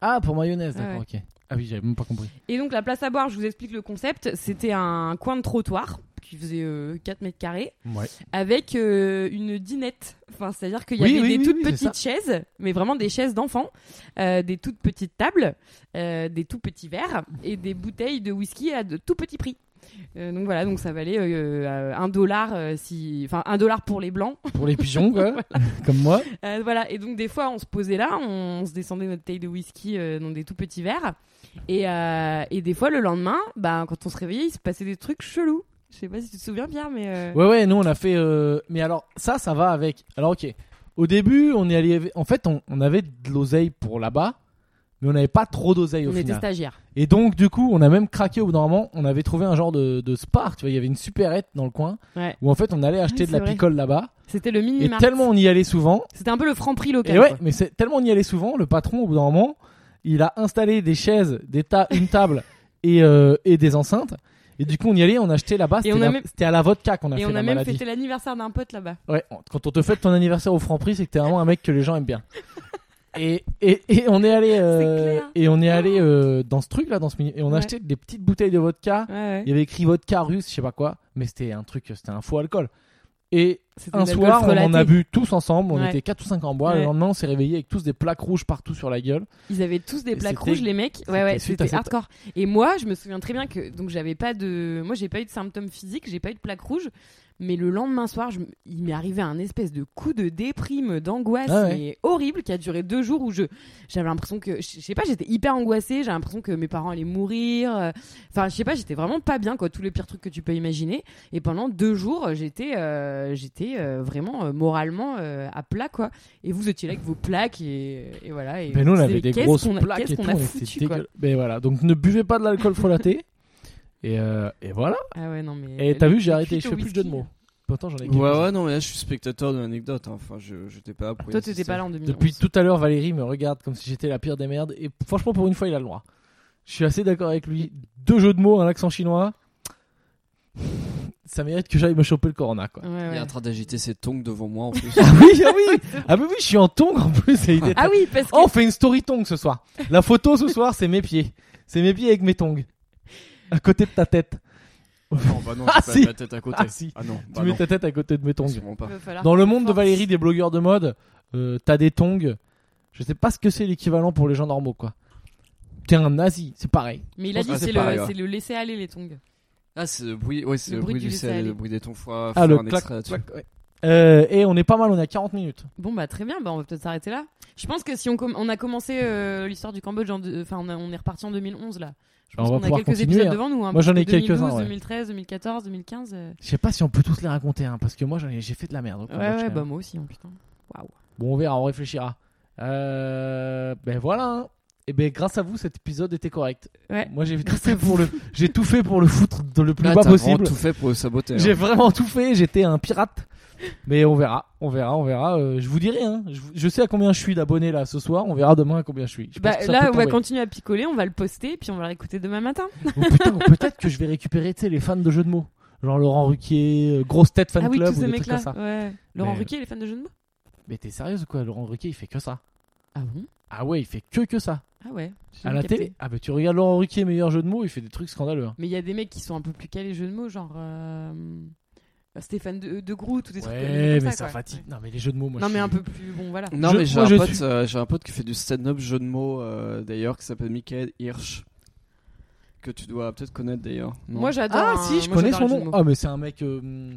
[SPEAKER 1] Ah, pour mayonnaise,
[SPEAKER 3] Ouais,
[SPEAKER 1] d'accord, OK. Ah oui, j'avais même pas compris.
[SPEAKER 3] Et donc, la place à boire, je vous explique le concept. C'était un coin de trottoir qui faisait euh, 4 mètres carrés [LAUGHS]
[SPEAKER 1] Ouais.
[SPEAKER 3] avec euh, une dinette. Enfin, c'est-à-dire qu'il y
[SPEAKER 1] Oui,
[SPEAKER 3] avait
[SPEAKER 1] oui,
[SPEAKER 3] des
[SPEAKER 1] oui,
[SPEAKER 3] toutes
[SPEAKER 1] oui, c'est
[SPEAKER 3] petites chaises, mais vraiment des chaises d'enfants, euh, des toutes petites tables, euh, des tout petits verres et des bouteilles de whisky à de tout petits prix. Euh, donc voilà, donc ça valait euh, euh, un dollar euh, si, enfin un dollar pour les blancs,
[SPEAKER 1] Pour les pigeons quoi, [LAUGHS] comme moi.
[SPEAKER 3] Euh, voilà, et donc des fois on se posait là, on, on se descendait notre taille de whisky euh, dans des tout petits verres. Et, euh, et des fois le lendemain, bah, quand on se réveillait, il se passait des trucs chelous. Je sais pas si tu te souviens Pierre, mais... euh,
[SPEAKER 1] Ouais, ouais, nous on a fait. euh, Mais alors, ça, ça va avec. Alors, ok. Au début, on est allé. En fait, on, on avait de l'oseille pour là-bas, mais on n'avait pas trop d'oseille
[SPEAKER 3] on
[SPEAKER 1] au
[SPEAKER 3] était
[SPEAKER 1] final.
[SPEAKER 3] stagiaires.
[SPEAKER 1] Et donc, du coup, on a même craqué au bout d'un moment. On avait trouvé un genre de, de spa, tu vois. Il y avait une supérette dans le coin
[SPEAKER 3] Ouais.
[SPEAKER 1] où en fait on allait acheter
[SPEAKER 3] Ouais,
[SPEAKER 1] de la
[SPEAKER 3] c'est vrai.
[SPEAKER 1] picole là-bas.
[SPEAKER 3] C'était le
[SPEAKER 1] Et
[SPEAKER 3] mini
[SPEAKER 1] tellement on y allait souvent.
[SPEAKER 3] C'était un peu le franc prix local.
[SPEAKER 1] Et ouais,
[SPEAKER 3] quoi.
[SPEAKER 1] mais c'est tellement on y allait souvent, le patron au bout d'un moment, il a installé des chaises, des ta- une
[SPEAKER 3] [LAUGHS]
[SPEAKER 1] table et, euh, et des enceintes. Et du coup, on y allait, on achetait là-bas. C'était
[SPEAKER 3] on a
[SPEAKER 1] la-
[SPEAKER 3] même-
[SPEAKER 1] c'était à la vodka qu'on a
[SPEAKER 3] Et
[SPEAKER 1] fait
[SPEAKER 3] on
[SPEAKER 1] Bah, la
[SPEAKER 3] a même
[SPEAKER 1] maladie.
[SPEAKER 3] fêté l'anniversaire d'un pote là-bas. [LAUGHS]
[SPEAKER 1] Ouais, quand on te fête ton anniversaire au franc prix, c'est que t'es vraiment un mec que les gens aiment bien. Et, et, et on est allé euh,
[SPEAKER 3] C'est clair. Oh.
[SPEAKER 1] et on est allé euh, dans ce truc là dans ce milieu et on a
[SPEAKER 3] Ouais.
[SPEAKER 1] acheté des petites bouteilles de vodka.
[SPEAKER 3] Ouais,
[SPEAKER 1] Il y avait écrit vodka russe, je sais pas quoi, mais c'était un truc, c'était un faux alcool. Et
[SPEAKER 3] C'était
[SPEAKER 1] un
[SPEAKER 3] de
[SPEAKER 1] soir, on
[SPEAKER 3] l'alcool
[SPEAKER 1] en a
[SPEAKER 3] frelaté.
[SPEAKER 1] bu tous ensemble, on
[SPEAKER 3] Ouais.
[SPEAKER 1] était 4 ou 5 en bois. Le
[SPEAKER 3] Ouais.
[SPEAKER 1] lendemain, on s'est réveillé avec tous des plaques rouges partout sur la gueule.
[SPEAKER 3] Ils avaient tous
[SPEAKER 1] Et
[SPEAKER 3] des plaques
[SPEAKER 1] c'était-
[SPEAKER 3] rouges, les mecs.
[SPEAKER 1] c'était
[SPEAKER 3] Ouais, ouais,
[SPEAKER 1] suite à
[SPEAKER 3] c'était
[SPEAKER 1] cette-
[SPEAKER 3] hardcore. Et moi, je me souviens très bien que donc j'avais pas de, moi j'ai pas eu de symptômes physiques, j'ai pas eu de plaques rouges. Mais le lendemain soir, je m- il m'est arrivé un espèce de coup de déprime, d'angoisse
[SPEAKER 1] Ah ouais.
[SPEAKER 3] mais horrible qui a duré deux jours où je, j'avais l'impression que, je je sais pas, j'étais hyper angoissée, j'avais l'impression que mes parents allaient mourir. euh, Enfin, je sais pas, j'étais vraiment pas bien quoi, tous les pires trucs que tu peux imaginer. Et pendant deux jours, j'étais, euh, j'étais euh, vraiment euh, moralement euh, à plat quoi. Et vous étiez là avec vos plaques et, et voilà. Et
[SPEAKER 1] Mais Ben, nous, on
[SPEAKER 3] vous
[SPEAKER 1] avait
[SPEAKER 3] disiez,
[SPEAKER 1] des
[SPEAKER 3] qu'est-ce
[SPEAKER 1] grosses
[SPEAKER 3] qu'on a-
[SPEAKER 1] plaques
[SPEAKER 3] qu'est-ce
[SPEAKER 1] et tout.
[SPEAKER 3] qu'on
[SPEAKER 1] on
[SPEAKER 3] a
[SPEAKER 1] était
[SPEAKER 3] foutu, quoi.
[SPEAKER 1] dégueule- Mais voilà, donc ne buvez pas de l'alcool frelaté. [LAUGHS] et, euh, et voilà.
[SPEAKER 3] Ah ouais, non, mais.
[SPEAKER 1] Et Eh, t'as vu, j'ai
[SPEAKER 3] les
[SPEAKER 1] arrêté,
[SPEAKER 3] cuites
[SPEAKER 1] je
[SPEAKER 3] au
[SPEAKER 1] fais plus de jeux de
[SPEAKER 3] whisky.
[SPEAKER 1] mots. Pourtant, j'en ai
[SPEAKER 2] Ouais,
[SPEAKER 1] quelques-uns.
[SPEAKER 2] ouais, non, mais là, je suis spectateur de l'anecdote. hein. Enfin, je j'étais pas là pour y
[SPEAKER 3] Toi, t'étais
[SPEAKER 2] assister.
[SPEAKER 3] pas là en 2011.
[SPEAKER 1] Depuis tout à l'heure, Valérie me regarde comme si j'étais la pire des merdes. Et franchement, pour une fois, il a le droit. Je suis assez d'accord avec lui. Deux jeux de mots, un accent chinois. Ça mérite que j'aille me choper le corona, quoi.
[SPEAKER 3] Ouais,
[SPEAKER 2] Il est
[SPEAKER 3] ouais.
[SPEAKER 2] en train d'agiter ses tongs devant moi en plus.
[SPEAKER 1] [LAUGHS] Ah oui, ah oui [LAUGHS] Ah mais oui, je suis en tongue en plus. c'est idée.
[SPEAKER 3] Ah oui, parce que.
[SPEAKER 1] Oh, on fait une story tongue ce soir. La photo ce soir, c'est mes pieds. C'est mes pieds avec mes tongs. À côté de ta tête.
[SPEAKER 2] non, bah non,
[SPEAKER 1] Ah,
[SPEAKER 2] j'ai pas
[SPEAKER 1] si.
[SPEAKER 2] la tête à côté.
[SPEAKER 1] Ah si.
[SPEAKER 2] Ah non, bah
[SPEAKER 1] Tu mets
[SPEAKER 2] non.
[SPEAKER 1] ta tête à côté de mes tongs.
[SPEAKER 2] Sûrement pas.
[SPEAKER 3] il va falloir
[SPEAKER 1] Dans le
[SPEAKER 3] qu'on
[SPEAKER 1] monde de
[SPEAKER 3] force.
[SPEAKER 1] Valérie des blogueurs de mode, euh, t'as des tongs. Je sais pas ce que c'est l'équivalent pour les gens normaux, quoi. T'es un nazi, c'est pareil.
[SPEAKER 3] Mais il a
[SPEAKER 2] Ah,
[SPEAKER 3] dit,
[SPEAKER 2] c'est
[SPEAKER 3] c'est
[SPEAKER 2] pareil,
[SPEAKER 3] le,
[SPEAKER 2] ouais.
[SPEAKER 3] c'est le laisser aller les tongs.
[SPEAKER 2] Ah, c'est le bruit, ouais, c'est le, bruit du sel, et le bruit des tongs froids.
[SPEAKER 1] Ah,
[SPEAKER 2] Faut
[SPEAKER 1] le
[SPEAKER 2] un
[SPEAKER 1] clac,
[SPEAKER 2] extrait là-dessus.
[SPEAKER 1] clac, ouais. Euh, et on est pas mal, on est à 40 minutes.
[SPEAKER 3] Bon, bah très bien, bah, on va peut-être s'arrêter là. Je pense que si on, com- on a commencé euh, l'histoire du Cambodge, en deux- enfin, on, a- on est reparti en 2011 là. Je
[SPEAKER 1] on va
[SPEAKER 3] pense qu'on a
[SPEAKER 1] pouvoir
[SPEAKER 3] quelques
[SPEAKER 1] continuer,
[SPEAKER 3] épisodes
[SPEAKER 1] hein.
[SPEAKER 3] devant nous. hein,
[SPEAKER 1] Moi, j'en
[SPEAKER 3] parce
[SPEAKER 1] ai
[SPEAKER 3] que
[SPEAKER 1] quelques-uns,
[SPEAKER 3] 2012,
[SPEAKER 1] ouais.
[SPEAKER 3] 2013, 2014, 2015. euh,
[SPEAKER 1] Je sais pas si on peut tous les raconter, hein, parce que moi j'en ai- j'ai fait de la merde. au
[SPEAKER 3] Ouais,
[SPEAKER 1] Cambodge,
[SPEAKER 3] ouais,
[SPEAKER 1] quand même.
[SPEAKER 3] bah moi aussi, hein, putain. Waouh.
[SPEAKER 1] Bon, on verra, on réfléchira. Euh, ben voilà. hein. Et ben grâce à vous, cet épisode était correct.
[SPEAKER 3] Ouais.
[SPEAKER 1] Moi
[SPEAKER 3] [LAUGHS]
[SPEAKER 1] j'ai tout
[SPEAKER 3] Grâce
[SPEAKER 1] fait
[SPEAKER 3] à
[SPEAKER 1] pour le, j'ai tout fait pour le foutre dans le plus
[SPEAKER 2] Là,
[SPEAKER 1] bas
[SPEAKER 2] t'as vraiment
[SPEAKER 1] possible.
[SPEAKER 2] tout fait pour le saboter. hein.
[SPEAKER 1] J'ai vraiment tout fait. J'étais un pirate. Mais on verra, on verra, on verra. Euh, je vous dirai. Hein. Je, vous- je sais à combien je suis d'abonnés là ce soir. On verra demain à combien je suis. Je pense
[SPEAKER 3] Bah,
[SPEAKER 1] que ça peut
[SPEAKER 3] là, on va
[SPEAKER 1] tomber.
[SPEAKER 3] continuer à picoler, on va le poster, puis on va le réécouter demain matin.
[SPEAKER 1] Ou putain, ou peut-être que je vais récupérer tu sais, les fans de jeux de mots. Genre Laurent Ruquier, euh, Grosse Tête Fan
[SPEAKER 3] ah oui,
[SPEAKER 1] Club
[SPEAKER 3] tous
[SPEAKER 1] ou
[SPEAKER 3] ces
[SPEAKER 1] des trucs comme
[SPEAKER 3] mecs-là.
[SPEAKER 1] ça.
[SPEAKER 3] Ouais. Laurent
[SPEAKER 1] Mais-
[SPEAKER 3] Ruquier, il est fan de jeux de mots
[SPEAKER 1] Mais t'es sérieuse ou quoi Laurent Ruquier, il fait que ça.
[SPEAKER 3] Ah bon
[SPEAKER 1] Ah ouais, il fait que que ça.
[SPEAKER 3] Ah ouais. j'ai
[SPEAKER 1] À la
[SPEAKER 3] capté.
[SPEAKER 1] télé Ah bah tu regardes Laurent Ruquier, meilleur jeu de mots, il fait des trucs scandaleux. hein.
[SPEAKER 3] Mais il y a des mecs qui sont un peu plus calés jeux de mots, genre euh, Stéphane de, de Groot, tout des trucs comme
[SPEAKER 1] Ouais, mais
[SPEAKER 3] comme
[SPEAKER 1] ça
[SPEAKER 3] quoi.
[SPEAKER 1] fatigue.
[SPEAKER 3] Ouais.
[SPEAKER 1] Non mais les jeux de mots, moi.
[SPEAKER 3] non,
[SPEAKER 1] je
[SPEAKER 3] mais
[SPEAKER 1] suis-
[SPEAKER 3] un peu plus. Bon, voilà.
[SPEAKER 2] Non,
[SPEAKER 1] Je-
[SPEAKER 2] mais j'ai
[SPEAKER 1] moi,
[SPEAKER 2] un,
[SPEAKER 1] je
[SPEAKER 2] pote,
[SPEAKER 1] suis-
[SPEAKER 2] euh, j'ai un pote qui fait du stand-up jeu de mots euh, d'ailleurs, qui s'appelle Michael Hirsch, que tu dois peut-être connaître d'ailleurs. non
[SPEAKER 3] Moi, j'adore.
[SPEAKER 1] Ah
[SPEAKER 3] hein,
[SPEAKER 1] si, je
[SPEAKER 3] moi,
[SPEAKER 1] connais
[SPEAKER 3] j'adore
[SPEAKER 1] son
[SPEAKER 3] les jeux de
[SPEAKER 1] nom.
[SPEAKER 3] mots.
[SPEAKER 1] Ah mais c'est un mec. euh,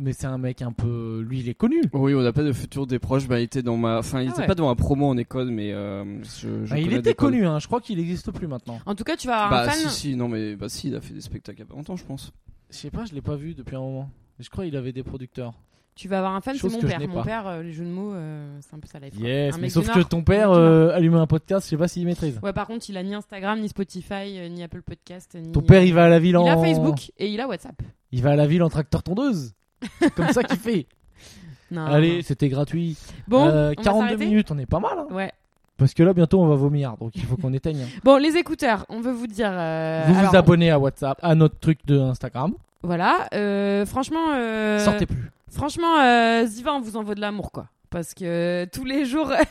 [SPEAKER 1] Mais c'est un mec un peu. Lui, il est connu.
[SPEAKER 2] Oui, on appelle le futur des proches. Bah, il était dans ma. Enfin, il
[SPEAKER 3] Ah
[SPEAKER 2] était
[SPEAKER 3] ouais.
[SPEAKER 2] pas dans un promo en école, mais. euh, je, je
[SPEAKER 1] Ah, il
[SPEAKER 2] connais
[SPEAKER 1] était
[SPEAKER 2] des codes.
[SPEAKER 1] connu, hein. je crois qu'il existe plus maintenant.
[SPEAKER 3] En tout cas, tu vas avoir
[SPEAKER 2] Bah,
[SPEAKER 3] un
[SPEAKER 2] si,
[SPEAKER 3] fan.
[SPEAKER 2] si, non, mais bah, si, il a fait des spectacles il y a pas longtemps, je pense.
[SPEAKER 1] Je sais pas, je l'ai pas vu depuis un moment. Je crois qu'il avait des producteurs.
[SPEAKER 3] Tu vas avoir un fan, c'est
[SPEAKER 1] Chose
[SPEAKER 3] mon
[SPEAKER 1] que je
[SPEAKER 3] père.
[SPEAKER 1] n'ai
[SPEAKER 3] Mon
[SPEAKER 1] pas.
[SPEAKER 3] père, euh, les jeux de mots, euh, c'est un peu ça la life.
[SPEAKER 1] Yes,
[SPEAKER 3] Un
[SPEAKER 1] mais
[SPEAKER 3] mec
[SPEAKER 1] sauf
[SPEAKER 3] du
[SPEAKER 1] que
[SPEAKER 3] Nord,
[SPEAKER 1] ton
[SPEAKER 3] un mec
[SPEAKER 1] père
[SPEAKER 3] du Nord.
[SPEAKER 1] euh, allumait un podcast, je sais pas s'il maîtrise.
[SPEAKER 3] Ouais, par contre, il a ni Instagram, ni Spotify, euh, ni Apple Podcast, ni. euh,
[SPEAKER 1] Ton père, il va à la ville
[SPEAKER 3] il
[SPEAKER 1] en.
[SPEAKER 3] a Facebook et il a WhatsApp.
[SPEAKER 1] Il va à la ville en tracteur
[SPEAKER 3] [LAUGHS]
[SPEAKER 1] tondeuse. C'est Comme ça qu'il fait.
[SPEAKER 3] Non,
[SPEAKER 1] Allez, c'était gratuit.
[SPEAKER 3] non. Ah.
[SPEAKER 1] Euh,
[SPEAKER 3] bon, on va
[SPEAKER 1] 42
[SPEAKER 3] s'arrêter
[SPEAKER 1] minutes, on est pas mal. hein.
[SPEAKER 3] Ouais.
[SPEAKER 1] Parce que là, bientôt, on va vomir, donc il faut qu'on éteigne. hein.
[SPEAKER 3] Bon, les écouteurs, on veut vous dire. [LAUGHS] euh,
[SPEAKER 1] vous
[SPEAKER 3] alors,
[SPEAKER 1] vous abonnez à WhatsApp, à notre truc de Instagram.
[SPEAKER 3] Voilà. euh, franchement. euh,
[SPEAKER 1] Sortez plus.
[SPEAKER 3] Franchement, euh, Ziva, on vous envoie de l'amour, quoi. Parce que tous les jours, [LAUGHS]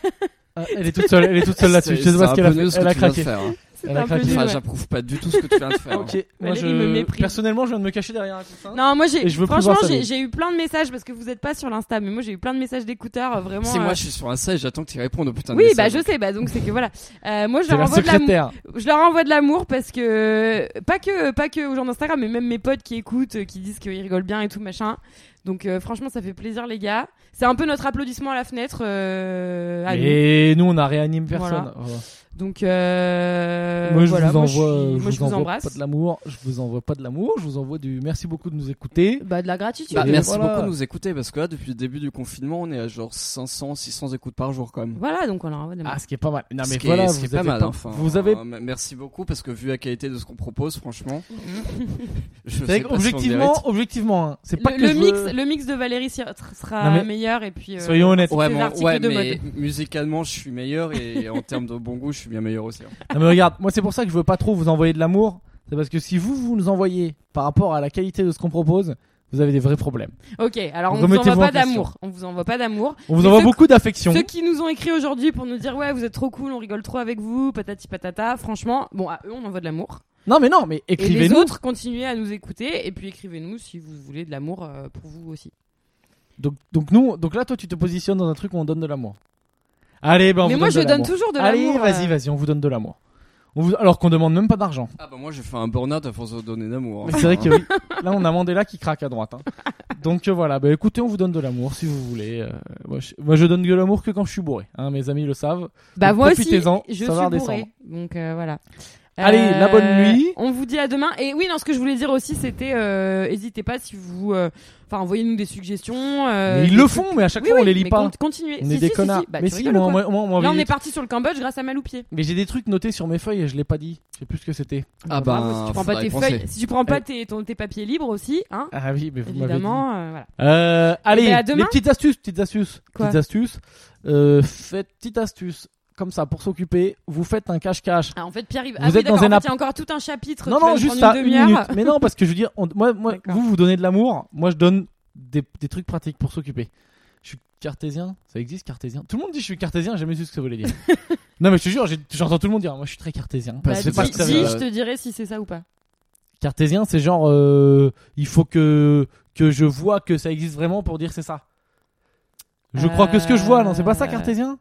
[SPEAKER 1] Ah, Elle est toute seule, elle est toute seule là-dessus. Je
[SPEAKER 2] [LAUGHS] C'est-
[SPEAKER 1] sais pas
[SPEAKER 2] c'est
[SPEAKER 1] ce qu'elle a
[SPEAKER 2] un peu nul
[SPEAKER 1] fait.
[SPEAKER 2] ce que
[SPEAKER 1] Elle a
[SPEAKER 2] tu viens de
[SPEAKER 1] craqué.
[SPEAKER 2] faire, hein.
[SPEAKER 3] c'est
[SPEAKER 1] Elle a
[SPEAKER 3] un peu
[SPEAKER 1] craqué.
[SPEAKER 3] nul.
[SPEAKER 2] Enfin,
[SPEAKER 3] [LAUGHS] ouais.
[SPEAKER 2] j'approuve pas du tout ce que tu viens de faire. hein.
[SPEAKER 1] Ok, moi
[SPEAKER 3] Valérie
[SPEAKER 1] je.
[SPEAKER 3] me méprise.
[SPEAKER 1] Personnellement, je viens de me cacher derrière un coussin.
[SPEAKER 3] Non, moi
[SPEAKER 1] Et
[SPEAKER 3] j'ai.
[SPEAKER 1] je veux plus
[SPEAKER 3] Franchement,
[SPEAKER 1] voir ça,
[SPEAKER 3] j'ai
[SPEAKER 1] mais-
[SPEAKER 3] j'ai eu plein de messages parce que vous êtes pas sur l'insta, mais moi j'ai eu plein de messages d'écouteurs euh, vraiment.
[SPEAKER 2] Si
[SPEAKER 3] euh,
[SPEAKER 2] moi je suis sur un site, j'attends que tu répondes au putain de
[SPEAKER 3] Oui,
[SPEAKER 2] message.
[SPEAKER 3] bah je sais, bah donc c'est que voilà. Euh, moi je
[SPEAKER 1] C'est
[SPEAKER 3] leur
[SPEAKER 1] la
[SPEAKER 3] envoie de l'amour.
[SPEAKER 1] secrétaire.
[SPEAKER 3] Je leur envoie de l'amour parce que pas que pas que aux gens d'Instagram, mais même mes potes qui écoutent, euh, qui disent qu'ils rigolent bien et tout machin. Donc euh, franchement, ça fait plaisir les gars. C'est un peu notre applaudissement à la fenêtre. euh, à nous.
[SPEAKER 1] Et nous, on a réanime personne. Voilà.
[SPEAKER 3] Donc euh,
[SPEAKER 1] moi, je
[SPEAKER 3] voilà,
[SPEAKER 1] vous
[SPEAKER 3] moi, je suis-
[SPEAKER 1] envoie,
[SPEAKER 3] moi,
[SPEAKER 1] je
[SPEAKER 3] je
[SPEAKER 1] vous envoie
[SPEAKER 3] embrasse.
[SPEAKER 1] pas de l'amour. Je vous envoie pas de l'amour. Je vous envoie du merci beaucoup de nous écouter.
[SPEAKER 3] Bah de la gratitude.
[SPEAKER 2] Bah,
[SPEAKER 1] Et
[SPEAKER 2] merci
[SPEAKER 1] voilà.
[SPEAKER 2] beaucoup de nous écouter parce que là, depuis le début du confinement, on est à genre 500, 600 écoutes par jour quand même.
[SPEAKER 3] Voilà, donc on leur envoie de l'amour.
[SPEAKER 1] Ah, ce qui est pas mal. Non,
[SPEAKER 2] Ce
[SPEAKER 1] mais
[SPEAKER 2] qui est-
[SPEAKER 1] voilà,
[SPEAKER 2] ce
[SPEAKER 1] vous
[SPEAKER 2] qui est pas
[SPEAKER 1] avez
[SPEAKER 2] mal.
[SPEAKER 1] pas-
[SPEAKER 2] enfin,
[SPEAKER 1] vous avez.
[SPEAKER 2] euh, m- merci beaucoup parce que vu la qualité de ce qu'on propose,
[SPEAKER 3] [LAUGHS]
[SPEAKER 2] franchement, je
[SPEAKER 1] C'est
[SPEAKER 2] sais
[SPEAKER 1] vrai
[SPEAKER 2] pas si on
[SPEAKER 1] objectivement,
[SPEAKER 2] mérite.
[SPEAKER 1] objectivement, hein, c'est pas
[SPEAKER 3] le,
[SPEAKER 1] que
[SPEAKER 3] le
[SPEAKER 1] je
[SPEAKER 3] mix,
[SPEAKER 1] veux-
[SPEAKER 3] le mix de Valérie Sir- tr-
[SPEAKER 1] Non,
[SPEAKER 3] sera
[SPEAKER 1] mais-
[SPEAKER 3] meilleur et puis. euh,
[SPEAKER 1] Soyons honnêtes.
[SPEAKER 2] Ouais,
[SPEAKER 3] des
[SPEAKER 2] mais,
[SPEAKER 3] articles
[SPEAKER 2] ouais,
[SPEAKER 3] de
[SPEAKER 2] mais musicalement, je suis meilleur [LAUGHS] et en termes de bon goût, je suis bien meilleur aussi. hein.
[SPEAKER 1] Non, mais regarde, moi c'est pour ça que je veux pas trop vous envoyer de l'amour. C'est parce que si vous vous nous envoyez par rapport à la qualité de ce qu'on propose, vous avez des vrais problèmes.
[SPEAKER 3] Ok, alors on vous
[SPEAKER 1] Remettez-vous
[SPEAKER 3] envoie
[SPEAKER 1] en
[SPEAKER 3] pas
[SPEAKER 1] question.
[SPEAKER 3] d'amour. On vous envoie pas d'amour.
[SPEAKER 1] On vous
[SPEAKER 3] Mais
[SPEAKER 1] envoie
[SPEAKER 3] ceux-
[SPEAKER 1] beaucoup d'affection.
[SPEAKER 3] Ceux qui nous ont écrit aujourd'hui pour nous dire ouais vous êtes trop cool, on rigole trop avec vous, patati patata. Franchement, bon à eux on envoie de l'amour.
[SPEAKER 1] Non, mais non, mais
[SPEAKER 3] Et les
[SPEAKER 1] écrivez-nous.
[SPEAKER 3] autres continuez à nous écouter et puis écrivez-nous si vous voulez de l'amour euh, pour vous aussi.
[SPEAKER 1] Donc, donc, nous, donc là, toi, tu te positionnes dans un truc où on donne de l'amour. Allez, ben, on
[SPEAKER 3] Mais
[SPEAKER 1] vous
[SPEAKER 3] moi je
[SPEAKER 1] donne de
[SPEAKER 3] donne
[SPEAKER 1] l'amour.
[SPEAKER 3] toujours de
[SPEAKER 1] Allez,
[SPEAKER 3] l'amour.
[SPEAKER 1] vas-y,
[SPEAKER 3] euh,
[SPEAKER 1] vas-y, on vous donne de l'amour. On vous- Alors qu'on demande même pas d'argent.
[SPEAKER 2] Ah bah moi j'ai fait un burn-out à force de hein. donner d'amour.
[SPEAKER 1] Mais c'est vrai
[SPEAKER 3] [LAUGHS]
[SPEAKER 1] que oui. Là, on a Mandela qui craque à droite. hein. Donc euh, voilà, bah, écoutez, on vous donne de l'amour si vous voulez. Euh, moi, je, moi, je donne de l'amour que quand je suis bourré. hein, mes amis le savent.
[SPEAKER 3] Bah
[SPEAKER 1] Donc,
[SPEAKER 3] moi aussi,
[SPEAKER 1] profitez-en,
[SPEAKER 3] je suis
[SPEAKER 1] ça va
[SPEAKER 3] bourrée.
[SPEAKER 1] redescendre.
[SPEAKER 3] Donc euh, voilà. Euh,
[SPEAKER 1] Allez, la bonne nuit.
[SPEAKER 3] On vous dit à demain. Et oui, non, ce que je voulais dire aussi, c'était, euh, hésitez pas si vous, euh, enfin, envoyez-nous des suggestions. euh,
[SPEAKER 1] Mais ils
[SPEAKER 3] des
[SPEAKER 1] le
[SPEAKER 3] trucs-
[SPEAKER 1] font, mais à chaque
[SPEAKER 3] Oui,
[SPEAKER 1] fois,
[SPEAKER 3] oui,
[SPEAKER 1] on les lit
[SPEAKER 3] mais
[SPEAKER 1] pas.
[SPEAKER 3] con- Continuez.
[SPEAKER 1] On
[SPEAKER 3] Si,
[SPEAKER 1] est
[SPEAKER 3] si,
[SPEAKER 1] des
[SPEAKER 3] si, si.
[SPEAKER 1] connards.
[SPEAKER 3] Bah,
[SPEAKER 1] mais
[SPEAKER 3] tu
[SPEAKER 1] si,
[SPEAKER 3] rigoles ou
[SPEAKER 1] moi,
[SPEAKER 3] quoi
[SPEAKER 1] moi, moi, on m'envoie
[SPEAKER 3] Là, on
[SPEAKER 1] des
[SPEAKER 3] est
[SPEAKER 1] trucs.
[SPEAKER 3] parti sur le Cambodge grâce à Maloupier.
[SPEAKER 1] Mais j'ai des trucs notés sur mes feuilles et je l'ai pas dit. Je sais plus ce que c'était.
[SPEAKER 2] Ah
[SPEAKER 3] Bravo,
[SPEAKER 2] bah,
[SPEAKER 3] si tu prends pas
[SPEAKER 2] faudra y
[SPEAKER 3] tes
[SPEAKER 2] penser.
[SPEAKER 3] feuilles, si tu prends pas tes, ton- tes papiers libres aussi, hein,
[SPEAKER 1] Ah oui, mais Eh. vous m'avez dit.
[SPEAKER 3] évidemment, euh, voilà.
[SPEAKER 1] Euh, allez,
[SPEAKER 3] ben, à demain.
[SPEAKER 1] les petites astuces, petites astuces,
[SPEAKER 3] Quoi
[SPEAKER 1] petites astuces. Euh, faites petite astuce comme ça pour s'occuper. Vous faites un cache-cache.
[SPEAKER 3] Ah, en fait, Pierre, il
[SPEAKER 1] Vous êtes dans un app-
[SPEAKER 3] il y a encore tout un chapitre.
[SPEAKER 1] Non,
[SPEAKER 3] tu vas
[SPEAKER 1] non,
[SPEAKER 3] nous
[SPEAKER 1] juste
[SPEAKER 3] prendre
[SPEAKER 1] ça,
[SPEAKER 3] une
[SPEAKER 1] une
[SPEAKER 3] demi-heure.
[SPEAKER 1] minute. Bah, Mais non, parce que je veux dire, on- moi, moi,
[SPEAKER 3] D'accord.
[SPEAKER 1] vous, vous donnez de l'amour, moi, je donne des, des trucs pratiques pour s'occuper. Je suis cartésien, ça existe, cartésien Tout le monde dit que je suis cartésien, j'ai jamais su ce que ça voulait
[SPEAKER 3] [LAUGHS]
[SPEAKER 1] dire. non, mais je te jure, j'ai- j'entends tout le monde dire, moi, je suis très cartésien.
[SPEAKER 3] Bah,
[SPEAKER 1] Parce que
[SPEAKER 3] dis,
[SPEAKER 1] c'est pas ce que ça
[SPEAKER 2] dis-
[SPEAKER 1] veut
[SPEAKER 3] dis,
[SPEAKER 1] dire.
[SPEAKER 3] je te dirai si c'est ça ou pas.
[SPEAKER 1] Cartésien, c'est genre, euh, il faut que, que je vois que ça existe vraiment pour dire c'est ça. Je crois que ce que je vois, non, c'est
[SPEAKER 3] Euh,
[SPEAKER 1] pas ça, cartésien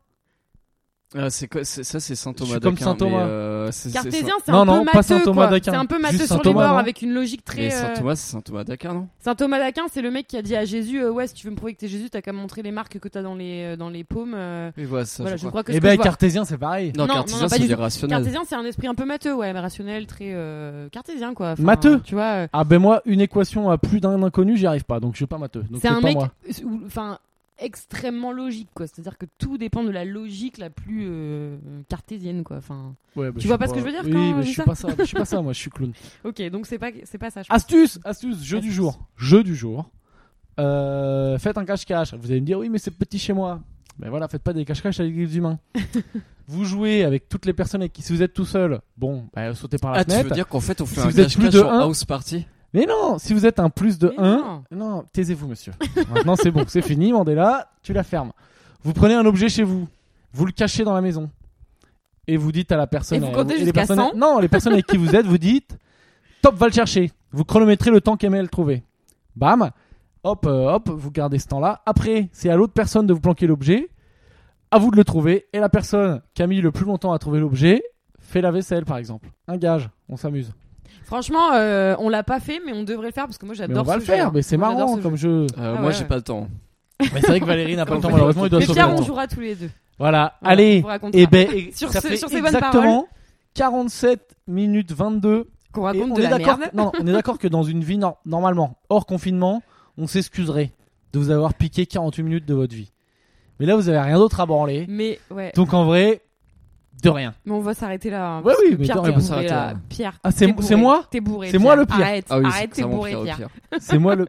[SPEAKER 2] Ah, c'est quoi- c'est- ça c'est Saint
[SPEAKER 1] Je suis
[SPEAKER 2] Thomas
[SPEAKER 1] comme
[SPEAKER 2] d'Aquin,
[SPEAKER 1] Saint Thomas.
[SPEAKER 2] mais, euh, c'est- c'est
[SPEAKER 3] Cartésien,
[SPEAKER 2] Saint-
[SPEAKER 3] c'est
[SPEAKER 1] Non,
[SPEAKER 3] un
[SPEAKER 1] non,
[SPEAKER 3] peu
[SPEAKER 1] pas
[SPEAKER 3] matheux,
[SPEAKER 1] Saint Thomas
[SPEAKER 3] quoi.
[SPEAKER 1] d'Aquin.
[SPEAKER 3] C'est un peu matheux
[SPEAKER 1] Juste Saint
[SPEAKER 3] sur les
[SPEAKER 1] Thomas,
[SPEAKER 3] bords
[SPEAKER 1] non
[SPEAKER 3] avec une logique
[SPEAKER 2] mais
[SPEAKER 3] très.
[SPEAKER 2] Saint
[SPEAKER 3] euh,
[SPEAKER 2] Thomas c'est Saint Thomas d'Aquin non
[SPEAKER 3] Saint Thomas d'Aquin, c'est le mec qui a dit à Jésus euh, Ouais, si tu veux me prouver que t'es Jésus, t'as qu'à me montrer les marques que t'as dans les, euh, dans les paumes. euh,
[SPEAKER 2] Oui voilà ça
[SPEAKER 3] voilà, je,
[SPEAKER 2] je crois.
[SPEAKER 3] crois que
[SPEAKER 1] Eh
[SPEAKER 3] ce que
[SPEAKER 1] ben,
[SPEAKER 3] je vois.
[SPEAKER 1] cartésien, c'est pareil.
[SPEAKER 2] Non,
[SPEAKER 3] Non, non,
[SPEAKER 2] Cartésien
[SPEAKER 3] pas
[SPEAKER 2] c'est
[SPEAKER 3] du tout.
[SPEAKER 2] irrationnel.
[SPEAKER 3] Cartésien, c'est un esprit un peu matheux, ouais, mais rationnel, très euh, cartésien, quoi. Enfin,
[SPEAKER 1] Matheux.
[SPEAKER 3] Tu vois, euh,
[SPEAKER 1] Ah ben moi, une équation à plus d'un inconnu, j'y arrive pas, donc je suis pas matheux. Donc
[SPEAKER 3] c'est un
[SPEAKER 1] pas
[SPEAKER 3] mec,
[SPEAKER 1] moi.
[SPEAKER 3] euh, ou- enfin, extrêmement logique, quoi. C'est-à-dire que tout dépend de la logique la plus euh, cartésienne, quoi. Enfin,
[SPEAKER 1] Ouais, bah, je
[SPEAKER 3] Tu vois
[SPEAKER 1] suis
[SPEAKER 3] pas ce que je veux dire
[SPEAKER 1] Oui,
[SPEAKER 3] quand
[SPEAKER 1] mais
[SPEAKER 3] je dis
[SPEAKER 1] je suis
[SPEAKER 3] ça
[SPEAKER 1] pas ça. Je suis pas ça. Moi, je suis clown.
[SPEAKER 3] ok, donc c'est pas, c'est pas ça. je
[SPEAKER 1] [LAUGHS]
[SPEAKER 3] pense.
[SPEAKER 1] Astuce, astuce, jeu du
[SPEAKER 3] Astuce.
[SPEAKER 1] jour, jeu du jour. Euh, faites un cache-cache. Vous allez me dire oui, mais c'est petit chez moi. Ben voilà, faites pas des cache-cache avec des [LAUGHS] humains. vous jouez avec toutes les personnes avec qui, si vous êtes tout seul, bon, ben, sautez par la
[SPEAKER 2] Ah tu
[SPEAKER 1] fenêtre.
[SPEAKER 2] veux dire qu'en fait on
[SPEAKER 1] Si
[SPEAKER 2] fait un
[SPEAKER 1] vous êtes plus
[SPEAKER 2] cache-cache
[SPEAKER 1] de
[SPEAKER 2] en
[SPEAKER 1] un-
[SPEAKER 2] house party
[SPEAKER 1] Mais non, si vous êtes un plus de
[SPEAKER 3] Mais
[SPEAKER 1] 1, non, taisez-vous, monsieur. Maintenant, c'est bon, c'est fini, Mandela, tu la fermes. Vous prenez un objet chez vous, vous le cachez dans la maison, et vous dites à la personne.
[SPEAKER 3] Et
[SPEAKER 1] euh,
[SPEAKER 3] vous comptez
[SPEAKER 1] les
[SPEAKER 3] jusqu'à
[SPEAKER 1] personnes-
[SPEAKER 3] 100?
[SPEAKER 1] Non, les personnes avec qui vous êtes, vous dites Top, va le chercher. Vous chronométrez le temps qu'aimait le trouver. Bam, hop, euh, hop, vous gardez ce temps-là. Après, c'est à l'autre personne de vous planquer l'objet, à vous de le trouver, et la personne qui a mis le plus longtemps à trouver l'objet fait la vaisselle, par exemple. Un gage, on s'amuse.
[SPEAKER 3] Franchement, euh, on l'a pas fait, mais on devrait le faire parce que moi
[SPEAKER 1] Mais on
[SPEAKER 3] j'adore.
[SPEAKER 1] va
[SPEAKER 3] ce
[SPEAKER 1] le
[SPEAKER 3] jeu,
[SPEAKER 1] faire,
[SPEAKER 3] hein.
[SPEAKER 1] mais c'est
[SPEAKER 3] Moi, j'adore
[SPEAKER 1] marrant
[SPEAKER 3] ce
[SPEAKER 1] comme jeu.
[SPEAKER 2] Euh,
[SPEAKER 3] Ah
[SPEAKER 2] Moi
[SPEAKER 3] ouais,
[SPEAKER 2] j'ai
[SPEAKER 3] ouais.
[SPEAKER 2] pas le temps.
[SPEAKER 1] Mais c'est vrai que Valérie n'a pas le temps,
[SPEAKER 2] Complètement.
[SPEAKER 1] malheureusement, il doit
[SPEAKER 3] Mais
[SPEAKER 1] sauver
[SPEAKER 3] Pierre,
[SPEAKER 1] le
[SPEAKER 3] on
[SPEAKER 1] temps.
[SPEAKER 3] jouera tous les deux.
[SPEAKER 1] Voilà,
[SPEAKER 3] On
[SPEAKER 1] allez.
[SPEAKER 3] vous racontera.
[SPEAKER 1] Et ben, et
[SPEAKER 3] Sur
[SPEAKER 1] ça
[SPEAKER 3] ce-
[SPEAKER 1] fait
[SPEAKER 3] sur ces bonnes
[SPEAKER 1] exactement 47 minutes 22.
[SPEAKER 3] Qu'on
[SPEAKER 1] Et
[SPEAKER 3] raconte
[SPEAKER 1] on
[SPEAKER 3] de
[SPEAKER 1] est
[SPEAKER 3] la
[SPEAKER 1] d'accord.
[SPEAKER 3] merde.
[SPEAKER 1] Non, on est d'accord que dans une vie nor- normalement hors confinement, on s'excuserait de vous avoir piqué 48 minutes de votre vie. Mais là, vous avez rien d'autre à branler.
[SPEAKER 3] Mais ouais,
[SPEAKER 1] Donc en vrai, de rien.
[SPEAKER 3] mais on va s'arrêter là. hein,
[SPEAKER 1] Ouais,
[SPEAKER 3] parce
[SPEAKER 1] oui,
[SPEAKER 3] que
[SPEAKER 1] mais
[SPEAKER 3] Pierre,
[SPEAKER 1] attends,
[SPEAKER 3] t'es
[SPEAKER 1] on peut
[SPEAKER 3] bourré,
[SPEAKER 2] s'arrêter
[SPEAKER 3] là.
[SPEAKER 2] là.
[SPEAKER 3] Pierre,
[SPEAKER 1] Ah, c'est
[SPEAKER 3] t'es
[SPEAKER 1] mo- c'est
[SPEAKER 3] bourré.
[SPEAKER 1] moi
[SPEAKER 3] [LAUGHS] T'es bourré.
[SPEAKER 1] C'est moi
[SPEAKER 3] Pierre.
[SPEAKER 1] le pire.
[SPEAKER 3] Arrête,
[SPEAKER 2] Ah oui
[SPEAKER 3] arrête,
[SPEAKER 2] c'est
[SPEAKER 3] t'es
[SPEAKER 2] vraiment
[SPEAKER 3] bourré,
[SPEAKER 2] pire au
[SPEAKER 3] Pierre.
[SPEAKER 2] pire.
[SPEAKER 1] C'est moi le